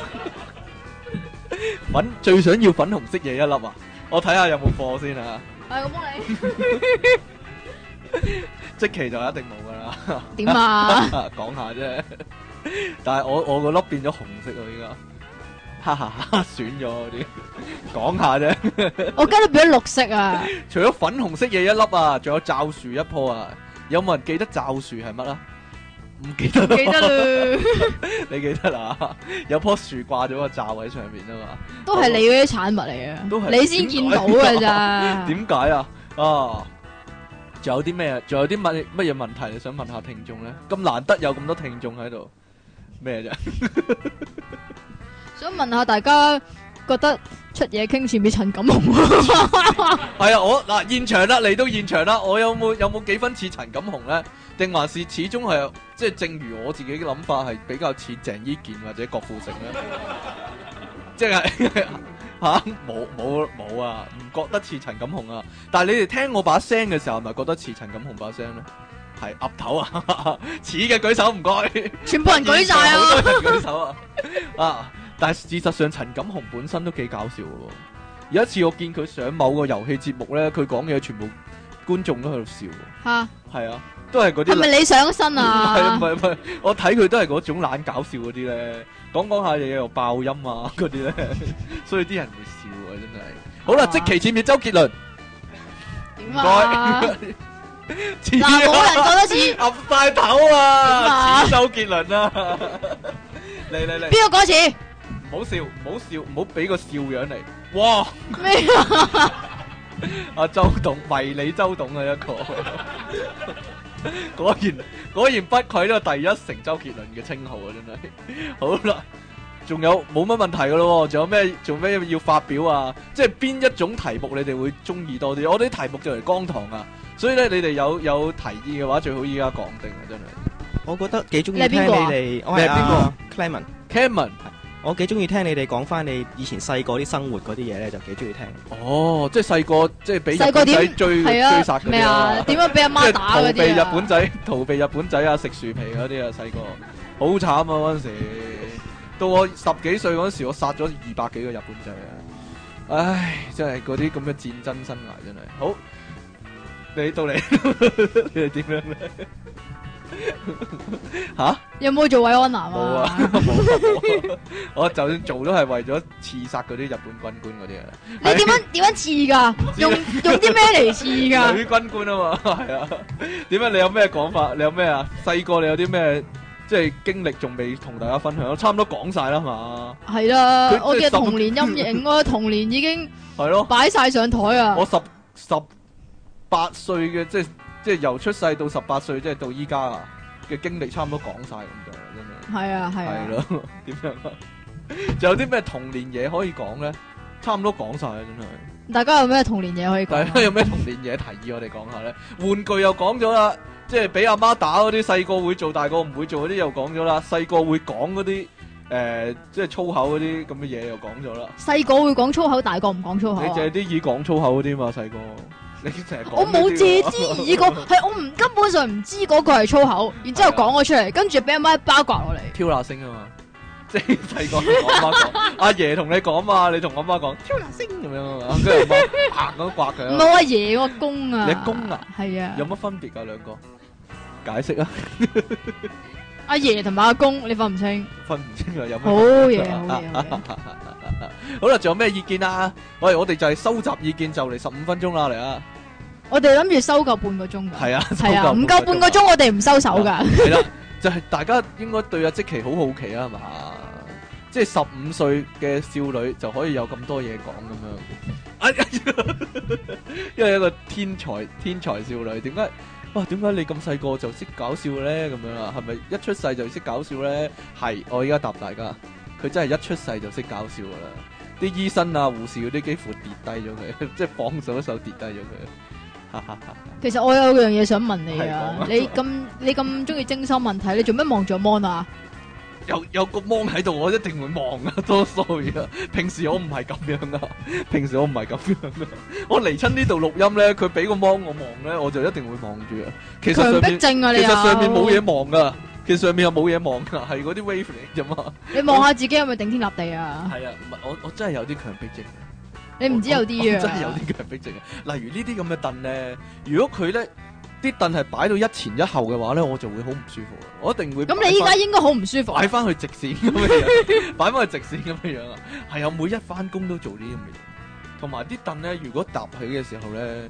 Speaker 1: 粉最想要粉紅色嘢一粒啊！我睇下有冇貨先啊！
Speaker 2: 係我幫你
Speaker 1: 即期就一定冇噶啦。
Speaker 2: 點 啊？
Speaker 1: 講下啫。但係我我個粒變咗紅色咯，依家，哈哈哈，損咗嗰啲。講下啫，
Speaker 2: 我家都變咗綠色啊！
Speaker 1: 除咗粉紅色嘢一粒啊，仲有罩樹一棵啊。有冇人記得罩樹係乜啊？唔記得，
Speaker 2: 記得啦，
Speaker 1: 你記得啦？有棵樹掛咗個罩喺上面啊嘛。
Speaker 2: 都係你嗰啲產物嚟嘅，
Speaker 1: 都係
Speaker 2: 你先見到嘅咋？
Speaker 1: 點解啊？啊！仲有啲咩？仲有啲乜乜嘢問題你想問下聽眾咧？咁難得有咁多聽眾喺度，咩啫？
Speaker 2: 想問下大家覺得出嘢傾似唔似陳錦鴻啊？
Speaker 1: 系啊，我嗱現場啦，嚟到現場啦，我有冇有冇幾分似陳錦鴻咧？定還是始終係即係正如我自己嘅諗法係比較似鄭伊健或者郭富城咧？即係 吓冇冇冇啊！唔覺得似陳錦鴻啊？但係你哋聽我把聲嘅時候，係咪覺得似陳錦鴻把聲咧？係岌頭啊， 似嘅舉手唔該。
Speaker 2: 全部人舉晒啊！
Speaker 1: 好多人舉手 啊！啊，但係事實上陳錦鴻本身都幾搞笑嘅喎。有一次我見佢上某個遊戲節目咧，佢講嘢全部觀眾都喺度笑喎，
Speaker 2: 吓，
Speaker 1: 係啊，都係嗰啲
Speaker 2: 係咪你上身
Speaker 1: 懶？
Speaker 2: 啊
Speaker 1: 唔？係唔係唔係，我睇佢都係嗰種懶搞笑嗰啲咧，講講下嘢又爆音啊嗰啲咧， 所以啲人會笑啊真係。好啦，
Speaker 2: 啊
Speaker 1: 即期似唔似周杰倫？
Speaker 2: 點
Speaker 1: 唔
Speaker 2: 啊？
Speaker 1: 該，似
Speaker 2: 嗱，冇人
Speaker 1: 啊，
Speaker 2: 覺得似，
Speaker 1: 岌晒頭啊，
Speaker 2: 啊
Speaker 1: 似周杰倫啊！ 嚟嚟嚟！
Speaker 2: 邊個講似？
Speaker 1: 唔好笑，唔好笑，唔好俾個笑樣嚟。哇！
Speaker 2: 咩啊？
Speaker 1: 阿周董迷你周董啊一個， 果然果然不愧呢個第一城周杰倫嘅稱號啊，真係 好啦。仲有冇乜問題噶咯喎？仲有咩做咩要發表啊？即係邊一種題目你哋會中意多啲？我哋啲題目就嚟光堂啊，所以咧你哋有有提議嘅話，最好依家講定啊，真係。
Speaker 10: 我覺得幾中意
Speaker 2: 你係
Speaker 10: 聽
Speaker 2: 邊
Speaker 10: 你
Speaker 2: 個啊
Speaker 10: 哋，我
Speaker 1: 你係
Speaker 10: 係
Speaker 1: 邊個
Speaker 10: 邊個 Clement，
Speaker 1: Cameron，
Speaker 10: 我幾中意聽你哋講翻你以前細個啲生活嗰啲嘢咧，就幾中意聽。
Speaker 1: 哦，即係細個即係俾日
Speaker 2: 細個
Speaker 1: 本仔
Speaker 2: 點
Speaker 1: 追
Speaker 2: 系
Speaker 1: 追
Speaker 2: 啊
Speaker 1: 殺，嗰
Speaker 2: 咩
Speaker 1: 啲
Speaker 2: 啊？點樣俾阿
Speaker 1: 即係
Speaker 2: 媽打嗰
Speaker 1: 逃避
Speaker 2: 啲
Speaker 1: 日
Speaker 2: 啊
Speaker 1: 本仔， 逃避日本仔啊，食樹皮嗰啲啊，細個好慘啊嗰陣時。到我十幾歲嗰陣時，我殺咗二百幾個日本仔啊！唉，真係嗰啲咁嘅戰爭生涯真係好。你到你， 你哋點樣咧？吓、
Speaker 2: 有冇做韋安南
Speaker 1: 冇啊
Speaker 2: 啊？，
Speaker 1: 冇啊！我就算做都係為咗刺殺嗰啲日本軍官嗰啲啊。
Speaker 2: 你點樣點樣刺噶？
Speaker 1: 啊
Speaker 2: 用用啲咩嚟刺噶？
Speaker 1: 女軍官啊嘛，係啊。點解你有咩講法？你有咩啊？細個你有啲咩即係經歷仲未同大家分享？差唔多講晒啦嘛，
Speaker 2: 係啦
Speaker 1: 佢，
Speaker 2: 我
Speaker 1: 即係十
Speaker 2: 嘅童年陰 影啊，童年已經
Speaker 1: 係咯。
Speaker 2: 擺晒上台啊
Speaker 1: 我！十十八歲嘅即係即係由出世到十八歲，即係到依家啊嘅經歷，差唔多講晒咁就真
Speaker 2: 係啊係
Speaker 1: 係。
Speaker 2: 啊
Speaker 1: 係咯。 點樣啊？仲有啲咩童年嘢可以講咧？差唔多講晒啦，啊真係。
Speaker 2: 大家有咩童年嘢可 以
Speaker 1: 大
Speaker 2: 講
Speaker 1: 家
Speaker 2: 啊？
Speaker 1: 有咩童年嘢提議我哋講下咧？玩具又講咗啦，即係俾阿媽打嗰啲，細個會做，大個唔會做嗰啲又講咗啦，細個會講嗰啲誒，即係粗口嗰啲咁嘅嘢又講咗啦。
Speaker 2: 細個會講粗口，大個唔講粗口
Speaker 1: 你
Speaker 2: 啊
Speaker 1: 借啲耳講粗口嗰啲嘛，細個你成日講呢啲喎。
Speaker 2: 我冇借支 耳講，係我唔根本上唔知嗰個係粗口，然之後
Speaker 1: 啊
Speaker 2: 講咗出嚟，跟住俾阿媽一巴刮落嚟。
Speaker 1: 挑那星啊嘛， 即係細個同我媽 講，阿爺同你講嘛，你同我媽講挑那星咁樣啊嘛，跟住我媽行咁刮
Speaker 2: 唔
Speaker 1: 佢
Speaker 2: 係
Speaker 1: 啊。
Speaker 2: 我阿爺，我阿公啊。
Speaker 1: 你阿公啊？
Speaker 2: 係啊
Speaker 1: 有。乜分別啊？兩個解釋啊，
Speaker 2: 阿爺同埋阿公，你分 唔清。
Speaker 1: 分唔清啊，有乜
Speaker 2: 好
Speaker 1: 分別
Speaker 2: 嘢，好嘢，好嘢。
Speaker 1: 好啦，仲有咩意見啊？喂，我哋就係收集意見，就嚟十五分鐘啦，嚟啊！
Speaker 2: 我哋諗住收夠半個鐘㗎。
Speaker 1: 係啊，
Speaker 2: 係 啊，
Speaker 1: 收
Speaker 2: 唔夠半個鐘我哋唔收手㗎。
Speaker 1: 係啦，就係大家應該對阿即奇好好奇啊，係嘛？即係十五歲嘅少女就可以有咁多嘢講咁樣，哎呀 因為一個天才天才少女，點解？哇！點解你咁細個就識搞笑咧？咁樣啊，係咪一出世就識搞笑咧？係，我而家答大家，佢真係一出世就識搞笑噶啦。啲醫生啊、護士嗰啲幾乎跌低咗佢， 即係放手一手跌低咗佢。哈哈哈！
Speaker 2: 其實我有樣嘢想問你
Speaker 1: 係講
Speaker 2: 啊
Speaker 1: 啊，
Speaker 2: 你咁你咁中意精心問題，你做咩望住 mon 啊？
Speaker 1: 有有個芒喺度，我一定會望啊， 多 sorry 啊！平時我唔係咁樣啊， 平時我唔係咁樣啊。 我嚟親呢度錄音咧，佢俾個芒我望咧，我就一定會望住啊。其實
Speaker 2: 強
Speaker 1: 上
Speaker 2: 迫
Speaker 1: 面
Speaker 2: 症啊！
Speaker 1: 其
Speaker 2: 你
Speaker 1: 實上面冇
Speaker 2: 有
Speaker 1: 嘢望噶， 其實上面又冇嘢望噶，係嗰啲 wave 嚟啫嘛。
Speaker 2: 你望下自己係咪頂天立地啊？
Speaker 1: 係啊，唔係我我真係有啲強迫症。
Speaker 2: 你唔知有
Speaker 1: 我
Speaker 2: 啲
Speaker 1: 我
Speaker 2: 啊？
Speaker 1: 真係有啲強迫症啊！例如呢啲咁嘅凳咧，如果佢咧啲凳係擺到一前一後嘅話咧，我就會好唔舒服啊。我一定會
Speaker 2: 咁你依
Speaker 1: 擺
Speaker 2: 家
Speaker 1: 返
Speaker 2: 應該好唔舒服啊。
Speaker 1: 擺翻去直線咁嘅樣，擺翻去直線咁嘅樣啊！係啊，每一翻工都做呢啲咁嘅嘢，同埋啲凳咧，如果搭起嘅時候咧，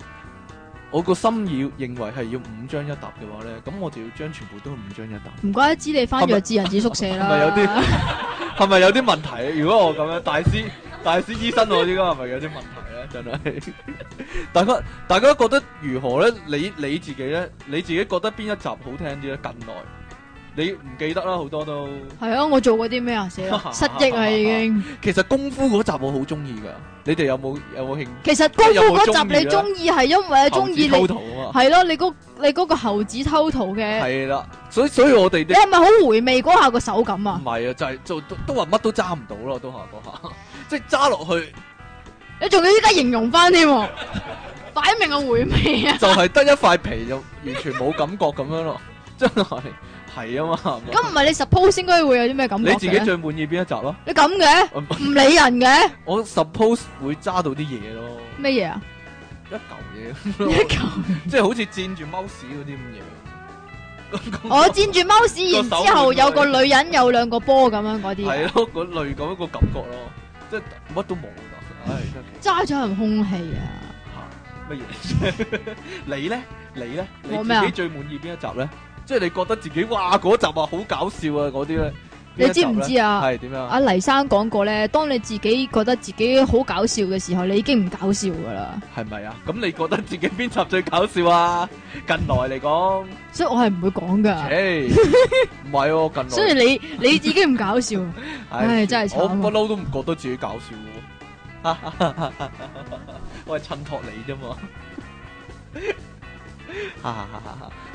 Speaker 1: 我個心要認為係要五張一搭嘅話咧，咁我就要將全部都五張一搭。
Speaker 2: 唔怪得知你翻弱智人子宿舍
Speaker 1: 係咪
Speaker 2: 啦。
Speaker 1: 有啲係咪有啲問題？如果我咁樣，大師大師醫生，我依家係咪有啲問題咧？真係， 大家大家覺得如何咧？你你自己咧？你自己覺得邊一集好聽啲咧？近來你唔記得啦，好多都。
Speaker 2: 係啊，我做過啲咩啊？死 啦，失憶啊已經。
Speaker 1: 其實功夫嗰集我好中意噶，你哋有冇有冇興
Speaker 2: 其實功
Speaker 1: 有冇
Speaker 2: 夫
Speaker 1: 鍾
Speaker 2: 嗰
Speaker 1: 意
Speaker 2: 集
Speaker 1: 咧
Speaker 2: 你中意係因為中意
Speaker 1: 猴子偷
Speaker 2: 你
Speaker 1: 桃啊嘛？
Speaker 2: 係咯，你嗰你嗰個猴子偷桃嘅，
Speaker 1: 係啦，所以所以我哋
Speaker 2: 你
Speaker 1: 啲
Speaker 2: 係咪好回味嗰下個手感啊
Speaker 1: 唔？係啊，就係做都都話乜都揸唔到咯，都下嗰下， 即係揸落去
Speaker 2: 你仲要依家形容翻 添喎，擺明係回味啊！
Speaker 1: 就係得一塊皮就 完全冇感覺咁樣咯，真係係啊嘛。係
Speaker 2: 咁
Speaker 1: 嘛
Speaker 2: 唔係你 suppose 應該會有啲咩感
Speaker 1: 你
Speaker 2: 覺
Speaker 1: 自己
Speaker 2: 嘅？
Speaker 1: 最滿意邊一集咯？
Speaker 2: 你咁嘅，
Speaker 1: 嗯
Speaker 2: 唔理人嘅
Speaker 1: 我 suppose 會揸到啲嘢咯，
Speaker 2: 咩 嘢啊？
Speaker 1: 一嚿嘢
Speaker 2: 一
Speaker 1: 咁咯，
Speaker 2: 嚿
Speaker 1: 即係好似佔住貓屎嗰啲咁嘢。
Speaker 2: 我佔住貓屎，然之後有個女人有兩個波咁樣嗰啲啊，
Speaker 1: 係咯，嗰類咁一個感覺咯，即係乜都冇噶，唉，真係
Speaker 2: 揸咗人空氣啊！
Speaker 1: 嚇乜 嘢？你咧，你咧，你
Speaker 2: 我咩啊
Speaker 1: à, 自己最滿意邊一集咧？即係你覺得自己哇嗰集啊好搞笑啊嗰啲咧，
Speaker 2: 你知唔知啊？
Speaker 1: 系点样啊？
Speaker 2: 阿黎生講過咧，當你自己覺得自己好搞笑嘅時候，你已經唔搞笑噶啦，
Speaker 1: 系咪啊？咁你觉得自己边集最搞笑啊？近来嚟讲，
Speaker 2: 所以我係唔會講噶。
Speaker 1: 诶，唔系喎，近来
Speaker 2: 所以你你已經唔搞笑，唉真係慘啊
Speaker 1: 我不嬲都唔覺得自己搞笑喎， 我係襯托你啫嘛。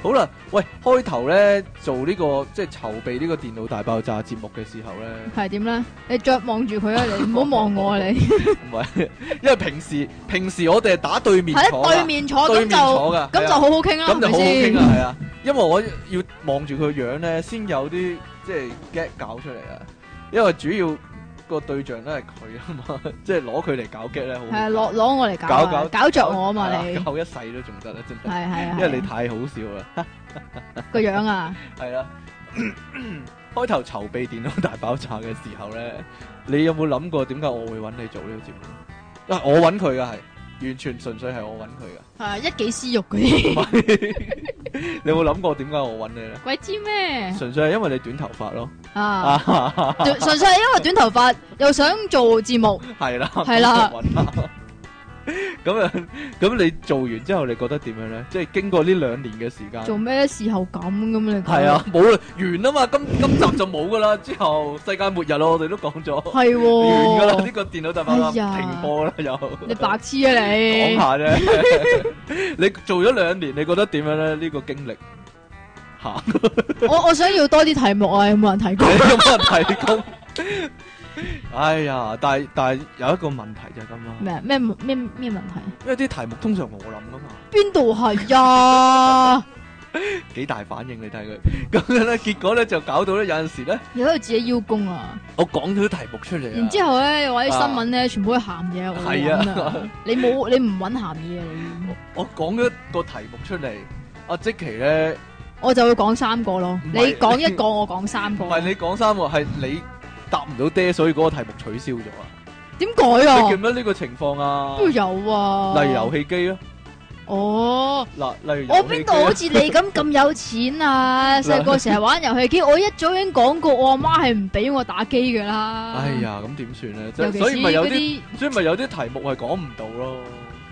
Speaker 1: 好啦，喂，開頭咧做呢、個即係籌備呢個電腦大爆炸節目嘅時候 咧，
Speaker 2: 係點咧？你再望住佢啊！你 唔好望我啊！你
Speaker 1: 唔係，因為平時平時我哋係打對面
Speaker 2: 喺
Speaker 1: 坐㗎
Speaker 2: 對面坐
Speaker 1: 對
Speaker 2: 咁
Speaker 1: 面
Speaker 2: 就
Speaker 1: 坐㗎，
Speaker 2: 咁
Speaker 1: 係啊
Speaker 2: 就好好傾啦，係
Speaker 1: 咁就
Speaker 2: 咪
Speaker 1: 好好傾
Speaker 2: 先
Speaker 1: 啦？，係啊，因為我要望住佢樣咧，先有啲即係 get 搞出嚟啊。因為主要個對象都係佢啊嘛， 即係攞佢嚟搞 get 咧，好
Speaker 2: 係啊攞攞我嚟搞啊
Speaker 1: 搞
Speaker 2: 搞着我啊嘛！你
Speaker 1: 係搞一世都仲得啦，真係，
Speaker 2: 係係啊，
Speaker 1: 因為你太好笑啦，
Speaker 2: 個樣啊，
Speaker 1: 係啦。 開頭籌備電腦大爆炸嘅時候咧，你有冇諗過點解我會揾你做呢個節目？啊，我揾佢噶係，完全純粹係我揾佢噶。
Speaker 2: 係啊一己私欲嗰 啲，
Speaker 1: 你有冇諗過點解我揾你咧？
Speaker 2: 鬼知咩
Speaker 1: 純粹係因為你短頭髮咯。
Speaker 2: 啊？
Speaker 1: 啊，
Speaker 2: 純純粹係因為短頭髮又想做節目，
Speaker 1: 係啦，
Speaker 2: 係
Speaker 1: 咁
Speaker 2: 啦
Speaker 1: 就揾啦。咁樣，咁你做完之後，你覺得點樣咧？即係經過呢兩年嘅時間。
Speaker 2: 做咩事後咁咁你講
Speaker 1: 系啊，，冇啦，完啦嘛，今今集就冇噶啦，之後世界末日咯，我哋都講咗，
Speaker 2: 係
Speaker 1: 完噶啦，
Speaker 2: 喎
Speaker 1: 呢。個電腦大爆炸
Speaker 2: 哎呀
Speaker 1: 停播啦又，
Speaker 2: 你白痴啊
Speaker 1: 講
Speaker 2: 你！
Speaker 1: 下啫， 你做咗兩年，你覺得點樣咧？呢個經 歷吓，
Speaker 2: 我我想要多啲題目啊，有冇人提
Speaker 1: 你
Speaker 2: 供？
Speaker 1: 有冇人提供？ 哎呀，但係但係有一個問題就係咁啦，
Speaker 2: 咩咩咩咩問題？
Speaker 1: 因為啲題目通常我諗噶嘛。
Speaker 2: 邊度係 啊呀？
Speaker 1: 幾大反應你睇佢， 咁樣咧，結果咧就搞到咧有陣時咧，
Speaker 2: 你喺度自己邀功啊！
Speaker 1: 我講咗啲題目出嚟啊，啊
Speaker 2: 然之後咧，又話啲新聞咧，全部都係鹹嘢，我
Speaker 1: 係啊
Speaker 2: 揾啊！你冇你唔揾鹹嘢啊你，
Speaker 1: 我講咗個題目出嚟，阿即奇咧，
Speaker 2: 我就會講三個咯。
Speaker 1: 唔
Speaker 2: 你
Speaker 1: 係
Speaker 2: 講一個，我講三
Speaker 1: 唔
Speaker 2: 個。
Speaker 1: 係你講三個，係你答唔到爹，所以嗰個題目取消咗啊！
Speaker 2: 點改
Speaker 1: 你
Speaker 2: 啊
Speaker 1: 記唔記？得呢個情況啊
Speaker 2: 邊？度有啊？
Speaker 1: 例如遊戲機咯，
Speaker 2: 哦，
Speaker 1: 嗱，例如
Speaker 2: 我邊度好似你咁咁有錢 啊？細個成日玩遊戲機，我一早已經講過，我阿媽係唔俾我打機噶啦。
Speaker 1: 哎，呀，咁點算咧？即
Speaker 2: 尤
Speaker 1: 係
Speaker 2: 其
Speaker 1: 所
Speaker 2: 是
Speaker 1: 以咪有啲，
Speaker 2: 嗰啲。
Speaker 1: 所以咪有啲題目係講唔到咯。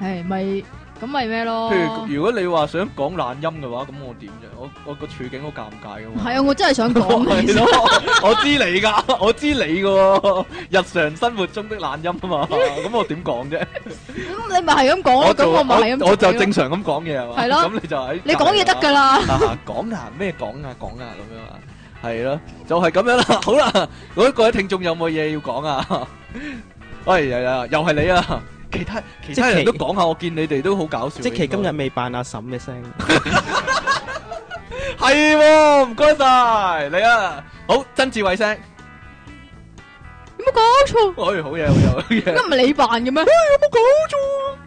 Speaker 2: 系咪咁咪咩咯？
Speaker 1: 譬如如果你話想講懶音嘅話，咁我點啫？我我個處境好尷尬噶嘛。
Speaker 2: 系啊，我真系 想讲，其
Speaker 1: 係
Speaker 2: 實
Speaker 1: 咯，我知你噶，我知你噶，日常生活中的懶音啊嘛，咁我點講啫？
Speaker 2: 咁你咪系咁讲咯，咁
Speaker 1: 就
Speaker 2: 我咪系咁
Speaker 1: 我我就
Speaker 2: 做咯
Speaker 1: 正常咁講嘢係嘛？
Speaker 2: 係咯
Speaker 1: 咁你就喺
Speaker 2: 你讲嘢得噶
Speaker 1: 啦。
Speaker 2: 啦，
Speaker 1: 啊講啊咩講啊講啊咁樣啊，係咯，就係咁樣啦。好啦，各各位聽眾有冇嘢要講啊？喂，又又又係你啊！其他其他人
Speaker 10: 即期
Speaker 1: 都講下，我見你哋都好搞笑。
Speaker 10: 即其今日未扮阿嬸嘅聲，
Speaker 1: 係喎，唔該晒你啊！好，曾志偉聲，哎，
Speaker 2: 有冇搞错？
Speaker 1: 好嘢好嘢好嘢。
Speaker 2: 咁唔系你扮嘅咩？
Speaker 1: 冇搞錯啊，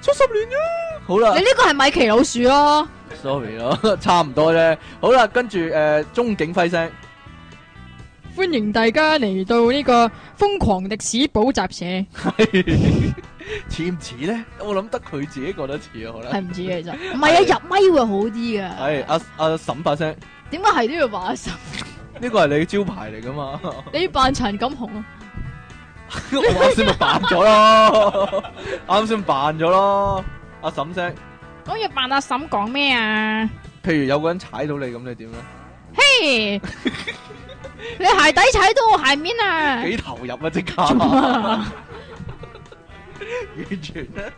Speaker 1: 七十年啦。好啦
Speaker 2: 你呢个系米奇老鼠咯，
Speaker 1: ，sorry 咯，差唔多啫。好啦，跟住誒，鐘景輝聲。
Speaker 2: 欢迎大家嚟到呢个疯狂历史补习社， 系
Speaker 1: 似唔似咧？我諗得佢自己覺得似啊，可能。
Speaker 2: 唔知嘅其实，唔系啊，入咪会好啲噶，
Speaker 1: 係阿阿沈把聲，
Speaker 2: 点解系都要扮阿岑？
Speaker 1: 呢個係你招牌嚟噶嘛？
Speaker 2: 你扮陈锦鸿啊？
Speaker 1: 我啱先咪扮咗 咯，啱先扮咗咯。阿沈聲，
Speaker 2: 讲嘢扮阿婶 讲咩啊？
Speaker 1: 譬如有個人踩到你咁，你點咧？
Speaker 2: 嘿，你鞋底踩到我鞋面啊！
Speaker 1: 幾投入啊！即刻， 完全咧，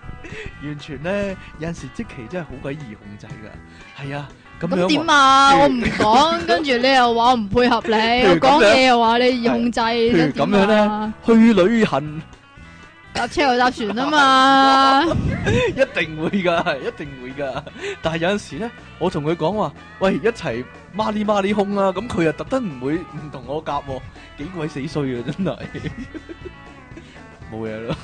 Speaker 1: 完全咧，有陣時即期真係好鬼易控制噶。係啊，咁樣
Speaker 2: 咁
Speaker 1: 喎
Speaker 2: 點啊？
Speaker 1: 譬如
Speaker 2: 我唔講，跟住你又話我唔配合 你，
Speaker 1: 如
Speaker 2: 我
Speaker 1: 咁
Speaker 2: 講
Speaker 1: 樣
Speaker 2: 嘢又話你要控制，
Speaker 1: 譬如
Speaker 2: 想
Speaker 1: 咁樣
Speaker 2: 點
Speaker 1: 咧
Speaker 2: 啊？
Speaker 1: 去旅行
Speaker 2: 搭車又搭船 啊嘛，
Speaker 1: 一定會㗎，一定會㗎。但係有陣時咧，我同佢講話，喂，一齊孖呢孖呢空啦、咁佢又特登唔會唔同我夾喎，幾鬼死衰啊！真係冇嘢啦，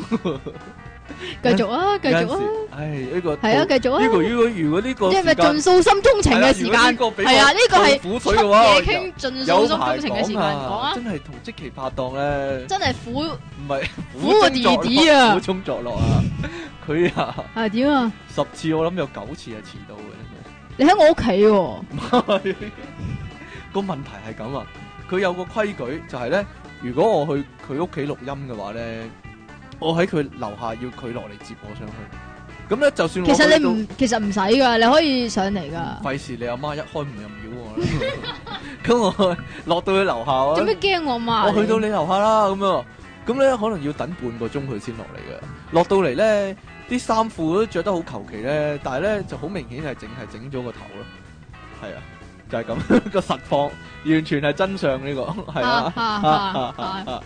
Speaker 2: 繼續啊，繼
Speaker 1: 有
Speaker 2: 續
Speaker 1: 陣
Speaker 2: 啊，
Speaker 1: 時，唉，呢、個
Speaker 2: 係啊，
Speaker 1: 呢、
Speaker 2: 繼續啊，
Speaker 1: 個如果如果呢個
Speaker 2: 即係咪
Speaker 1: 時間
Speaker 2: 盡訴心中情嘅時
Speaker 1: 係
Speaker 2: 間？
Speaker 1: 啦如果呢個俾我
Speaker 2: 係啊，呢個係
Speaker 1: 痛苦
Speaker 2: 出
Speaker 1: 水嘅話
Speaker 2: 嘢
Speaker 1: 我
Speaker 2: 傾盡訴
Speaker 1: 有
Speaker 2: 心中情嘅時間，
Speaker 1: 排
Speaker 2: 講啊，
Speaker 1: 真係同即期拍檔咧，
Speaker 2: 真係苦
Speaker 1: 唔係
Speaker 2: 苦個弟弟啊
Speaker 1: 苦中作樂啊！佢啊，
Speaker 2: 係點啊？
Speaker 1: 十次我諗有九次係遲到嘅，真係。
Speaker 2: 你喺我屋企喎，
Speaker 1: 個問題係咁啊，佢有個規矩就係咧，如果我去佢屋企錄音嘅話咧，我喺佢樓下要佢落嚟接我上去。咁咧，就算我
Speaker 2: 其實
Speaker 1: 去
Speaker 2: 你
Speaker 1: 到
Speaker 2: 唔，其實唔使噶，你可以上嚟噶。
Speaker 1: 費事你阿媽一開門就秒我啦。 咁我落到去樓下，我
Speaker 2: 做咩驚我嘛？
Speaker 1: 我去啊到你樓下啦，咁啊，咁咧可能要等半個鐘佢先落嚟嘅。落到嚟咧，啲衫褲都着得好求其咧，但係咧就好明顯係淨係整咗個頭咯。係啊，就係咁 個實況，完全係真相呢、個係啊。
Speaker 2: 啊啊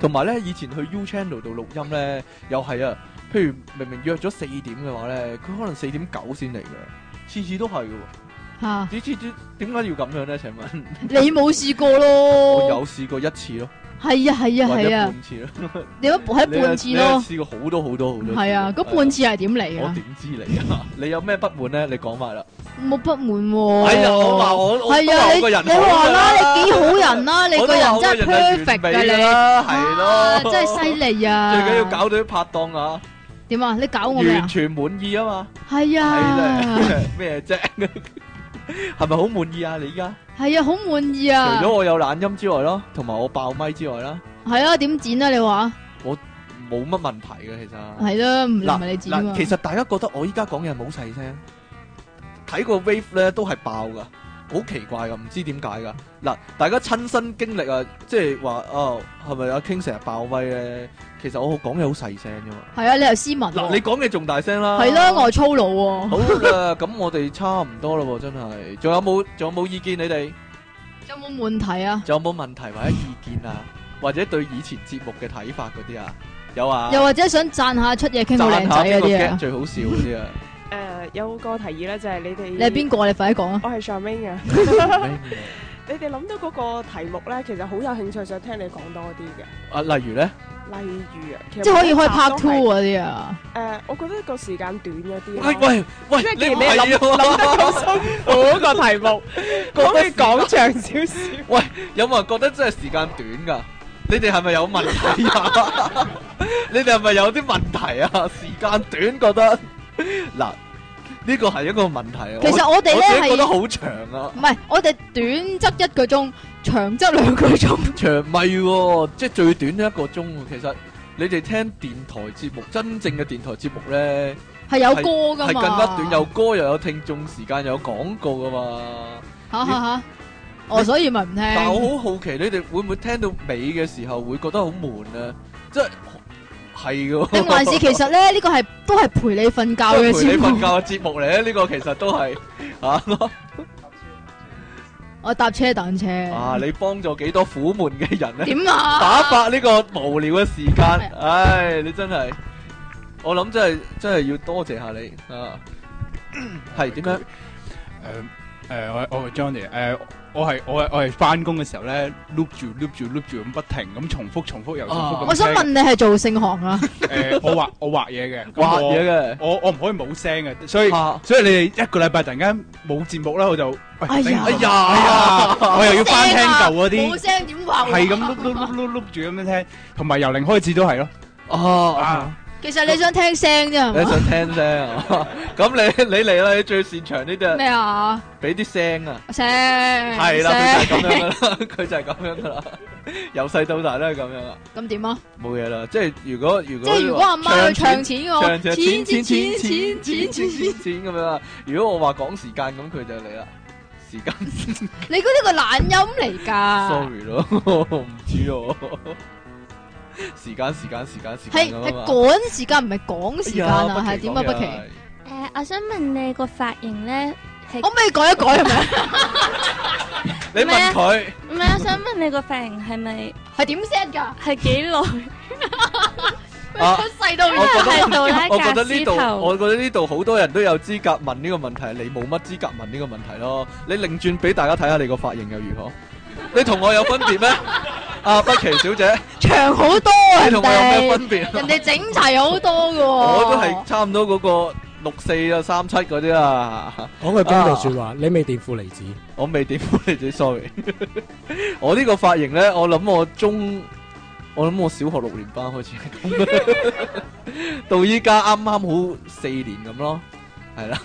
Speaker 1: 同埋咧，以前去 U Channel 度錄音咧，又係啊。譬如明明約咗四點嘅話咧，佢可能四點九先嚟嘅，次次都係嘅喎。
Speaker 2: 啊！
Speaker 1: 次次都點解要咁樣咧？請問，
Speaker 2: 你冇試過
Speaker 1: 我
Speaker 2: 咯？
Speaker 1: 有試過一次咯，
Speaker 2: 係啊係啊
Speaker 1: 或者
Speaker 2: 係啊！
Speaker 1: 半次咯。
Speaker 2: 你嗰喺半次咯，
Speaker 1: 你係試過好多好多好多。
Speaker 2: 係啊，嗰半次係點嚟
Speaker 1: 我
Speaker 2: 啊？
Speaker 1: 點知你啊？ 你有咩不滿咧？你講埋啦。
Speaker 2: 冇不滿喎。
Speaker 1: 哎呀，我話我我
Speaker 2: 係
Speaker 1: 都話
Speaker 2: 啊，
Speaker 1: 我
Speaker 2: 你
Speaker 1: 個人
Speaker 2: 你話啦，你幾好人啦，你
Speaker 1: 我
Speaker 2: 個
Speaker 1: 都話
Speaker 2: 人
Speaker 1: 我個
Speaker 2: 真係
Speaker 1: 人完
Speaker 2: perfect 㗎
Speaker 1: 美㗎
Speaker 2: 你，
Speaker 1: 啦
Speaker 2: 啊
Speaker 1: 係咯，
Speaker 2: 真係犀。利啊！
Speaker 1: 最緊要搞到啲拍檔啊，
Speaker 2: 點啊？你搞我咩
Speaker 1: 完
Speaker 2: 啊？
Speaker 1: 全滿意啊嘛，
Speaker 2: 係啊，
Speaker 1: 係 咧咩啫？ 係咪好滿意啊？你依家
Speaker 2: 係啊，好滿意
Speaker 1: 除
Speaker 2: 啊
Speaker 1: 咗！我有懶音之外咯，同埋我爆咪之外啦，
Speaker 2: 係啊，點剪啊？你話
Speaker 1: 冇乜問題嘅其實。
Speaker 2: 係啦，唔唔
Speaker 1: 嗱
Speaker 2: 係你剪
Speaker 1: 嗱，
Speaker 2: 啊？
Speaker 1: 其實大家覺得我依家講嘢冇細聲，睇個 wave 咧都係爆噶，好奇怪噶，唔知點解噶。嗱，大家親身經歷啊，即係話哦，係咪阿 King 成日爆威咧？其實我講嘢好細聲啫嘛。
Speaker 2: 係啊，你又斯文喎。
Speaker 1: 嗱，你講嘢仲大聲啦。
Speaker 2: 係啦，我係粗魯喎。
Speaker 1: 好啦，咁我哋差唔多啦喎，真係。仲有冇仲有冇意見？你哋
Speaker 2: 有冇問題啊？
Speaker 1: 仲有冇問題或者意見啊？或者對以前節目嘅睇法嗰啲啊？有啊。
Speaker 2: 又或者想讚下出嘢傾到
Speaker 1: 讚
Speaker 2: 靚
Speaker 1: 下
Speaker 2: 仔
Speaker 1: 邊
Speaker 2: 嗰
Speaker 1: 個
Speaker 2: 啲
Speaker 1: get
Speaker 2: 啊？
Speaker 1: 最好笑嗰啲啊？
Speaker 9: 誒呃有個提議咧，就係你哋
Speaker 2: 你係邊個啊？你快啲講啊！
Speaker 9: 我係上 wing 嘅。 你哋諗到嗰個題目咧，其實好有興趣想聽你講多啲嘅。
Speaker 1: 啊，例如咧。
Speaker 9: 例如啊，即
Speaker 2: 即係可以開 part two 嗰啲啊！
Speaker 9: 誒，呃我覺得個時間短一啲
Speaker 1: 喂
Speaker 9: 咯。
Speaker 1: 喂喂，
Speaker 9: 即係
Speaker 1: 你
Speaker 9: 既然
Speaker 1: 唔
Speaker 9: 你
Speaker 1: 係
Speaker 9: 諗
Speaker 1: 啊
Speaker 9: 諗得咁辛苦嗰個題目，可唔可以講長少少？
Speaker 1: 有冇人覺得真係時間短噶？你哋係咪有問題啊？ 你哋係咪有啲問題啊？時間短覺得嗱，呢個係一個問題啊。
Speaker 2: 其實我哋
Speaker 1: 我自己
Speaker 2: 咧
Speaker 1: 覺得
Speaker 2: 係
Speaker 1: 好長啊，
Speaker 2: 唔係我哋短則一個鐘，長則兩個 鐘。
Speaker 1: 長咪喎，即係最短一個鐘喎。其實你哋聽電台節目，真正嘅電台節目咧，
Speaker 2: 係有歌噶
Speaker 1: 係
Speaker 2: 嘛？
Speaker 1: 更加短，有歌又有聽眾時間，又有廣告噶嘛。
Speaker 2: 吓吓吓！哦，所以咪唔聽。
Speaker 1: 但我好好奇，你哋會唔會聽到尾嘅時候會覺得好悶啊？即係係嘅喎。
Speaker 2: 定還是其 實咧呢個係都係陪你瞓覺
Speaker 1: 即係陪
Speaker 2: 嘅節
Speaker 1: 你瞓覺
Speaker 2: 目。
Speaker 1: 嘅節目嚟啊咧，呢個其實都係啊
Speaker 2: 我搭車等車。
Speaker 1: 啊！你幫助幾多苦悶嘅人咧，
Speaker 2: 點啊？
Speaker 1: 打發呢個無聊嘅時間。唉，你真係，我諗真係真係要多謝下你 啊！係點樣？
Speaker 11: 诶，我我係 Johnny，诶，我系我系我系翻工嘅時候咧，loop 住 loop 住 loop 住咁不停咁重複重複又重
Speaker 1: 啊
Speaker 11: 複咁
Speaker 2: 我
Speaker 11: 聽。
Speaker 2: 想問你係做聖行啊？
Speaker 11: 诶，我畫我畫嘢嘅，咁
Speaker 1: 畫
Speaker 11: 我
Speaker 1: 嘢
Speaker 11: 我我唔可以冇聲嘅，所以
Speaker 1: 嘅啊！
Speaker 11: 所以你哋一個禮拜突然間冇節目啦，我就喂
Speaker 2: 哎呀
Speaker 1: 哎
Speaker 11: 頂
Speaker 1: 呀，
Speaker 11: 啊我又要翻聽舊嗰
Speaker 2: 冇
Speaker 11: 啲，
Speaker 2: 聲點話？
Speaker 11: 係咁碌碌碌碌碌住咁樣聽，同埋由零開始都係咯。
Speaker 1: 啊！
Speaker 11: 啊，
Speaker 2: 其實你想聽聲啫係
Speaker 1: 你
Speaker 2: 嘛？
Speaker 1: 想聽聲啊？ 咁你你嚟啦！你最擅長呢啲，
Speaker 2: 咩啊？
Speaker 1: 俾啲聲啊！
Speaker 2: 聲
Speaker 1: 係啦， 佢就係
Speaker 2: 聲
Speaker 1: 咁樣噶啦，佢就係咁樣噶啦，由細到大都係咁樣啊！
Speaker 2: 咁點啊？
Speaker 1: 冇嘢啦，即係如果如
Speaker 2: 即
Speaker 1: 果
Speaker 2: 係如果阿媽去唱
Speaker 1: 唱
Speaker 2: 錢
Speaker 1: 錢
Speaker 2: 我，
Speaker 1: 唱
Speaker 2: 錢
Speaker 1: 錢錢錢
Speaker 2: 錢錢錢
Speaker 1: 錢
Speaker 2: 錢
Speaker 1: 錢
Speaker 2: 錢
Speaker 1: 錢
Speaker 2: 錢，
Speaker 1: 錢錢咁樣啊！如果我話講時間咁，佢就嚟啦。時 間
Speaker 2: 你嗰啲個懶音嚟㗎，
Speaker 1: sorry 咯，我唔知哦。 時間時間時間時
Speaker 2: 係
Speaker 1: 間咁
Speaker 2: 係
Speaker 1: 啊嘛。
Speaker 2: 趕時間唔係講時間
Speaker 1: 哎
Speaker 2: 啊，
Speaker 1: 呀
Speaker 2: 係點啊？不奇，
Speaker 5: 诶，我想問你個髮型咧係
Speaker 2: 可唔可以改一改係咪啊？
Speaker 1: 你問佢
Speaker 5: 唔係，我想問你個髮型係咪
Speaker 2: 係點 set 㗎？
Speaker 5: 係幾耐？
Speaker 1: 啊！
Speaker 2: 佢細到
Speaker 1: 我覺得
Speaker 5: 係杜拉
Speaker 1: 我覺得呢
Speaker 5: 格斯頭
Speaker 1: 度，我覺得呢度好多人都有資格問呢個問題，你冇乜資格問呢個問題咯。你擰轉俾大家睇下你個髮型又如 何？你同我有分別咩？啊，北琪 小姐，
Speaker 2: 長好多啊
Speaker 1: 你
Speaker 2: 人
Speaker 1: 同我有咩
Speaker 2: 哋，
Speaker 1: 分別啊？
Speaker 2: 人哋整齊好多㗎喎。
Speaker 1: 我都係差唔多嗰個六四啊、三七嗰啲啦。
Speaker 3: 講句公道说話，你未垫負離子，
Speaker 1: 我未點過你哋，sorry。我呢個髮型咧，我諗我中，我諗我小學六年班開始係咁， 到依家啱 啱好四年咁咯，係啦，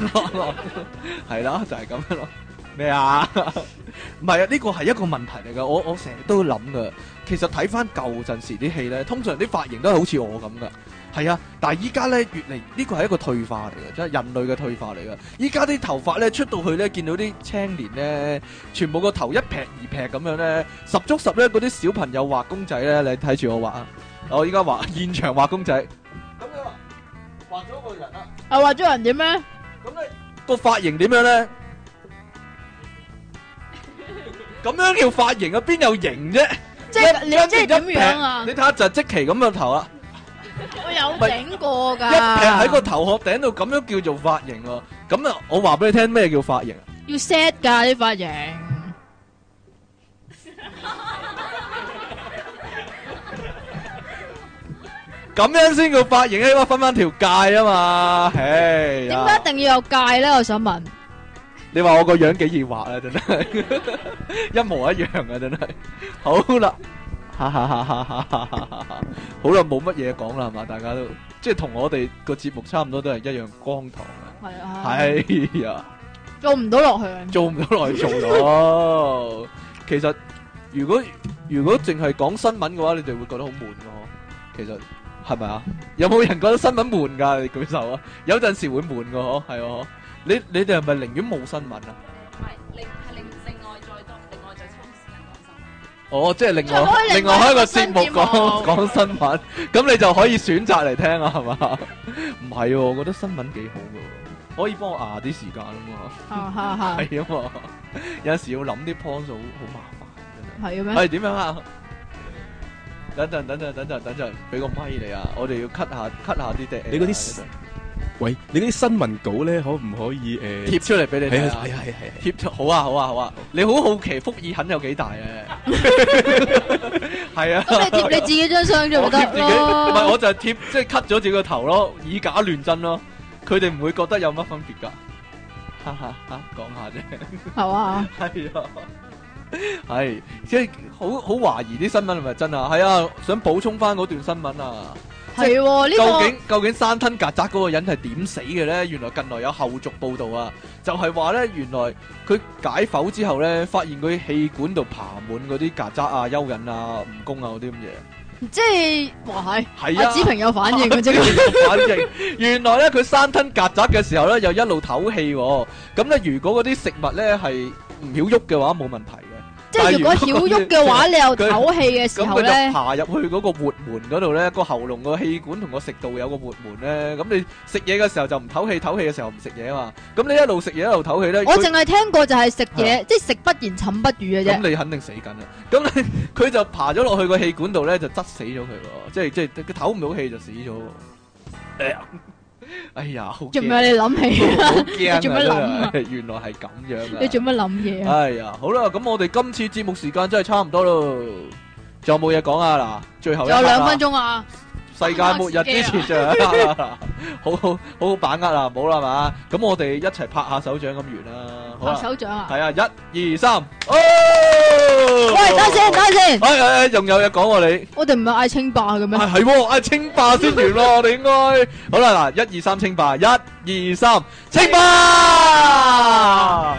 Speaker 1: 係啦，就係咁樣咯。咩啊？ 唔係啊，呢個係一個問題嚟噶。我我成日都諗噶。其實睇翻舊陣時啲戲咧，通常啲髮型都係好似我咁噶。係啊，但係依家咧越嚟呢個係一個退化嚟嘅，即係人類嘅退化嚟嘅。依家啲頭髮咧出到去咧，見到啲青年咧，全部個頭一劈二劈咁樣咧，十足十咧嗰啲小朋友畫公仔咧，你睇住我畫啊！我依家畫 現場畫公仔，咁樣啊畫咗個人啊！
Speaker 2: 啊話咗人點咩？
Speaker 1: 咁咧個髮型點樣 咧？咁樣叫髮型啊？邊有型啫？
Speaker 2: 即係你即係點樣啊
Speaker 1: 你？睇下就即奇咁嘅頭啊，
Speaker 2: 我有整過
Speaker 1: 一
Speaker 2: 㗎。
Speaker 1: 劈喺個頭殼頂度，咁樣叫做髮型喎。咁啊，我話俾你聽咩叫髮型啊？
Speaker 2: 要 set 㗎啲髮型。
Speaker 1: 咁樣先叫髮型啊，因為分翻條界啊 嘛。唉，
Speaker 2: 點解一定要有界咧？我想問。
Speaker 1: 你話我個樣幾易畫啊？真係 一模一樣啊！真係好啦， 哈哈哈哈哈哈哈哈哈好啦，冇乜嘢講啦，係嘛？大家都即係同我哋個節目差唔多，都係一樣光堂啊！
Speaker 2: 係啊。
Speaker 1: 係啊，
Speaker 2: 做唔到落去啊！
Speaker 1: 做唔到落去做咯。其實如果如果淨係講新聞嘅話，你哋會覺得好悶咯。其實係咪啊？有冇人覺得新聞悶㗎？你舉手啊！有陣時會悶㗎，嗬，係啊，嗬你你哋係咪寧願冇新聞啊？
Speaker 6: 另係另另外再多，另外再抽時間講新
Speaker 1: 哦，即係另
Speaker 2: 再
Speaker 1: 外
Speaker 2: 開
Speaker 1: 另
Speaker 2: 另
Speaker 1: 外
Speaker 2: 外
Speaker 1: 開
Speaker 2: 一
Speaker 1: 個
Speaker 2: 個
Speaker 1: 節
Speaker 2: 新
Speaker 1: 目
Speaker 2: 節目
Speaker 1: 講講新聞，咁你就可以選擇嚟聽啊，係嘛？唔係喎，我覺得新聞幾好嘅喎，可以幫我壓啲時間啊嘛，
Speaker 2: 哈哈哈。
Speaker 1: 係啊嘛，有陣時要諗啲 point 好好麻煩
Speaker 2: 係嘅
Speaker 1: 真係。
Speaker 2: 咩？
Speaker 1: 係點樣啊？等陣等陣等陣等陣，俾個咪你啊！我哋要 cut 下 cut 下啲啲。
Speaker 7: 你嗰啲喂，你嗰啲新聞稿咧，可唔可以诶？
Speaker 1: 貼出嚟俾你
Speaker 7: 係
Speaker 1: 睇啊
Speaker 7: 啊係！啊係啊係啊！
Speaker 1: 貼出好啊好啊好啊！你好好奇福爾肯有幾大 咧？係啊。
Speaker 2: 咁你 貼你自己張相就咪
Speaker 1: 我貼
Speaker 2: 得
Speaker 1: 自己，
Speaker 2: 哦
Speaker 1: 唔係
Speaker 2: 咯。
Speaker 1: 我就係貼即係 cut 咗自己個頭咯，以假亂真咯。佢哋唔會覺得有乜分別㗎。哈哈哈，講下啫，
Speaker 2: 係嘛？
Speaker 1: 係啊，係即係好好懷疑啲新聞係咪真啊？係啊，想補充翻嗰段新聞啊。
Speaker 2: 係喎，呢
Speaker 1: 究
Speaker 2: 個
Speaker 1: 竟究竟山吞曱甴嗰個人係點死嘅咧？原來近來有後續報導啊，就係話咧，原來佢解剖之後咧，發現佢氣管度爬滿嗰啲曱甴啊、蚯蚓啊、蜈蚣啊嗰啲咁嘢。
Speaker 2: 即係哇係。
Speaker 1: 係啊，
Speaker 2: 阿子平有反應嘅 即刻。
Speaker 1: 反應原來咧，佢生吞曱甴嘅時候咧，又一路唞氣喎。咁咧，如果嗰啲食物咧係唔曉喐嘅話，冇問題嘅。
Speaker 2: 即係如果曉喐嘅話，你又唞氣嘅時
Speaker 1: 咁
Speaker 2: 候
Speaker 1: 佢就
Speaker 2: 咧，
Speaker 1: 爬入去嗰個活門嗰度咧，個喉嚨個氣管同個食道有個活門咧。咁你食嘢嘅時候就唔唞氣，唞氣嘅時候唔食嘢啊嘛。咁你一路食嘢一路唞氣咧，
Speaker 2: 我
Speaker 1: 佢
Speaker 2: 淨係聽過就係食嘢，即係食不言寢不語嘅啫。
Speaker 1: 咁你肯定死緊啦。咁 咧佢就爬咗落去個氣管度咧，就窒死咗佢喎。即係即係佢唞唔到氣就死咗喎。哎呀，哎呀，好
Speaker 2: 做
Speaker 1: 驚
Speaker 2: 咩你諗起？
Speaker 1: 好驚啊！
Speaker 2: 你做乜諗啊
Speaker 1: 真係原來係咁樣啊！
Speaker 2: 你做乜諗嘢啊？
Speaker 1: 哎呀，好啦，咁我哋今次節目時間真係差唔多咯，仲有冇嘢講啊？嗱，最後
Speaker 2: 仲
Speaker 1: 一刻
Speaker 2: 有兩分
Speaker 1: 鐘，
Speaker 2: 鐘啊！
Speaker 1: 世界末日之 前仲有一 刻啦，好好好好把握啦，唔好啦嘛，咁我哋一齊拍下手掌咁完啦，好
Speaker 2: 拍
Speaker 1: 啦，
Speaker 2: 手掌啊！
Speaker 1: 係啊，一二三，哦，
Speaker 2: 喂，等先，等先，
Speaker 1: 哎哎哎，仲有嘢講喎你。
Speaker 2: 我哋唔係嗌清霸嘅咩？
Speaker 1: 啊，係喎，啊清霸先完 喎，我哋應該好啦，嗱，一二三清霸，一二三清霸。